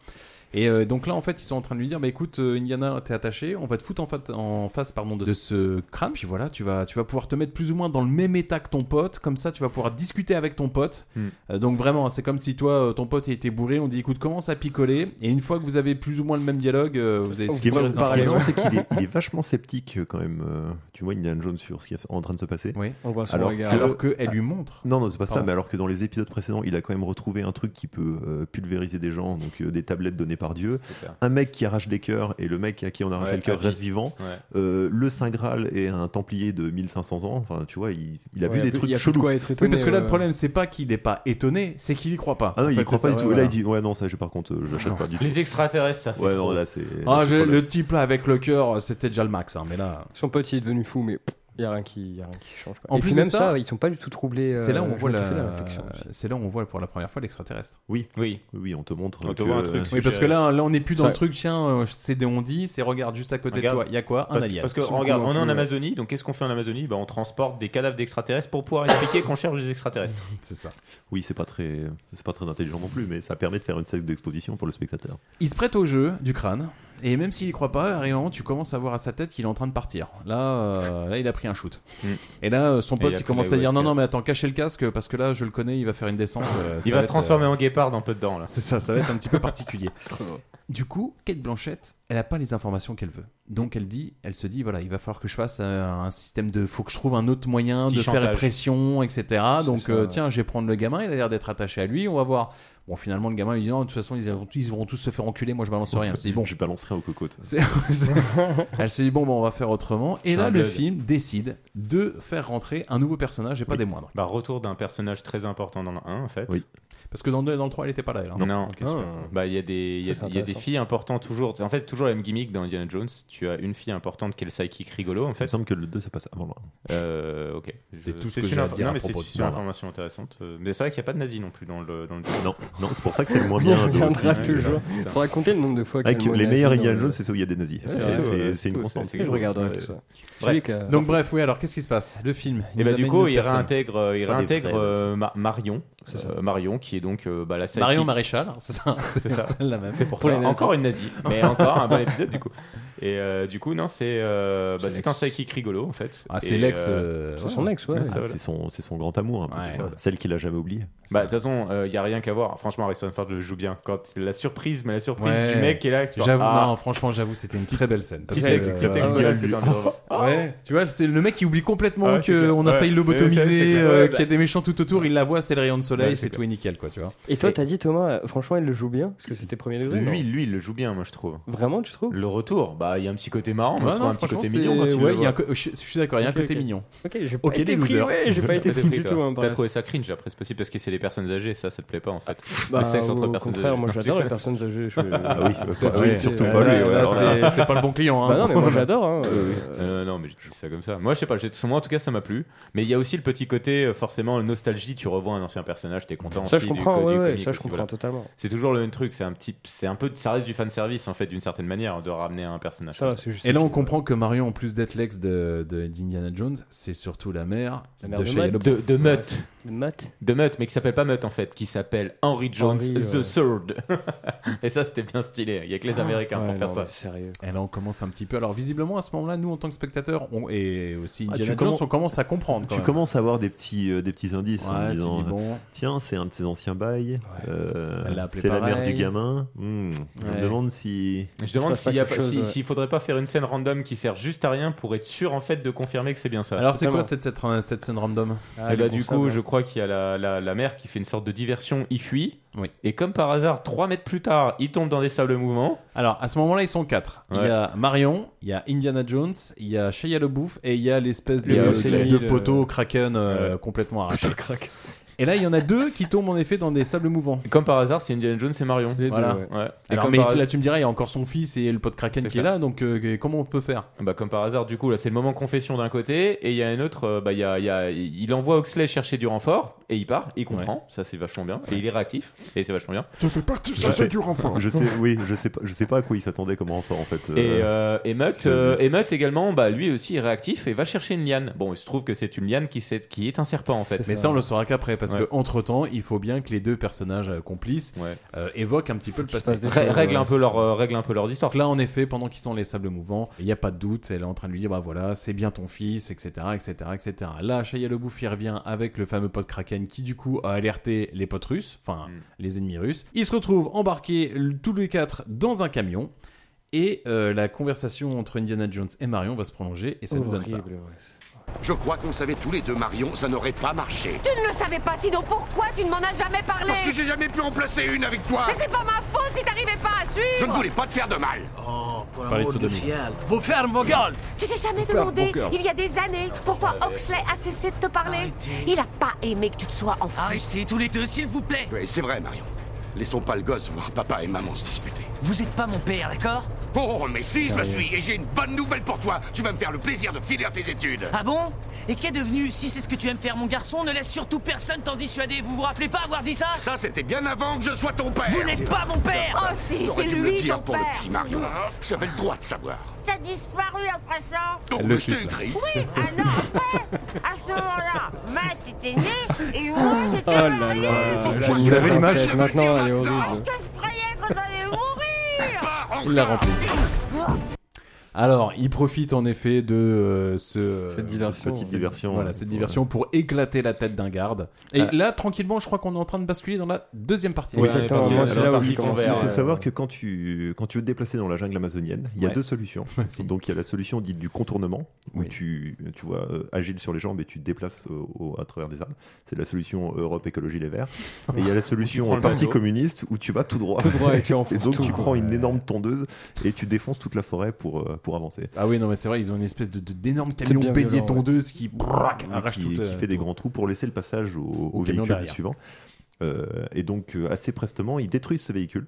[SPEAKER 2] Et euh, donc là, en fait, ils sont en train de lui dire, bah écoute, euh, Indiana, t'es attaché, on va te foutre en, fait, en face pardon, de, de ce crâne, puis voilà, tu vas, tu vas pouvoir te mettre plus ou moins dans le même état que ton pote, comme ça, tu vas pouvoir discuter avec ton pote.
[SPEAKER 6] Hmm.
[SPEAKER 2] Euh, donc vraiment, c'est comme si toi, euh, ton pote, il était bourré, on dit, écoute, commence à picoler, et une fois que vous avez plus ou moins le même dialogue, euh, vous avez
[SPEAKER 11] Ce qui est marrant, ce qui est marrant, c'est qu'il est, il est vachement sceptique euh, quand même. euh, tu vois Indiana Jones sur ce qui est en train de se passer.
[SPEAKER 2] Oui, on voit son regard. Alors que elle lui montre.
[SPEAKER 11] Non, non, c'est pas ça.
[SPEAKER 2] Pardon.
[SPEAKER 11] Mais alors que dans les épisodes précédents, il a quand même retrouvé un truc qui peut euh, pulvériser des gens, donc euh, des tablettes données par Dieu,
[SPEAKER 6] clair.
[SPEAKER 11] un mec qui arrache des cœurs et le mec à qui on arrache
[SPEAKER 6] Ouais,
[SPEAKER 11] le cœur
[SPEAKER 6] à vie.
[SPEAKER 11] reste vivant.
[SPEAKER 6] Ouais.
[SPEAKER 11] Euh, le Saint Graal est un Templier de 1500 ans. Enfin, tu vois, il, il a
[SPEAKER 2] Ouais,
[SPEAKER 11] vu
[SPEAKER 2] y
[SPEAKER 11] des
[SPEAKER 2] plus-
[SPEAKER 11] trucs
[SPEAKER 2] y a plus de
[SPEAKER 11] chelous.
[SPEAKER 2] quoi être étonné, oui, parce
[SPEAKER 12] euh,
[SPEAKER 2] que là, le problème, c'est pas qu'il n'est pas étonné, c'est qu'il y croit pas.
[SPEAKER 11] Ah non,
[SPEAKER 2] En
[SPEAKER 11] il
[SPEAKER 2] fait,
[SPEAKER 11] y croit
[SPEAKER 2] c'est
[SPEAKER 11] pas
[SPEAKER 2] ça,
[SPEAKER 11] du
[SPEAKER 2] ouais,
[SPEAKER 11] tout.
[SPEAKER 2] voilà.
[SPEAKER 11] Là, il dit ouais non ça je par contre euh, je l'achète pas du tout.
[SPEAKER 6] Les extraterrestres, ça fait
[SPEAKER 11] Ouais
[SPEAKER 6] trop.
[SPEAKER 11] non là c'est.
[SPEAKER 2] Ah,
[SPEAKER 11] là, c'est
[SPEAKER 2] j'ai-
[SPEAKER 11] problème.
[SPEAKER 2] le type là avec le cœur, c'était déjà le max, hein, mais là.
[SPEAKER 12] Son pote, il est devenu fou, mais il y a rien qui, y a rien qui change. Quoi.
[SPEAKER 2] En
[SPEAKER 12] Et
[SPEAKER 2] plus
[SPEAKER 12] puis
[SPEAKER 2] de
[SPEAKER 12] même
[SPEAKER 2] ça,
[SPEAKER 12] ça, ils sont pas du tout troublés.
[SPEAKER 2] C'est là où
[SPEAKER 12] euh,
[SPEAKER 2] on
[SPEAKER 12] je
[SPEAKER 2] voit
[SPEAKER 12] me
[SPEAKER 2] la-
[SPEAKER 12] fais réflexion.
[SPEAKER 2] C'est là où on voit pour la première fois l'extraterrestre.
[SPEAKER 11] Oui.
[SPEAKER 6] Oui.
[SPEAKER 11] Oui on te montre.
[SPEAKER 6] On te
[SPEAKER 11] que- euh,
[SPEAKER 6] voit un truc.
[SPEAKER 2] Oui, parce que là, là, on n'est plus dans
[SPEAKER 6] Ça-
[SPEAKER 2] le truc, tiens, euh, c'est des ondis, c'est regarde juste à côté
[SPEAKER 6] Regarde.
[SPEAKER 2] de toi, il y a quoi Un
[SPEAKER 6] parce,
[SPEAKER 2] alien.
[SPEAKER 6] Parce que
[SPEAKER 2] Son
[SPEAKER 6] regarde,
[SPEAKER 2] coup,
[SPEAKER 6] on est en
[SPEAKER 2] fou,
[SPEAKER 6] Amazonie, donc qu'est-ce qu'on fait en Amazonie Bah, On transporte des cadavres d'extraterrestres pour pouvoir expliquer qu'on cherche des extraterrestres.
[SPEAKER 2] C'est ça.
[SPEAKER 11] Oui c'est pas très c'est pas très intelligent non plus mais ça permet de faire une scène d'exposition pour le spectateur.
[SPEAKER 2] Il se prête au jeu du crâne. Et même s'il y croit pas, à un moment, tu commences à voir à sa tête qu'il est en train de partir. Là, euh, là il a pris un shoot.
[SPEAKER 6] Mm.
[SPEAKER 2] Et là, euh, son
[SPEAKER 6] Et
[SPEAKER 2] pote,
[SPEAKER 6] il a
[SPEAKER 2] il,
[SPEAKER 6] pris
[SPEAKER 2] commence
[SPEAKER 6] la
[SPEAKER 2] à dire Non,
[SPEAKER 6] Wesca.
[SPEAKER 2] non, mais attends, cachez le casque parce que là, je le connais, il va faire une descente. euh, ça
[SPEAKER 6] Il va
[SPEAKER 2] être,
[SPEAKER 6] se
[SPEAKER 2] euh,
[SPEAKER 6] transformer en guépard un peu dedans là.
[SPEAKER 2] C'est ça, ça va être un petit peu particulier. Du coup, Kate Blanchette, elle n'a pas les informations qu'elle veut. Donc elle dit, elle se dit, voilà, il va falloir que je fasse euh, un système de, faut que je trouve un autre moyen
[SPEAKER 6] Petit
[SPEAKER 2] de faire
[SPEAKER 6] chantage.
[SPEAKER 2] pression, etc. Donc
[SPEAKER 6] ça,
[SPEAKER 2] euh,
[SPEAKER 6] ouais.
[SPEAKER 2] tiens, je vais prendre le gamin, il a l'air d'être attaché à lui, on va voir. Bon, finalement, le gamin lui dit, non, de toute façon, ils, iront- ils vont tous se faire enculer, moi je balance rien. C'est bon.
[SPEAKER 11] Je balance rien aux cocottes.
[SPEAKER 2] C'est- c'est- elle se dit bon bah, on va faire autrement et
[SPEAKER 6] C'est
[SPEAKER 2] là
[SPEAKER 6] un
[SPEAKER 2] le
[SPEAKER 6] bled.
[SPEAKER 2] film décide de faire rentrer un nouveau personnage et pas des moindres
[SPEAKER 6] Bah, retour d'un personnage très important dans le 1 en fait.
[SPEAKER 11] Oui.
[SPEAKER 2] parce que dans le 2 et dans le 3 elle était pas là elle, hein.
[SPEAKER 6] Non,
[SPEAKER 2] Ok,
[SPEAKER 6] Ah.
[SPEAKER 2] super.
[SPEAKER 6] bah il y a des il y a-
[SPEAKER 2] Ça, c'est
[SPEAKER 6] il y a des
[SPEAKER 2] intéressant.
[SPEAKER 6] filles importantes toujours. En fait, toujours la même gimmick dans Indiana Jones. Tu as une fille importante qui est le psychic rigolo en
[SPEAKER 11] Il
[SPEAKER 6] fait.
[SPEAKER 11] me semble que le 2 se passe avant le 1.
[SPEAKER 6] Euh, ok.
[SPEAKER 11] C'est
[SPEAKER 6] Je-
[SPEAKER 11] tout ce que
[SPEAKER 6] une
[SPEAKER 11] j'ai à
[SPEAKER 6] inf-
[SPEAKER 11] dire
[SPEAKER 6] non,
[SPEAKER 11] à
[SPEAKER 6] mais
[SPEAKER 11] propos de
[SPEAKER 6] C'est
[SPEAKER 11] ce
[SPEAKER 6] une
[SPEAKER 11] moment-là.
[SPEAKER 6] information intéressante. Euh, Mais c'est vrai qu'il n'y a pas de nazi non plus dans le. Dans le...
[SPEAKER 11] Non, non, c'est pour ça que c'est le moins bien.
[SPEAKER 6] On
[SPEAKER 11] de-
[SPEAKER 6] reviendra
[SPEAKER 11] aussi.
[SPEAKER 6] toujours.
[SPEAKER 11] Putain.
[SPEAKER 12] Faudra compter le nombre de fois qu'il y a
[SPEAKER 11] Avec
[SPEAKER 12] le mot
[SPEAKER 11] les
[SPEAKER 12] nazi
[SPEAKER 11] meilleurs
[SPEAKER 12] dans
[SPEAKER 11] Indiana
[SPEAKER 12] le-
[SPEAKER 11] Jones, c'est ceux où il y a des nazis.
[SPEAKER 12] Ouais,
[SPEAKER 11] C'est-
[SPEAKER 12] c'est tout,
[SPEAKER 11] c'est-
[SPEAKER 12] ouais.
[SPEAKER 11] C'est
[SPEAKER 12] Tout,
[SPEAKER 11] une
[SPEAKER 12] c'est-
[SPEAKER 11] constante.
[SPEAKER 12] c'est quelque Je chose. regarderai Ouais. tout ça. Celui euh,
[SPEAKER 2] Bref.
[SPEAKER 12] qui a-
[SPEAKER 2] donc bref oui alors qu'est-ce qui se passe le film
[SPEAKER 6] Et bah,
[SPEAKER 2] nous
[SPEAKER 6] du
[SPEAKER 2] amène
[SPEAKER 6] coup,
[SPEAKER 2] une
[SPEAKER 6] il
[SPEAKER 2] personne.
[SPEAKER 6] réintègre, euh, il
[SPEAKER 2] C'est pas des
[SPEAKER 6] réintègre
[SPEAKER 2] vrais
[SPEAKER 6] euh, Ma- Marion, Euh, Marion qui est donc euh, bah, la psychic-
[SPEAKER 2] Marion Maréchal, hein, c'est ça, c'est
[SPEAKER 6] C'est ça.
[SPEAKER 2] celle-là même.
[SPEAKER 6] C'est pour,
[SPEAKER 2] Pour
[SPEAKER 6] ça.
[SPEAKER 2] les nazis.
[SPEAKER 6] Encore une nazie, mais encore un bon épisode du coup. Et euh, du coup, non, c'est euh, bah,
[SPEAKER 2] C'est
[SPEAKER 6] c'est
[SPEAKER 2] l'ex.
[SPEAKER 6] un psychic rigolo en fait.
[SPEAKER 11] Ah,
[SPEAKER 2] c'est
[SPEAKER 6] Et,
[SPEAKER 2] l'ex,
[SPEAKER 11] euh,
[SPEAKER 12] C'est son ex, ouais.
[SPEAKER 11] Ah,
[SPEAKER 12] ouais.
[SPEAKER 11] c'est son, c'est son grand amour, un peu, c'est ça. celle qu'il a jamais oubliée.
[SPEAKER 6] Bah, de toute façon, il n'y a rien qu'à voir. Franchement, Harrison Ford le joue bien. Quand la surprise, mais la surprise
[SPEAKER 2] Ouais.
[SPEAKER 6] du mec est là, tu vois,
[SPEAKER 2] J'avoue,
[SPEAKER 6] ah,
[SPEAKER 2] non, franchement, j'avoue, c'était une très belle scène.
[SPEAKER 6] Petit texte, petit texte, voilà, c'était un peu-
[SPEAKER 2] Ouais, tu vois, c'est le mec qui oublie complètement
[SPEAKER 6] Ah ouais, c'est clair.
[SPEAKER 2] qu'on a
[SPEAKER 6] Ouais.
[SPEAKER 2] failli
[SPEAKER 6] Ouais, c'est
[SPEAKER 2] lobotomiser,
[SPEAKER 6] clair.
[SPEAKER 2] euh,
[SPEAKER 6] Ouais,
[SPEAKER 2] qu'il y a
[SPEAKER 6] bah.
[SPEAKER 2] des méchants tout autour, il la voit, c'est le rayon de soleil,
[SPEAKER 6] Ouais,
[SPEAKER 2] c'est
[SPEAKER 6] c'est
[SPEAKER 2] tout est nickel, quoi, tu vois.
[SPEAKER 12] Et toi, t'as dit Thomas, euh, franchement, il le joue bien parce que c'était premier degré. non
[SPEAKER 6] Lui, lui, il le joue bien, moi je trouve.
[SPEAKER 12] Vraiment, tu trouves
[SPEAKER 6] Le retour, bah il y a un petit côté marrant, moi
[SPEAKER 2] Ouais,
[SPEAKER 6] je trouve
[SPEAKER 2] non,
[SPEAKER 6] un petit côté
[SPEAKER 2] franchement,
[SPEAKER 6] mignon quand
[SPEAKER 2] c'est-
[SPEAKER 6] tu
[SPEAKER 2] ouais,
[SPEAKER 6] le
[SPEAKER 2] il y a
[SPEAKER 6] vois.
[SPEAKER 2] un co- je, je suis d'accord, il y a un
[SPEAKER 12] Ok,
[SPEAKER 2] côté
[SPEAKER 12] ok.
[SPEAKER 2] mignon.
[SPEAKER 12] Ok, j'ai pas été
[SPEAKER 2] les
[SPEAKER 12] pris,
[SPEAKER 2] losers.
[SPEAKER 12] ouais, j'ai pas été pris du
[SPEAKER 6] toi.
[SPEAKER 12] tout, hein, par
[SPEAKER 6] T'as
[SPEAKER 12] la
[SPEAKER 6] trouvé ça cringe après, c'est possible parce que c'est les personnes âgées, ça, ça te plaît pas en fait.
[SPEAKER 12] Bah,
[SPEAKER 6] le sexe entre
[SPEAKER 12] au
[SPEAKER 6] personnes
[SPEAKER 12] contraire,
[SPEAKER 6] âgées.
[SPEAKER 12] moi
[SPEAKER 6] Non,
[SPEAKER 12] j'adore
[SPEAKER 6] je
[SPEAKER 12] les
[SPEAKER 6] déconne.
[SPEAKER 12] personnes âgées. je-
[SPEAKER 6] Ah oui,
[SPEAKER 12] Euh,
[SPEAKER 6] bah, oui,
[SPEAKER 12] ouais,
[SPEAKER 6] surtout
[SPEAKER 12] euh,
[SPEAKER 6] pas lui,
[SPEAKER 12] là,
[SPEAKER 6] ouais,
[SPEAKER 12] là,
[SPEAKER 6] alors là.
[SPEAKER 12] c'est- Bah non, mais moi j'adore. hein,
[SPEAKER 6] Euh,
[SPEAKER 12] euh,
[SPEAKER 6] euh, non, mais je dis ça comme ça. Moi, je sais pas, j'ai- moi en tout cas, ça m'a plu. Mais il y a aussi le petit côté, euh, forcément, nostalgie. Tu revois un ancien personnage, t'es content
[SPEAKER 12] Ça,
[SPEAKER 6] aussi
[SPEAKER 12] je
[SPEAKER 6] du
[SPEAKER 12] comprends,
[SPEAKER 6] co- du
[SPEAKER 12] ouais, ouais,
[SPEAKER 6] comique
[SPEAKER 12] ça, je
[SPEAKER 6] aussi,
[SPEAKER 12] comprends
[SPEAKER 6] voilà.
[SPEAKER 12] totalement.
[SPEAKER 6] C'est toujours le même truc, c'est un petit. C'est un peu. Ça reste du fanservice en fait, d'une certaine manière, de ramener un personnage. comme ça.
[SPEAKER 2] Et là, on comprend que Marion, en plus d'être l'ex de- de- d'Indiana Jones, c'est surtout la mère,
[SPEAKER 12] La mère
[SPEAKER 2] de
[SPEAKER 12] de
[SPEAKER 2] Shia
[SPEAKER 12] Matt.
[SPEAKER 2] LaBeouf.
[SPEAKER 6] de, de Mutt.
[SPEAKER 12] De Mutt
[SPEAKER 6] De Mutt, mais qui s'appelle pas Mutt en fait, qui s'appelle Henry Jones
[SPEAKER 12] Henry,
[SPEAKER 6] the
[SPEAKER 12] ouais. Ah,
[SPEAKER 6] Third. Et ça, c'était bien stylé. Il y a que les Américains pour faire ça.
[SPEAKER 2] Et là, on commence un petit peu. Alors, visiblement, à ce moment-là, nous, en tant que spectateurs, on- et aussi
[SPEAKER 11] Ah,
[SPEAKER 2] Indiana
[SPEAKER 11] tu
[SPEAKER 2] Jones,
[SPEAKER 11] commences-
[SPEAKER 2] on commence à comprendre. quand
[SPEAKER 11] Tu
[SPEAKER 2] même.
[SPEAKER 11] commences à avoir des petits, euh, des petits indices
[SPEAKER 2] Ouais,
[SPEAKER 11] en
[SPEAKER 2] tu
[SPEAKER 11] disant
[SPEAKER 2] dis bon.
[SPEAKER 11] euh, Tiens, c'est un de ses anciens bails. euh,
[SPEAKER 2] Elle l'a appelé
[SPEAKER 11] c'est la mère
[SPEAKER 2] pareil.
[SPEAKER 11] du gamin. Hmm, Je
[SPEAKER 2] Ouais.
[SPEAKER 11] me demande si.
[SPEAKER 6] Je demande s'il y a pas- si- s'il faut faudrait pas faire une scène random qui sert juste à rien pour être sûr en fait de confirmer que c'est bien ça.
[SPEAKER 2] Alors, c'est quoi
[SPEAKER 6] Totalement.
[SPEAKER 2] cette, cette, cette scène random
[SPEAKER 6] et là, du coup, je crois qu'il y a la, la- la mère qui fait une sorte de diversion, il fuit. Et comme par hasard, 3 mètres plus tard, il tombe dans des sables mouvants.
[SPEAKER 2] Alors, à ce moment-là, ils sont 4. Il y a Marion, il y a Indiana Jones, il y a Shia LaBeouf et il y a l'espèce de,
[SPEAKER 6] Et il y a
[SPEAKER 2] de-
[SPEAKER 6] aussi
[SPEAKER 2] de
[SPEAKER 6] l'île, euh,
[SPEAKER 2] poteau Kraken euh, complètement arraché. Et là, il y en a deux qui tombent en effet dans des sables mouvants.
[SPEAKER 6] Comme par hasard, c'est Indiana Jones et Marion.
[SPEAKER 2] Voilà.
[SPEAKER 6] Et
[SPEAKER 2] Alors,
[SPEAKER 6] comme
[SPEAKER 2] mais
[SPEAKER 6] par-
[SPEAKER 2] là, tu me diras, il y a encore son fils et le pote Kraken
[SPEAKER 6] C'est
[SPEAKER 2] qui est
[SPEAKER 6] ça.
[SPEAKER 2] là, donc euh, comment on peut faire
[SPEAKER 6] Bah, comme par hasard, du coup, là, c'est le moment confession d'un côté, et il y a un autre, euh, bah, il y a, il y a- il envoie Oxley chercher du renfort, et il part, il comprend, ça c'est vachement bien, et il est réactif, et c'est vachement bien.
[SPEAKER 7] Ça fait partie,
[SPEAKER 11] Je sais- Je sais, oui, je sais pas, je sais pas à quoi il s'attendait comme renfort en fait.
[SPEAKER 6] Et
[SPEAKER 11] Euh,
[SPEAKER 6] euh, Emmett,
[SPEAKER 11] c'est-
[SPEAKER 6] euh, Emmett également, bah, lui aussi est réactif et va chercher une liane. Bon, il se trouve que c'est une liane qui, s'est- qui est un serpent en fait.
[SPEAKER 2] Mais ça, on le saura qu'après, parce
[SPEAKER 6] Ouais.
[SPEAKER 2] que entre temps, il faut bien que les deux personnages euh, complices euh, évoquent un petit peu le passé.
[SPEAKER 6] Rè- règle un peu leur, euh, règle un peu leurs histoires.
[SPEAKER 2] Là, en effet, pendant qu'ils sont les sables mouvants, il n'y a pas de doute, elle est en train de lui dire, bah voilà, c'est bien ton fils, etc., etc., etc. Là, Shia LaBeouf, il revient avec le fameux pote Kraken qui, du coup, a alerté les potes russes, enfin, les ennemis russes. Ils se retrouvent embarqués l- tous les quatre dans un camion. Et euh, la conversation entre Indiana Jones et Marion va se prolonger et ça nous donne ça.
[SPEAKER 12] Horrible,
[SPEAKER 13] Je crois qu'on savait tous les deux, Marion, ça n'aurait pas marché.
[SPEAKER 14] Tu ne le savais pas, sinon pourquoi tu ne m'en as jamais parlé
[SPEAKER 13] Parce que j'ai jamais pu en placer une avec toi.
[SPEAKER 14] Mais c'est pas ma faute si t'arrivais pas à suivre
[SPEAKER 13] Je ne voulais pas te faire de mal. Oh, pour
[SPEAKER 2] Parler l'amour de du sodomie. ciel.
[SPEAKER 13] Vous ferme vos gueules
[SPEAKER 14] Tu t'es jamais
[SPEAKER 13] Ferme
[SPEAKER 14] demandé,
[SPEAKER 13] mon cœur.
[SPEAKER 14] il y a des années, pourquoi Oxley a cessé de te parler Il a pas aimé que tu te sois enfui.
[SPEAKER 13] Arrêtez tous les deux, s'il vous
[SPEAKER 15] Eh.
[SPEAKER 13] plaît Oui, c'est vrai, Marion. Laissons pas le gosse voir papa et maman se disputer.
[SPEAKER 15] Vous êtes pas mon père, d'accord
[SPEAKER 13] Oh, mais si, je
[SPEAKER 15] Sérieux.
[SPEAKER 13] le suis, et j'ai une bonne nouvelle pour toi. Tu vas me faire le plaisir de finir tes études.
[SPEAKER 15] Ah bon Et qu'est devenu Si c'est ce que tu aimes faire, mon garçon, ne laisse surtout personne t'en dissuader. Vous vous rappelez pas avoir dit ça
[SPEAKER 13] Ça, c'était bien avant que je sois ton père.
[SPEAKER 15] Vous n'êtes pas mon père
[SPEAKER 14] Oh, si,
[SPEAKER 13] T'aurais
[SPEAKER 14] c'est
[SPEAKER 13] dû me le
[SPEAKER 14] lui
[SPEAKER 13] dire
[SPEAKER 14] ton
[SPEAKER 13] pour
[SPEAKER 14] père.
[SPEAKER 13] le petit Marion. J'avais le droit de savoir. Oh,
[SPEAKER 14] T'as disparu après ça
[SPEAKER 13] Donc,
[SPEAKER 2] le
[SPEAKER 13] je
[SPEAKER 2] suce,
[SPEAKER 13] t'ai
[SPEAKER 2] là.
[SPEAKER 13] écrit.
[SPEAKER 14] Oui, un an après, à ce moment-là, Matt était né et moi
[SPEAKER 12] Oh
[SPEAKER 14] j'étais
[SPEAKER 12] là
[SPEAKER 14] mariée.
[SPEAKER 12] là,
[SPEAKER 2] Vous l'avez l'image
[SPEAKER 12] Maintenant, elle est horrible.
[SPEAKER 2] Il l'a rempli. Alors, il profite en effet de euh, ce,
[SPEAKER 12] Cette
[SPEAKER 2] cette
[SPEAKER 12] diversion. Cette diversion.
[SPEAKER 2] Voilà, cette diversion pour euh, éclater la tête d'un garde. Et
[SPEAKER 11] Ah.
[SPEAKER 2] là, tranquillement, je crois qu'on est en train de basculer dans la deuxième partie.
[SPEAKER 11] Oui, il faut savoir que quand tu, quand tu veux te déplacer dans la jungle amazonienne, il y a
[SPEAKER 2] Ouais.
[SPEAKER 11] deux solutions. Donc il y a la solution dite du contournement, où tu, tu vois euh, agile sur les jambes et tu te déplaces au- au- à travers des arbres. C'est la solution Europe Écologie Les Verts. Et il y a la
[SPEAKER 12] Tu prends
[SPEAKER 11] solution
[SPEAKER 12] le
[SPEAKER 11] Parti
[SPEAKER 12] bateau.
[SPEAKER 11] communiste, où tu vas tout droit.
[SPEAKER 12] Tout droit et tu enfonces
[SPEAKER 11] donc
[SPEAKER 12] tout,
[SPEAKER 11] tu
[SPEAKER 12] quoi.
[SPEAKER 11] prends une énorme tondeuse et tu défonces toute la forêt pour, euh, pour avancer.
[SPEAKER 2] Ah oui, non, mais c'est vrai, ils ont une espèce de- de- d'énorme camion
[SPEAKER 11] bien
[SPEAKER 2] bélier
[SPEAKER 11] violent, ouais.
[SPEAKER 2] tondeuse qui braque,
[SPEAKER 11] Oui,
[SPEAKER 2] arrache
[SPEAKER 11] qui,
[SPEAKER 2] tout.
[SPEAKER 11] qui
[SPEAKER 2] euh,
[SPEAKER 11] fait des grands trous pour laisser le passage au, au
[SPEAKER 2] Au camion
[SPEAKER 11] véhicule
[SPEAKER 2] derrière.
[SPEAKER 11] suivant. Euh, et donc, euh, assez prestement, ils détruisent ce véhicule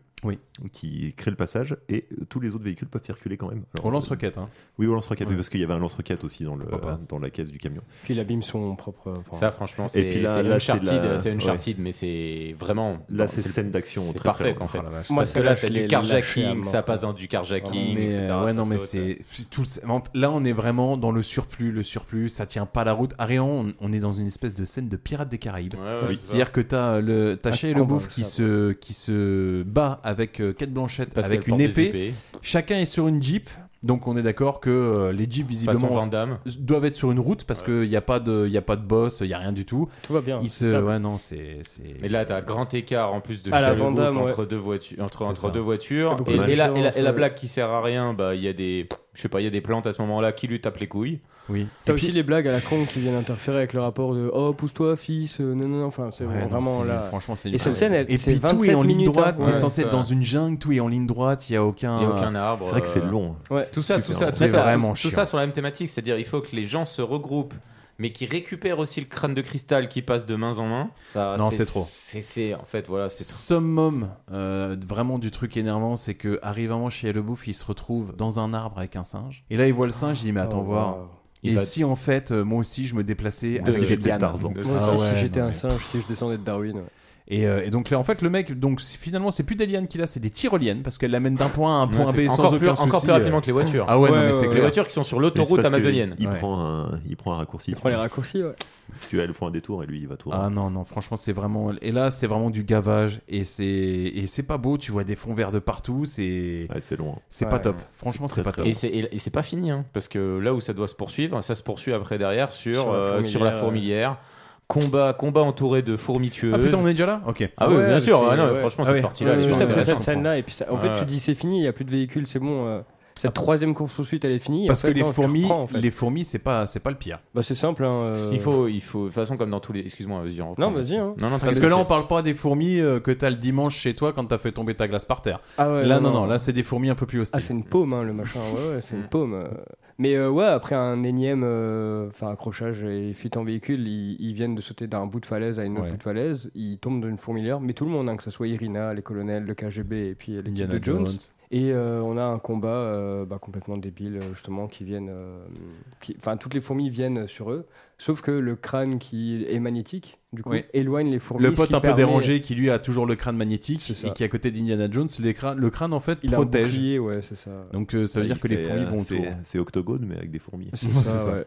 [SPEAKER 11] qui crée le passage et euh, tous les autres véhicules peuvent circuler quand même.
[SPEAKER 2] Au lance-roquette, hein.
[SPEAKER 11] Oui, au lance-roquette, oui,
[SPEAKER 2] Ouais.
[SPEAKER 11] parce qu'il y avait un lance-roquette aussi dans, le,
[SPEAKER 2] Pourquoi pas.
[SPEAKER 11] dans la caisse du camion.
[SPEAKER 12] Puis il abîme son propre. enfin-
[SPEAKER 6] Ça, franchement, c'est
[SPEAKER 11] puis là-
[SPEAKER 6] c'est
[SPEAKER 11] là, c'est
[SPEAKER 6] Uncharted,
[SPEAKER 11] la-
[SPEAKER 6] c'est Uncharted,
[SPEAKER 11] ouais.
[SPEAKER 6] mais c'est vraiment.
[SPEAKER 11] Là,
[SPEAKER 6] non,
[SPEAKER 11] c'est scène d'action
[SPEAKER 6] C'est
[SPEAKER 11] très,
[SPEAKER 6] parfait,
[SPEAKER 11] très
[SPEAKER 6] en
[SPEAKER 11] longue.
[SPEAKER 6] fait.
[SPEAKER 11] Oh la vache.
[SPEAKER 6] Parce que là, t'as du carjacking,
[SPEAKER 2] carjacking,
[SPEAKER 6] ça passe dans du carjacking,
[SPEAKER 2] Oh, Mais, euh,
[SPEAKER 6] etc.
[SPEAKER 2] ouais,
[SPEAKER 6] ça
[SPEAKER 2] non, mais
[SPEAKER 6] saute.
[SPEAKER 2] c'est c'est tout. le- Là, on est vraiment dans le surplus, le surplus. Ça tient pas la route. Arian, on, on est dans une espèce de scène de Pirates des Caraïbes.
[SPEAKER 6] ouais,
[SPEAKER 2] Oui.
[SPEAKER 6] c'est ça.
[SPEAKER 2] C'est-à-dire que t'as euh, le t'as
[SPEAKER 6] Ah,
[SPEAKER 2] Shia
[SPEAKER 6] combat,
[SPEAKER 2] LaBeouf
[SPEAKER 6] ça,
[SPEAKER 2] qui
[SPEAKER 6] ouais.
[SPEAKER 2] se qui se bat avec euh, Kate Blanchett
[SPEAKER 6] Parce
[SPEAKER 2] avec
[SPEAKER 6] qu'elle
[SPEAKER 2] une
[SPEAKER 6] porte des
[SPEAKER 2] épée.
[SPEAKER 6] épées.
[SPEAKER 2] Chacun est sur une jeep. Donc on est d'accord que euh, les jeeps visiblement
[SPEAKER 6] Van Damme.
[SPEAKER 2] doivent être sur une route parce qu'il n'y a pas de y a pas de boss, il y a rien du tout.
[SPEAKER 12] Tout va bien.
[SPEAKER 2] Ils se...
[SPEAKER 6] stable.
[SPEAKER 2] Ouais non, c'est c'est-
[SPEAKER 6] Mais là, t'as un grand écart en plus de
[SPEAKER 2] À Ah, la
[SPEAKER 6] Shia
[SPEAKER 2] Van
[SPEAKER 6] LaBeouf
[SPEAKER 2] Damme,
[SPEAKER 6] entre
[SPEAKER 2] ouais.
[SPEAKER 6] deux voitures, entre,
[SPEAKER 2] C'est
[SPEAKER 6] entre
[SPEAKER 2] ça.
[SPEAKER 6] deux voitures.
[SPEAKER 2] Et beaucoup
[SPEAKER 6] Et,
[SPEAKER 2] de
[SPEAKER 6] et la, et la- et la
[SPEAKER 2] différence,
[SPEAKER 6] blague qui sert à rien, bah il y a des, je sais pas, il y a des plantes à ce moment-là qui lui tapent les couilles.
[SPEAKER 2] Oui.
[SPEAKER 12] T'as aussi les blagues à la con qui viennent interférer avec le rapport de oh pousse-toi fils euh, non non non enfin c'est
[SPEAKER 2] Ouais, non,
[SPEAKER 12] vraiment
[SPEAKER 2] c'est-
[SPEAKER 12] là
[SPEAKER 2] Franchement, c'est
[SPEAKER 12] et cette scène elle
[SPEAKER 2] Et
[SPEAKER 12] c'est
[SPEAKER 2] puis tout est
[SPEAKER 12] 27
[SPEAKER 2] en ligne
[SPEAKER 12] minutes, hein.
[SPEAKER 2] droite, t'es
[SPEAKER 12] Ouais,
[SPEAKER 2] censé
[SPEAKER 12] ça.
[SPEAKER 2] être dans une jungle, tout est en ligne droite, il y a aucun
[SPEAKER 6] Il y a aucun arbre.
[SPEAKER 2] Ah. C'est vrai que c'est
[SPEAKER 6] euh,
[SPEAKER 2] long.
[SPEAKER 6] Ouais. Tout ça, tout
[SPEAKER 2] Super
[SPEAKER 6] ça,
[SPEAKER 2] long.
[SPEAKER 6] tout
[SPEAKER 2] C'est
[SPEAKER 6] ça,
[SPEAKER 2] vraiment
[SPEAKER 6] tout-
[SPEAKER 2] chiant.
[SPEAKER 6] tout ça sur la même thématique, c'est-à-dire il faut que les gens se regroupent, mais qui récupèrent aussi le crâne de cristal qui passe de main en main. Ça,
[SPEAKER 2] Non, c'est trop.
[SPEAKER 6] C'est, c'est- en fait, voilà, c'est trop.
[SPEAKER 2] Summum euh, vraiment du truc énervant, c'est que arrive un moment chez Elebouf, il se retrouve dans un arbre avec un singe. Et là, il voit le singe, il dit mais Ah, attends
[SPEAKER 12] Oh,
[SPEAKER 2] voir.
[SPEAKER 12] wow.
[SPEAKER 2] Et
[SPEAKER 12] Il va-
[SPEAKER 2] si en fait, euh, moi aussi, je me déplaçais
[SPEAKER 12] Moi
[SPEAKER 2] avec
[SPEAKER 12] aussi,
[SPEAKER 2] des
[SPEAKER 12] j'étais
[SPEAKER 2] lianes.
[SPEAKER 12] Tarzan. Moi
[SPEAKER 2] Ah
[SPEAKER 12] aussi, si
[SPEAKER 2] ouais,
[SPEAKER 12] j'étais
[SPEAKER 2] non,
[SPEAKER 12] un
[SPEAKER 2] mais-
[SPEAKER 12] singe, si je descendais de Darwin. ouais.
[SPEAKER 2] Et, euh, et donc là, en fait, le mec, donc c'est- finalement, c'est plus d'aliens qu'il a, c'est des tyroliennes parce qu'elle l'amène d'un point à un point
[SPEAKER 6] Ouais,
[SPEAKER 2] B
[SPEAKER 6] c'est
[SPEAKER 2] sans
[SPEAKER 6] encore
[SPEAKER 2] aucun
[SPEAKER 6] plus-
[SPEAKER 2] souci.
[SPEAKER 6] encore plus
[SPEAKER 2] euh.
[SPEAKER 6] rapidement que les voitures.
[SPEAKER 2] Ah ouais, non, mais c'est
[SPEAKER 6] Les
[SPEAKER 2] clair.
[SPEAKER 6] voitures qui sont sur l'autoroute
[SPEAKER 11] Mais c'est parce que
[SPEAKER 6] amazonienne.
[SPEAKER 11] Il,
[SPEAKER 6] Ouais.
[SPEAKER 11] prend un, il prend un raccourci. Il
[SPEAKER 12] prend les raccourcis, ouais.
[SPEAKER 11] Tu vas, elles font un détour et lui, il va tout droit.
[SPEAKER 2] Ah non, non, franchement, c'est vraiment. Et là, c'est vraiment du gavage. Et c'est et c'est pas beau, tu vois des fonds verts de partout. C'est
[SPEAKER 11] c'est long.
[SPEAKER 2] C'est pas top. Franchement, c'est pas top.
[SPEAKER 6] Et c'est, et- et c'est pas fini, hein, parce que là où ça doit se poursuivre, ça se poursuit après derrière sur,
[SPEAKER 12] Sur la
[SPEAKER 6] euh, sur
[SPEAKER 12] fourmilière,
[SPEAKER 6] la fourmilière. Combat, combat entouré de fourmis tueuses.
[SPEAKER 2] Ah putain, on est déjà là Ok.
[SPEAKER 6] Ah oui,
[SPEAKER 12] Ouais,
[SPEAKER 6] bien
[SPEAKER 12] mais
[SPEAKER 6] sûr.
[SPEAKER 12] c'est-
[SPEAKER 6] ah non,
[SPEAKER 12] ouais.
[SPEAKER 6] Franchement,
[SPEAKER 12] Ah
[SPEAKER 6] cette
[SPEAKER 12] ouais.
[SPEAKER 6] partie-là.
[SPEAKER 12] Ouais,
[SPEAKER 6] elle est
[SPEAKER 12] Juste après
[SPEAKER 6] intéressante,
[SPEAKER 12] cette scène-là, et puis ça- en fait,
[SPEAKER 6] Ouais.
[SPEAKER 12] tu dis c'est fini, il n'y a plus de véhicules, c'est bon. euh, Cette troisième course poursuite, elle est finie. et
[SPEAKER 2] Parce
[SPEAKER 12] en fait,
[SPEAKER 2] que les
[SPEAKER 12] non, tu
[SPEAKER 2] fourmis,
[SPEAKER 12] reprends, en fait.
[SPEAKER 2] les fourmis, c'est pas, c'est pas le pire.
[SPEAKER 12] Bah, c'est simple. hein, euh.
[SPEAKER 6] Il faut, il faut. De toute façon, comme dans tous les. Excuse-moi, vas-y, on reprend.
[SPEAKER 12] Non, vas-y, hein.
[SPEAKER 6] Non, non,
[SPEAKER 2] Parce que là, on parle pas des fourmis euh, que t'as le dimanche chez toi quand t'as fait tomber ta glace par terre.
[SPEAKER 12] Ah ouais,
[SPEAKER 2] là,
[SPEAKER 12] non,
[SPEAKER 2] non,
[SPEAKER 12] non.
[SPEAKER 2] non, là, c'est des fourmis un peu plus hostiles.
[SPEAKER 12] Ah, c'est une paume, hein, le machin. Ouais, ouais, c'est une paume. euh. Mais euh, ouais, après un énième euh, enfin accrochage et fuite en véhicule, ils, ils viennent de sauter d'un bout de falaise à une autre
[SPEAKER 2] Ouais.
[SPEAKER 12] bout de falaise. Ils tombent dans une fourmilière, mais tout le monde, hein, que ce soit Irina, les colonels, le KGB et puis l'équipe
[SPEAKER 2] Indiana
[SPEAKER 12] de Jones.
[SPEAKER 2] Jones.
[SPEAKER 12] Et euh, on a un combat euh, bah, complètement débile, euh, justement, qui viennent. euh, qui- Enfin, toutes les fourmis viennent sur eux, sauf que le crâne qui est magnétique, du coup,
[SPEAKER 2] Oui.
[SPEAKER 12] éloigne les fourmis.
[SPEAKER 2] Le
[SPEAKER 12] ce
[SPEAKER 2] pote
[SPEAKER 12] qui
[SPEAKER 2] un peu
[SPEAKER 12] permet-
[SPEAKER 2] dérangé qui lui a toujours le crâne magnétique
[SPEAKER 12] ça.
[SPEAKER 2] et qui à côté d'Indiana Jones, les crânes- le crâne en fait
[SPEAKER 12] Il a un
[SPEAKER 2] protège.
[SPEAKER 12] bouclier, ouais, c'est ça.
[SPEAKER 2] Donc euh, ça veut
[SPEAKER 11] Ouais,
[SPEAKER 2] dire
[SPEAKER 11] il
[SPEAKER 2] que les
[SPEAKER 11] fait,
[SPEAKER 2] fourmis
[SPEAKER 11] euh,
[SPEAKER 2] vont
[SPEAKER 11] c'est-
[SPEAKER 2] autour.
[SPEAKER 11] C'est octogone, mais avec des fourmis.
[SPEAKER 12] C'est ça, ouais.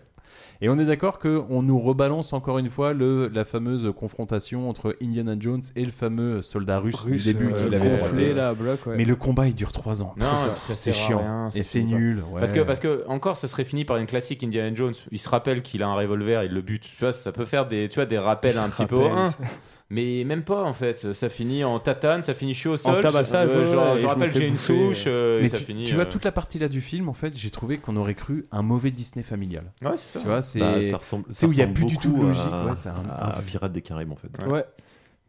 [SPEAKER 2] Et on est d'accord qu'on nous rebalance encore une fois le, la fameuse confrontation entre Indiana Jones et le fameux soldat russe,
[SPEAKER 12] Russe,
[SPEAKER 2] du début
[SPEAKER 12] euh,
[SPEAKER 2] qu'il avait
[SPEAKER 12] gonflé,
[SPEAKER 2] raté.
[SPEAKER 12] là, à bloc, ouais.
[SPEAKER 2] Mais le combat il dure 3 ans.
[SPEAKER 6] Non,
[SPEAKER 2] Pff,
[SPEAKER 6] ça
[SPEAKER 2] c'est
[SPEAKER 6] sert à
[SPEAKER 2] chiant.
[SPEAKER 6] rien, ça
[SPEAKER 2] et c'est
[SPEAKER 6] sert pas.
[SPEAKER 2] nul. ouais.
[SPEAKER 6] Parce que, parce que encore, ça serait fini par une classique Indiana Jones. Il se rappelle qu'il a un revolver, il le bute. Tu vois, ça peut faire des, tu vois, des rappels
[SPEAKER 12] Il
[SPEAKER 6] un
[SPEAKER 12] se
[SPEAKER 6] petit peu.
[SPEAKER 12] rappelle.
[SPEAKER 6] hein. Mais même pas en fait. Ça finit en tatane, ça finit chier au sol.
[SPEAKER 12] tabassage,
[SPEAKER 6] je,
[SPEAKER 12] ouais,
[SPEAKER 6] genre,
[SPEAKER 12] ouais,
[SPEAKER 6] je
[SPEAKER 12] et je me
[SPEAKER 6] rappelle,
[SPEAKER 12] fais
[SPEAKER 6] j'ai une
[SPEAKER 12] bouffer,
[SPEAKER 6] souche. euh, et
[SPEAKER 2] Mais
[SPEAKER 6] ça
[SPEAKER 2] tu,
[SPEAKER 6] finit.
[SPEAKER 2] tu vois,
[SPEAKER 6] euh,
[SPEAKER 2] toute la partie là du film, en fait, j'ai trouvé qu'on aurait cru un mauvais Disney familial.
[SPEAKER 6] Ouais, c'est ça.
[SPEAKER 2] Tu vois, c'est
[SPEAKER 11] Bah, ça ressemble-
[SPEAKER 2] c'est
[SPEAKER 11] ça
[SPEAKER 2] où il n'y a
[SPEAKER 11] ressemble
[SPEAKER 2] plus du tout de
[SPEAKER 11] beaucoup
[SPEAKER 2] logique.
[SPEAKER 11] à-
[SPEAKER 2] ouais, c'est un- un
[SPEAKER 11] à Pirates des Caraïbes en fait.
[SPEAKER 12] Ouais.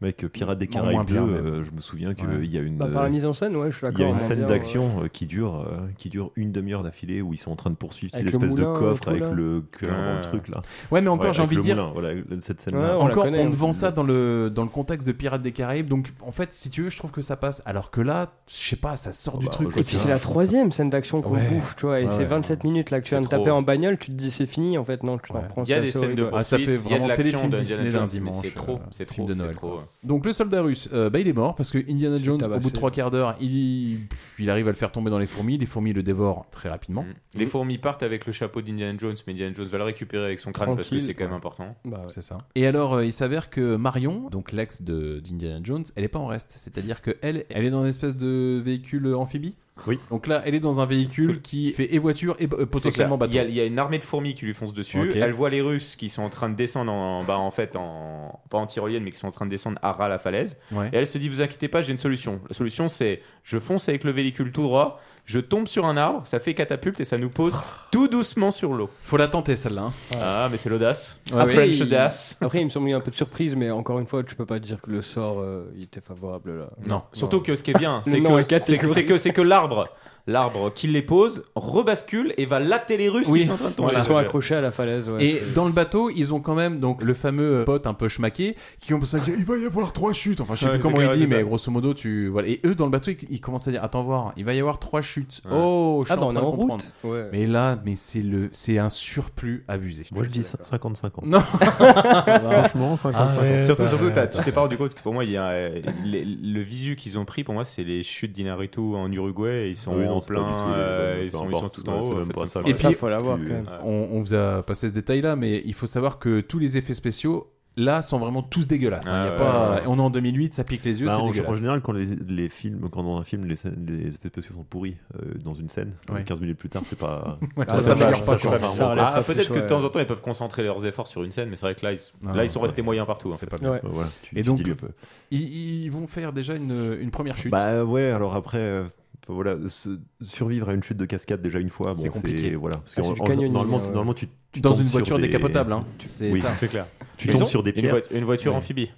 [SPEAKER 11] Mec, euh, Pirates des
[SPEAKER 12] Moins- moins
[SPEAKER 11] Caraïbes 2,
[SPEAKER 12] bien, même.
[SPEAKER 11] euh, je me souviens qu'il
[SPEAKER 12] Ouais.
[SPEAKER 11] y a une.
[SPEAKER 12] Bah, par la
[SPEAKER 11] euh,
[SPEAKER 12] mise en scène, ouais, je suis
[SPEAKER 11] Il y a
[SPEAKER 12] d'accord,
[SPEAKER 11] une
[SPEAKER 12] moins
[SPEAKER 11] scène
[SPEAKER 12] bien,
[SPEAKER 11] d'action euh, qui, dure, euh, qui dure une demi-heure d'affilée où ils sont en train de poursuivre
[SPEAKER 12] Avec
[SPEAKER 11] une
[SPEAKER 12] le
[SPEAKER 11] espèce de
[SPEAKER 12] moulin,
[SPEAKER 11] coffre
[SPEAKER 12] tout,
[SPEAKER 11] avec
[SPEAKER 12] là.
[SPEAKER 11] le cœur dans le
[SPEAKER 2] Ouais.
[SPEAKER 11] truc là.
[SPEAKER 2] Ouais, mais encore, j'ai
[SPEAKER 11] avec
[SPEAKER 2] envie
[SPEAKER 11] le
[SPEAKER 2] de dire-
[SPEAKER 11] moulin, voilà, cette scène-là.
[SPEAKER 2] Encore, on
[SPEAKER 6] hein.
[SPEAKER 2] te vend ça dans le, dans le contexte de Pirates des Caraïbes. Donc, en fait, si tu veux, je trouve que ça passe. Alors que là, je sais pas, ça sort
[SPEAKER 6] Oh bah,
[SPEAKER 2] du truc.
[SPEAKER 12] Et puis c'est la troisième scène d'action qu'on
[SPEAKER 2] Ouais.
[SPEAKER 12] bouffe, tu vois, et
[SPEAKER 2] Ouais,
[SPEAKER 12] c'est
[SPEAKER 2] ouais.
[SPEAKER 12] 27 minutes là que tu
[SPEAKER 2] C'est
[SPEAKER 12] viens de taper
[SPEAKER 2] trop.
[SPEAKER 12] en bagnole, tu te dis c'est fini, en fait, non, tu t'en prends
[SPEAKER 6] Il y a des scènes de
[SPEAKER 2] Ah, ça
[SPEAKER 6] poursuite,
[SPEAKER 2] fait
[SPEAKER 6] il y a de
[SPEAKER 2] vraiment
[SPEAKER 6] l'action
[SPEAKER 2] téléfilm
[SPEAKER 6] de
[SPEAKER 2] Disney d'un
[SPEAKER 6] Indiana Jones, mais
[SPEAKER 2] dimanche.
[SPEAKER 6] c'est trop,
[SPEAKER 2] euh,
[SPEAKER 6] c'est
[SPEAKER 2] film
[SPEAKER 6] trop,
[SPEAKER 2] de
[SPEAKER 6] c'est
[SPEAKER 2] Noël,
[SPEAKER 6] trop.
[SPEAKER 2] quoi. Donc le soldat russe, euh, bah, il est mort parce que Indiana Jones, au bout
[SPEAKER 6] tabassé.
[SPEAKER 2] de trois quarts d'heure, il, pff, il arrive à le faire tomber dans les fourmis. Les fourmis le dévorent très rapidement.
[SPEAKER 6] Les fourmis partent avec le chapeau d'Indiana Jones, mais Indiana Jones va le récupérer avec son crâne parce que
[SPEAKER 2] Tranquille,
[SPEAKER 6] c'est quand même
[SPEAKER 2] ouais.
[SPEAKER 6] important.
[SPEAKER 2] C'est ça. Et alors, euh, il s'avère que Marion, donc l'ex de- d'Indiana Jones, elle est pas en reste. C'est-à-dire que elle, elle est dans une espèce de véhicule euh, amphibie.
[SPEAKER 11] Oui.
[SPEAKER 2] Donc là, elle est dans un véhicule qui fait et voiture et euh, potentiellement
[SPEAKER 6] C'est clair.
[SPEAKER 2] bateau.
[SPEAKER 6] Il y, a, il y a une armée de fourmis qui lui fonce dessus.
[SPEAKER 2] Ok.
[SPEAKER 6] Elle voit les Russes qui sont en train de descendre, en, bah, en fait, en, pas en tyrolienne, mais qui sont en train de descendre à ras la falaise.
[SPEAKER 2] Ouais.
[SPEAKER 6] Et elle se dit Vous inquiétez pas, j'ai une solution. La solution, c'est je fonce avec le véhicule tout droit, je tombe sur un arbre, ça fait catapulte et ça nous pose tout doucement sur l'eau.
[SPEAKER 2] Faut la tenter celle-là. hein.
[SPEAKER 6] Ah, mais c'est l'audace.
[SPEAKER 12] Ouais,
[SPEAKER 6] Ah,
[SPEAKER 12] ouais.
[SPEAKER 6] French
[SPEAKER 12] il-
[SPEAKER 6] audace.
[SPEAKER 12] Après, il me semble qu'il y a un peu de surprise, mais encore une fois, tu peux pas dire que le sort euh, il était favorable là.
[SPEAKER 6] Non. Surtout que ce qui est bien, c'est
[SPEAKER 12] Le nom
[SPEAKER 6] que
[SPEAKER 12] est
[SPEAKER 6] c'est- c'est que-
[SPEAKER 12] catégorique.
[SPEAKER 6] c'est que, c'est que l'arbre, l'arbre qui les pose, rebascule et va latter les Russes qui sont en train de tomber.
[SPEAKER 12] Ils sont accrochés à la falaise, ouais.
[SPEAKER 2] Et dans le bateau, ils ont quand même donc le fameux euh, pote un peu schmaqué qui commence à dire il va y avoir trois chutes. Enfin, je sais
[SPEAKER 6] Ouais,
[SPEAKER 2] plus comment il
[SPEAKER 6] c'est
[SPEAKER 2] dit,
[SPEAKER 6] ça.
[SPEAKER 2] mais grosso modo, tu voilà. Et eux dans le bateau, ils, ils commencent à dire attends voir, il va y avoir trois chutes.
[SPEAKER 6] Ouais.
[SPEAKER 2] Oh, je suis
[SPEAKER 12] Ah, bah,
[SPEAKER 2] en
[SPEAKER 12] on
[SPEAKER 2] train
[SPEAKER 12] est en
[SPEAKER 2] de comprendre.
[SPEAKER 12] route. Ouais.
[SPEAKER 2] Mais là, mais c'est le, c'est un surplus abusé.
[SPEAKER 11] Moi je dis 50-50.
[SPEAKER 2] Non.
[SPEAKER 11] Franchement, 50-50.
[SPEAKER 6] surtout, surtout, t'as- tu t'es pas rendu compte que pour moi, il y a, euh, les- le visu qu'ils ont pris, pour moi, c'est les chutes d'Inarito en Uruguay. Ils sont
[SPEAKER 11] Oui, non,
[SPEAKER 6] en
[SPEAKER 11] c'est pas du
[SPEAKER 6] plein,
[SPEAKER 11] tout les-
[SPEAKER 6] euh,
[SPEAKER 11] ouais,
[SPEAKER 6] ils,
[SPEAKER 11] peu
[SPEAKER 6] sont, ils
[SPEAKER 11] importe,
[SPEAKER 6] sont tout en
[SPEAKER 11] ouais, c'est
[SPEAKER 6] haut. en
[SPEAKER 11] même
[SPEAKER 6] fait,
[SPEAKER 11] pas
[SPEAKER 6] ça
[SPEAKER 11] ça,
[SPEAKER 6] me
[SPEAKER 2] Et
[SPEAKER 6] paraît-
[SPEAKER 2] puis,
[SPEAKER 12] faut l'avoir, quand même.
[SPEAKER 2] On, on vous a passé ce détail-là, mais il faut savoir que tous les effets spéciaux là sont vraiment tous dégueulasses. hein.
[SPEAKER 6] Ah,
[SPEAKER 2] Il y a
[SPEAKER 6] ouais,
[SPEAKER 2] pas-
[SPEAKER 6] ouais, ouais.
[SPEAKER 2] On est en 2008, ça pique les yeux,
[SPEAKER 11] Bah,
[SPEAKER 2] c'est
[SPEAKER 11] en, en
[SPEAKER 2] dégueulasse.
[SPEAKER 11] général, quand les, les films, quand dans un film, les, scènes- les effets spéciaux sont pourris euh, dans une scène, euh,
[SPEAKER 2] Ouais.
[SPEAKER 11] 15 minutes plus tard, c'est pas.
[SPEAKER 2] Ouais,
[SPEAKER 11] c'est
[SPEAKER 12] Ah,
[SPEAKER 2] Ah, ça s'améliore
[SPEAKER 11] marche,
[SPEAKER 2] pas,
[SPEAKER 11] c'est
[SPEAKER 2] ça.
[SPEAKER 11] marrant,
[SPEAKER 2] Ça
[SPEAKER 11] quoi.
[SPEAKER 2] relève
[SPEAKER 6] Ah,
[SPEAKER 2] pas
[SPEAKER 6] peut-être
[SPEAKER 2] plus,
[SPEAKER 6] que de
[SPEAKER 2] ouais.
[SPEAKER 6] temps en temps ils peuvent concentrer leurs efforts sur une scène, mais c'est vrai que là ils,
[SPEAKER 11] Ah,
[SPEAKER 2] Non,
[SPEAKER 6] là, ils
[SPEAKER 2] non,
[SPEAKER 6] sont
[SPEAKER 2] c'est
[SPEAKER 6] restés moyens partout. hein.
[SPEAKER 2] C'est pas
[SPEAKER 11] bien. Ouais, euh, voilà, tu-
[SPEAKER 2] Et
[SPEAKER 11] tu
[SPEAKER 2] donc,
[SPEAKER 11] dilues un peu.
[SPEAKER 2] ils, ils vont faire déjà une, une première chute.
[SPEAKER 11] Bah ouais, alors après, euh, enfin, voilà, se- survivre à une chute de cascade déjà une fois, bon,
[SPEAKER 2] C'est compliqué.
[SPEAKER 11] Voilà, parce
[SPEAKER 2] Ah,
[SPEAKER 11] que
[SPEAKER 2] c'est
[SPEAKER 11] en-
[SPEAKER 2] du
[SPEAKER 11] en-
[SPEAKER 2] canyoning,
[SPEAKER 11] normalement,
[SPEAKER 2] hein,
[SPEAKER 11] tu-
[SPEAKER 2] ouais.
[SPEAKER 11] normalement, tu, tu
[SPEAKER 2] Dans
[SPEAKER 11] tombes
[SPEAKER 2] une
[SPEAKER 11] sur
[SPEAKER 2] voiture
[SPEAKER 11] des-
[SPEAKER 2] décapotable, hein. C'est
[SPEAKER 11] Oui,
[SPEAKER 2] ça.
[SPEAKER 11] c'est clair. Tu
[SPEAKER 2] Ils
[SPEAKER 11] tombes
[SPEAKER 2] ont
[SPEAKER 11] sur des
[SPEAKER 2] une
[SPEAKER 11] pierres.
[SPEAKER 2] voit- une voiture amphibie.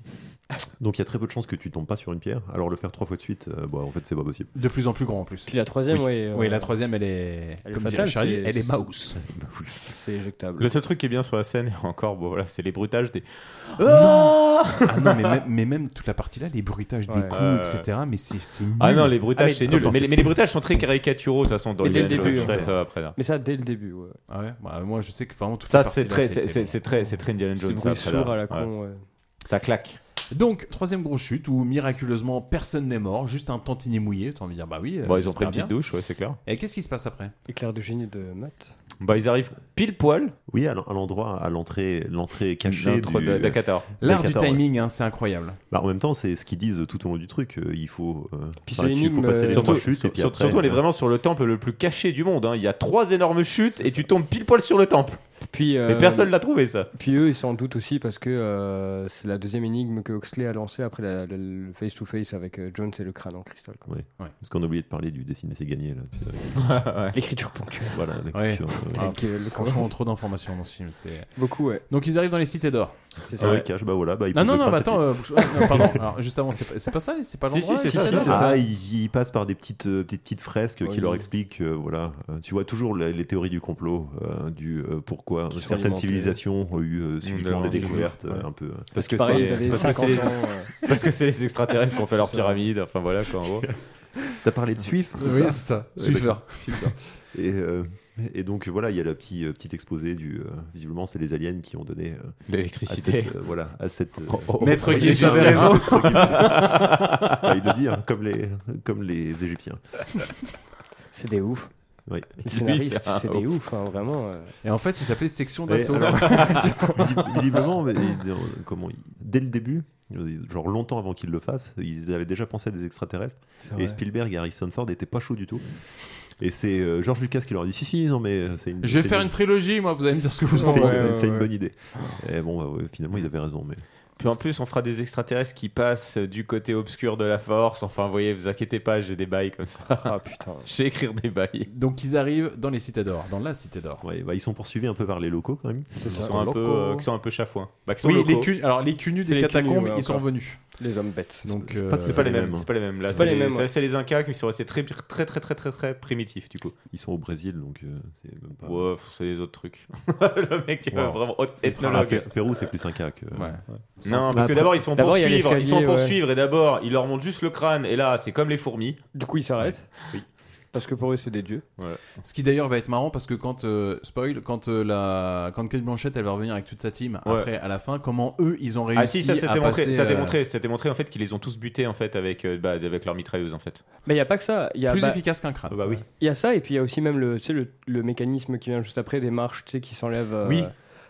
[SPEAKER 11] Donc il y a très peu de chances que tu tombes pas sur une pierre. Alors le faire trois fois de suite, euh, bah, en fait, c'est pas possible.
[SPEAKER 2] De plus en plus grand en plus.
[SPEAKER 12] Puis la troisième,
[SPEAKER 2] oui.
[SPEAKER 12] ouais, euh,
[SPEAKER 2] Oui, la troisième, elle est.
[SPEAKER 12] elle est
[SPEAKER 2] comme
[SPEAKER 12] fatale,
[SPEAKER 2] dirait Charlie,
[SPEAKER 12] c'est-
[SPEAKER 2] elle est mouse.
[SPEAKER 12] C'est éjectable.
[SPEAKER 6] Le seul truc qui est bien sur la scène, et encore, bon voilà, c'est les bruitages des.
[SPEAKER 2] Non ah non, mais même, mais même toute la partie là, les bruitages des
[SPEAKER 6] Ouais.
[SPEAKER 2] coups,
[SPEAKER 6] Ouais, ouais.
[SPEAKER 2] etc. Mais c'est c'est nul.
[SPEAKER 6] Ah non, les bruitages c'est nul.
[SPEAKER 2] Attends,
[SPEAKER 6] Mais, les- mais les bruitages sont très caricaturaux de toute façon dans
[SPEAKER 12] Mais dès le
[SPEAKER 6] Indiana
[SPEAKER 12] début,
[SPEAKER 6] Jones,
[SPEAKER 12] ouais.
[SPEAKER 6] ça, ça va après là.
[SPEAKER 12] Mais ça, dès le début, ouais.
[SPEAKER 2] Ah ouais bah, Moi, je sais que vraiment toute
[SPEAKER 6] Ça,
[SPEAKER 2] la
[SPEAKER 6] c'est
[SPEAKER 2] partie
[SPEAKER 6] très, c'est c'est- c'est très, c'est très Indiana Jones.
[SPEAKER 12] bruit
[SPEAKER 6] ça, après, là.
[SPEAKER 12] sourd à la con, ouais.
[SPEAKER 6] Ça claque.
[SPEAKER 2] Donc, troisième grosse chute où miraculeusement personne n'est mort, juste un tantinet mouillé. T'as envie de dire, bah oui. euh,
[SPEAKER 6] Bon, ils ont
[SPEAKER 2] j'espère
[SPEAKER 6] pris une petite
[SPEAKER 2] bien.
[SPEAKER 6] douche, ouais, c'est clair.
[SPEAKER 2] Et qu'est-ce qui se passe après
[SPEAKER 12] Éclair de génie de Matt.
[SPEAKER 6] Bah, ils arrivent pile poil.
[SPEAKER 11] Oui, à l'en- à l'endroit, à l'entrée, l'entrée cachée
[SPEAKER 6] L'entrée
[SPEAKER 11] du-
[SPEAKER 6] de- d'Akator.
[SPEAKER 2] L'art du
[SPEAKER 11] d'Akator, ouais.
[SPEAKER 2] timing, hein, c'est incroyable.
[SPEAKER 11] Bah, en même temps, c'est ce qu'ils disent tout au long du truc. euh, Il faut, euh,
[SPEAKER 2] Puis
[SPEAKER 11] enfin,
[SPEAKER 2] c'est
[SPEAKER 11] tu- il faut
[SPEAKER 2] l'énigme,
[SPEAKER 11] passer
[SPEAKER 2] euh,
[SPEAKER 11] les
[SPEAKER 6] Surtout,
[SPEAKER 11] trois chutes. Et puis
[SPEAKER 6] surtout,
[SPEAKER 11] après,
[SPEAKER 6] surtout, on est
[SPEAKER 11] euh,
[SPEAKER 6] vraiment sur le temple le plus caché du monde. hein. Il y a trois énormes chutes et tu tombes pile poil sur le temple.
[SPEAKER 12] Puis, euh,
[SPEAKER 6] Mais personne l'a trouvé ça.
[SPEAKER 12] Puis eux, ils s'en doutent aussi parce que euh, c'est la deuxième énigme que Huxley a lancée après la- la- le face-to-face avec euh, Jones et le crâne en cristal. quoi.
[SPEAKER 11] Ouais. Parce qu'on a oublié de parler du dessiner c'est gagné là. tu sais.
[SPEAKER 12] L'écriture ponctuelle.
[SPEAKER 11] Voilà, l'écriture. euh,
[SPEAKER 2] Ah, franchement, trop d'informations dans ce film. C'est
[SPEAKER 12] Beaucoup, ouais.
[SPEAKER 2] Donc ils arrivent dans les cités d'or.
[SPEAKER 11] C'est ça. Ah ouais, cache, bah voilà, bah, ils
[SPEAKER 2] non,
[SPEAKER 11] posent
[SPEAKER 2] non, non,
[SPEAKER 11] le
[SPEAKER 2] bah,
[SPEAKER 11] prince et
[SPEAKER 2] attends,
[SPEAKER 11] puis-
[SPEAKER 2] euh, non, pardon. Alors, juste avant, c'est pas, c'est pas ça, c'est pas
[SPEAKER 11] Si,
[SPEAKER 2] l'endroit.
[SPEAKER 11] si, c'est
[SPEAKER 2] les
[SPEAKER 11] ça,
[SPEAKER 2] cités
[SPEAKER 11] si,
[SPEAKER 2] d'or
[SPEAKER 11] c'est ça. Ah, ils, ils passent par des petites, euh, petites, petites fresques
[SPEAKER 2] Oui.
[SPEAKER 11] qui leur expliquent, euh, voilà, Euh, tu vois toujours les, les théories du complot, euh, du euh, pourquoi
[SPEAKER 6] Qui sont
[SPEAKER 11] certaines
[SPEAKER 6] alimentées.
[SPEAKER 11] civilisations ont eu euh, subitement
[SPEAKER 6] Mmh,
[SPEAKER 11] des
[SPEAKER 6] d'accord.
[SPEAKER 11] découvertes euh,
[SPEAKER 6] Ouais.
[SPEAKER 11] un peu. euh,
[SPEAKER 6] Parce que c'est parce que c'est les- parce que c'est les extraterrestres qui ont fait leur pyramide. Enfin voilà quoi. en gros.
[SPEAKER 11] T'as parlé de Swift
[SPEAKER 2] Oui, c'est ça. Swiffer. Swiffer.
[SPEAKER 11] Et, euh, et donc voilà, il y a la petite, euh, petite exposé du. euh, visiblement, c'est les aliens qui ont donné. euh,
[SPEAKER 6] L'électricité.
[SPEAKER 11] à cette, euh, voilà, à cette. euh,
[SPEAKER 6] Oh, oh,
[SPEAKER 2] Maître
[SPEAKER 6] oh,
[SPEAKER 2] Gibbs
[SPEAKER 6] c'est
[SPEAKER 2] avait
[SPEAKER 6] bien.
[SPEAKER 2] raison.
[SPEAKER 11] Enfin, il le dit, hein, comme, les, comme les Égyptiens.
[SPEAKER 12] C'est des oufs.
[SPEAKER 11] Oui.
[SPEAKER 12] Les scénaristes, c'est des oufs, hein, vraiment. euh.
[SPEAKER 2] Et en fait, il s'appelait Section
[SPEAKER 11] Ouais,
[SPEAKER 2] d'assaut.
[SPEAKER 11] alors, visi- visiblement, mais, euh, comment, il- dès le début, euh, genre longtemps avant qu'ils le fassent, ils avaient déjà pensé à des extraterrestres.
[SPEAKER 2] C'est vrai.
[SPEAKER 11] Et Spielberg et Harrison Ford n'étaient pas chauds du tout. Et c'est euh, George Lucas qui leur a dit si si non mais euh, c'est une.
[SPEAKER 2] Je vais
[SPEAKER 11] c'est
[SPEAKER 2] faire une trilogie, moi. Vous allez me dire ce que vous
[SPEAKER 11] C'est
[SPEAKER 2] en
[SPEAKER 11] c'est-
[SPEAKER 2] pensez.
[SPEAKER 11] c'est une bonne idée. Et bon, bah, ouais, finalement, ils avaient raison. Mais
[SPEAKER 6] Puis en plus, on fera des extraterrestres qui passent du côté obscur de la force. Enfin, vous voyez, vous inquiétez pas, j'ai des bails comme ça. Ah
[SPEAKER 12] putain.
[SPEAKER 6] Je sais écrire des bails.
[SPEAKER 2] Donc ils arrivent dans les cités d'or, dans la cité d'or.
[SPEAKER 11] Ouais, bah, ils sont poursuivis un peu par les locaux quand même.
[SPEAKER 6] Qui sont un peu, euh, qui sont un peu chafouins. Bah, qui sont
[SPEAKER 2] oui,
[SPEAKER 6] locaux.
[SPEAKER 2] les cun- alors les cunus
[SPEAKER 6] C'est
[SPEAKER 2] des
[SPEAKER 6] les cunus,
[SPEAKER 2] catacombes,
[SPEAKER 6] ouais,
[SPEAKER 2] ils sont
[SPEAKER 6] encore.
[SPEAKER 2] revenus.
[SPEAKER 12] Les hommes bêtes.
[SPEAKER 2] Donc
[SPEAKER 6] Je
[SPEAKER 2] euh,
[SPEAKER 6] pense que c'est pas les mêmes. C'est pas les mêmes. Là, c'est les, c'est-
[SPEAKER 12] ouais.
[SPEAKER 6] c'est les Incas qui sont restés très, très, très, très, très, très, primitifs du coup.
[SPEAKER 11] Ils sont au Brésil, donc euh, c'est même pas.
[SPEAKER 6] Ouais, pff, c'est les autres trucs. le mec est
[SPEAKER 11] Wow.
[SPEAKER 6] vraiment eth-
[SPEAKER 11] Ah,
[SPEAKER 6] ethnologue.
[SPEAKER 11] c'est- Pérou, c'est plus un cas que.
[SPEAKER 6] Non,
[SPEAKER 2] Ah,
[SPEAKER 6] parce que d'abord ils sont
[SPEAKER 12] D'abord, il y a
[SPEAKER 6] poursuivre, ils sont
[SPEAKER 12] l'escalier, ouais.
[SPEAKER 6] poursuivre et d'abord ils leur montent juste le crâne et là c'est comme les fourmis.
[SPEAKER 12] Du coup, ils s'arrêtent. Parce que pour eux, c'est des dieux.
[SPEAKER 2] Ce qui d'ailleurs va être marrant parce que quand euh, spoil, quand euh, la quand Kate Blanchett elle va revenir avec toute sa team
[SPEAKER 6] Ouais.
[SPEAKER 2] après à la fin, comment eux ils ont réussi
[SPEAKER 6] ah si, ça
[SPEAKER 2] à
[SPEAKER 6] s'était
[SPEAKER 2] passer
[SPEAKER 6] montré, ça
[SPEAKER 2] euh,
[SPEAKER 6] t'est montré, ça t'est montré en fait qu'ils les ont tous butés en fait avec euh, bah, avec leur mitrailleuse en fait.
[SPEAKER 12] Mais il n'y a pas que ça. Y a,
[SPEAKER 2] plus
[SPEAKER 12] bah,
[SPEAKER 2] efficace qu'un crâne.
[SPEAKER 11] Bah oui.
[SPEAKER 12] Il y a ça, et puis il y a aussi même le, tu sais, le, le mécanisme qui vient juste après des marches tu sais, qui s'enlèvent. euh,
[SPEAKER 2] Oui.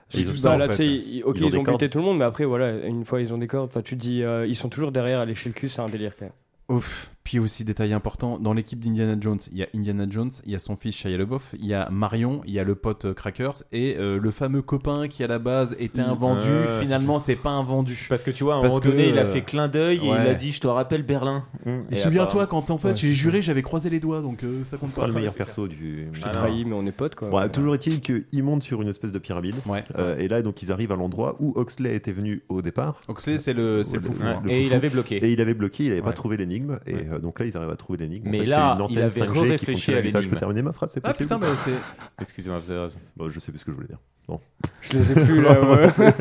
[SPEAKER 12] sous-
[SPEAKER 2] Ils ont
[SPEAKER 12] bah,
[SPEAKER 2] ça, en
[SPEAKER 12] là,
[SPEAKER 2] fait.
[SPEAKER 12] tu sais, ils, ok,
[SPEAKER 2] Ils ont
[SPEAKER 12] ils
[SPEAKER 2] des
[SPEAKER 12] ont
[SPEAKER 2] cordes.
[SPEAKER 12] buté tout le monde, mais après, voilà, une fois ils ont des cordes, enfin, tu te dis, euh, ils sont toujours derrière à lécher le cul, c'est un délire quand même.
[SPEAKER 2] Ouf. Puis aussi détail important dans l'équipe d'Indiana Jones, il y a Indiana Jones, il y a son fils Shia LaBeouf, il y a Marion, il y a le pote euh, Crackers et euh, le fameux copain qui à la base était un vendu.
[SPEAKER 6] Euh,
[SPEAKER 2] finalement, c'est pas un vendu.
[SPEAKER 6] Parce que tu vois, à un
[SPEAKER 2] Parce
[SPEAKER 6] moment
[SPEAKER 2] que,
[SPEAKER 6] donné, il a
[SPEAKER 2] euh,
[SPEAKER 6] fait clin d'œil et il
[SPEAKER 2] ouais.
[SPEAKER 6] a dit je te rappelle Berlin.
[SPEAKER 2] Et, souviens-toi
[SPEAKER 6] apparemment-
[SPEAKER 2] quand en fait
[SPEAKER 6] Ouais,
[SPEAKER 2] j'ai juré j'avais croisé les doigts donc euh, ça compte
[SPEAKER 11] C'est
[SPEAKER 2] pas.
[SPEAKER 11] pas le meilleur
[SPEAKER 2] C'est-
[SPEAKER 11] perso du.
[SPEAKER 12] Je
[SPEAKER 11] suis
[SPEAKER 12] t'ai trahi, mais on est potes, quoi.
[SPEAKER 11] Bon, Ah Toujours est-il qu'ils montent sur une espèce de pyramide. Euh, et là, donc, ils arrivent à l'endroit où Oxley était venu au départ.
[SPEAKER 2] Oxley, c'est le, c'est le foufou. hein.
[SPEAKER 6] Et il avait bloqué.
[SPEAKER 11] Et il avait bloqué, il n'avait pas
[SPEAKER 6] Ouais.
[SPEAKER 11] trouvé l'énigme. Et euh, donc là, ils arrivent à trouver l'énigme. En
[SPEAKER 6] Mais
[SPEAKER 11] fait,
[SPEAKER 6] là,
[SPEAKER 11] c'est une antenne
[SPEAKER 6] il avait
[SPEAKER 11] 5G qui
[SPEAKER 6] re-réfléchi
[SPEAKER 11] fonctionne
[SPEAKER 6] à
[SPEAKER 11] comme ça. Je peux
[SPEAKER 6] l'énigme.
[SPEAKER 11] terminer ma phrase, c'est
[SPEAKER 2] Ah,
[SPEAKER 11] possible
[SPEAKER 2] putain, mais c'est-
[SPEAKER 6] Excusez-moi, vous avez raison.
[SPEAKER 11] Bon, je sais plus ce que je voulais dire. Bon.
[SPEAKER 12] Je les ai plus, là, ouais.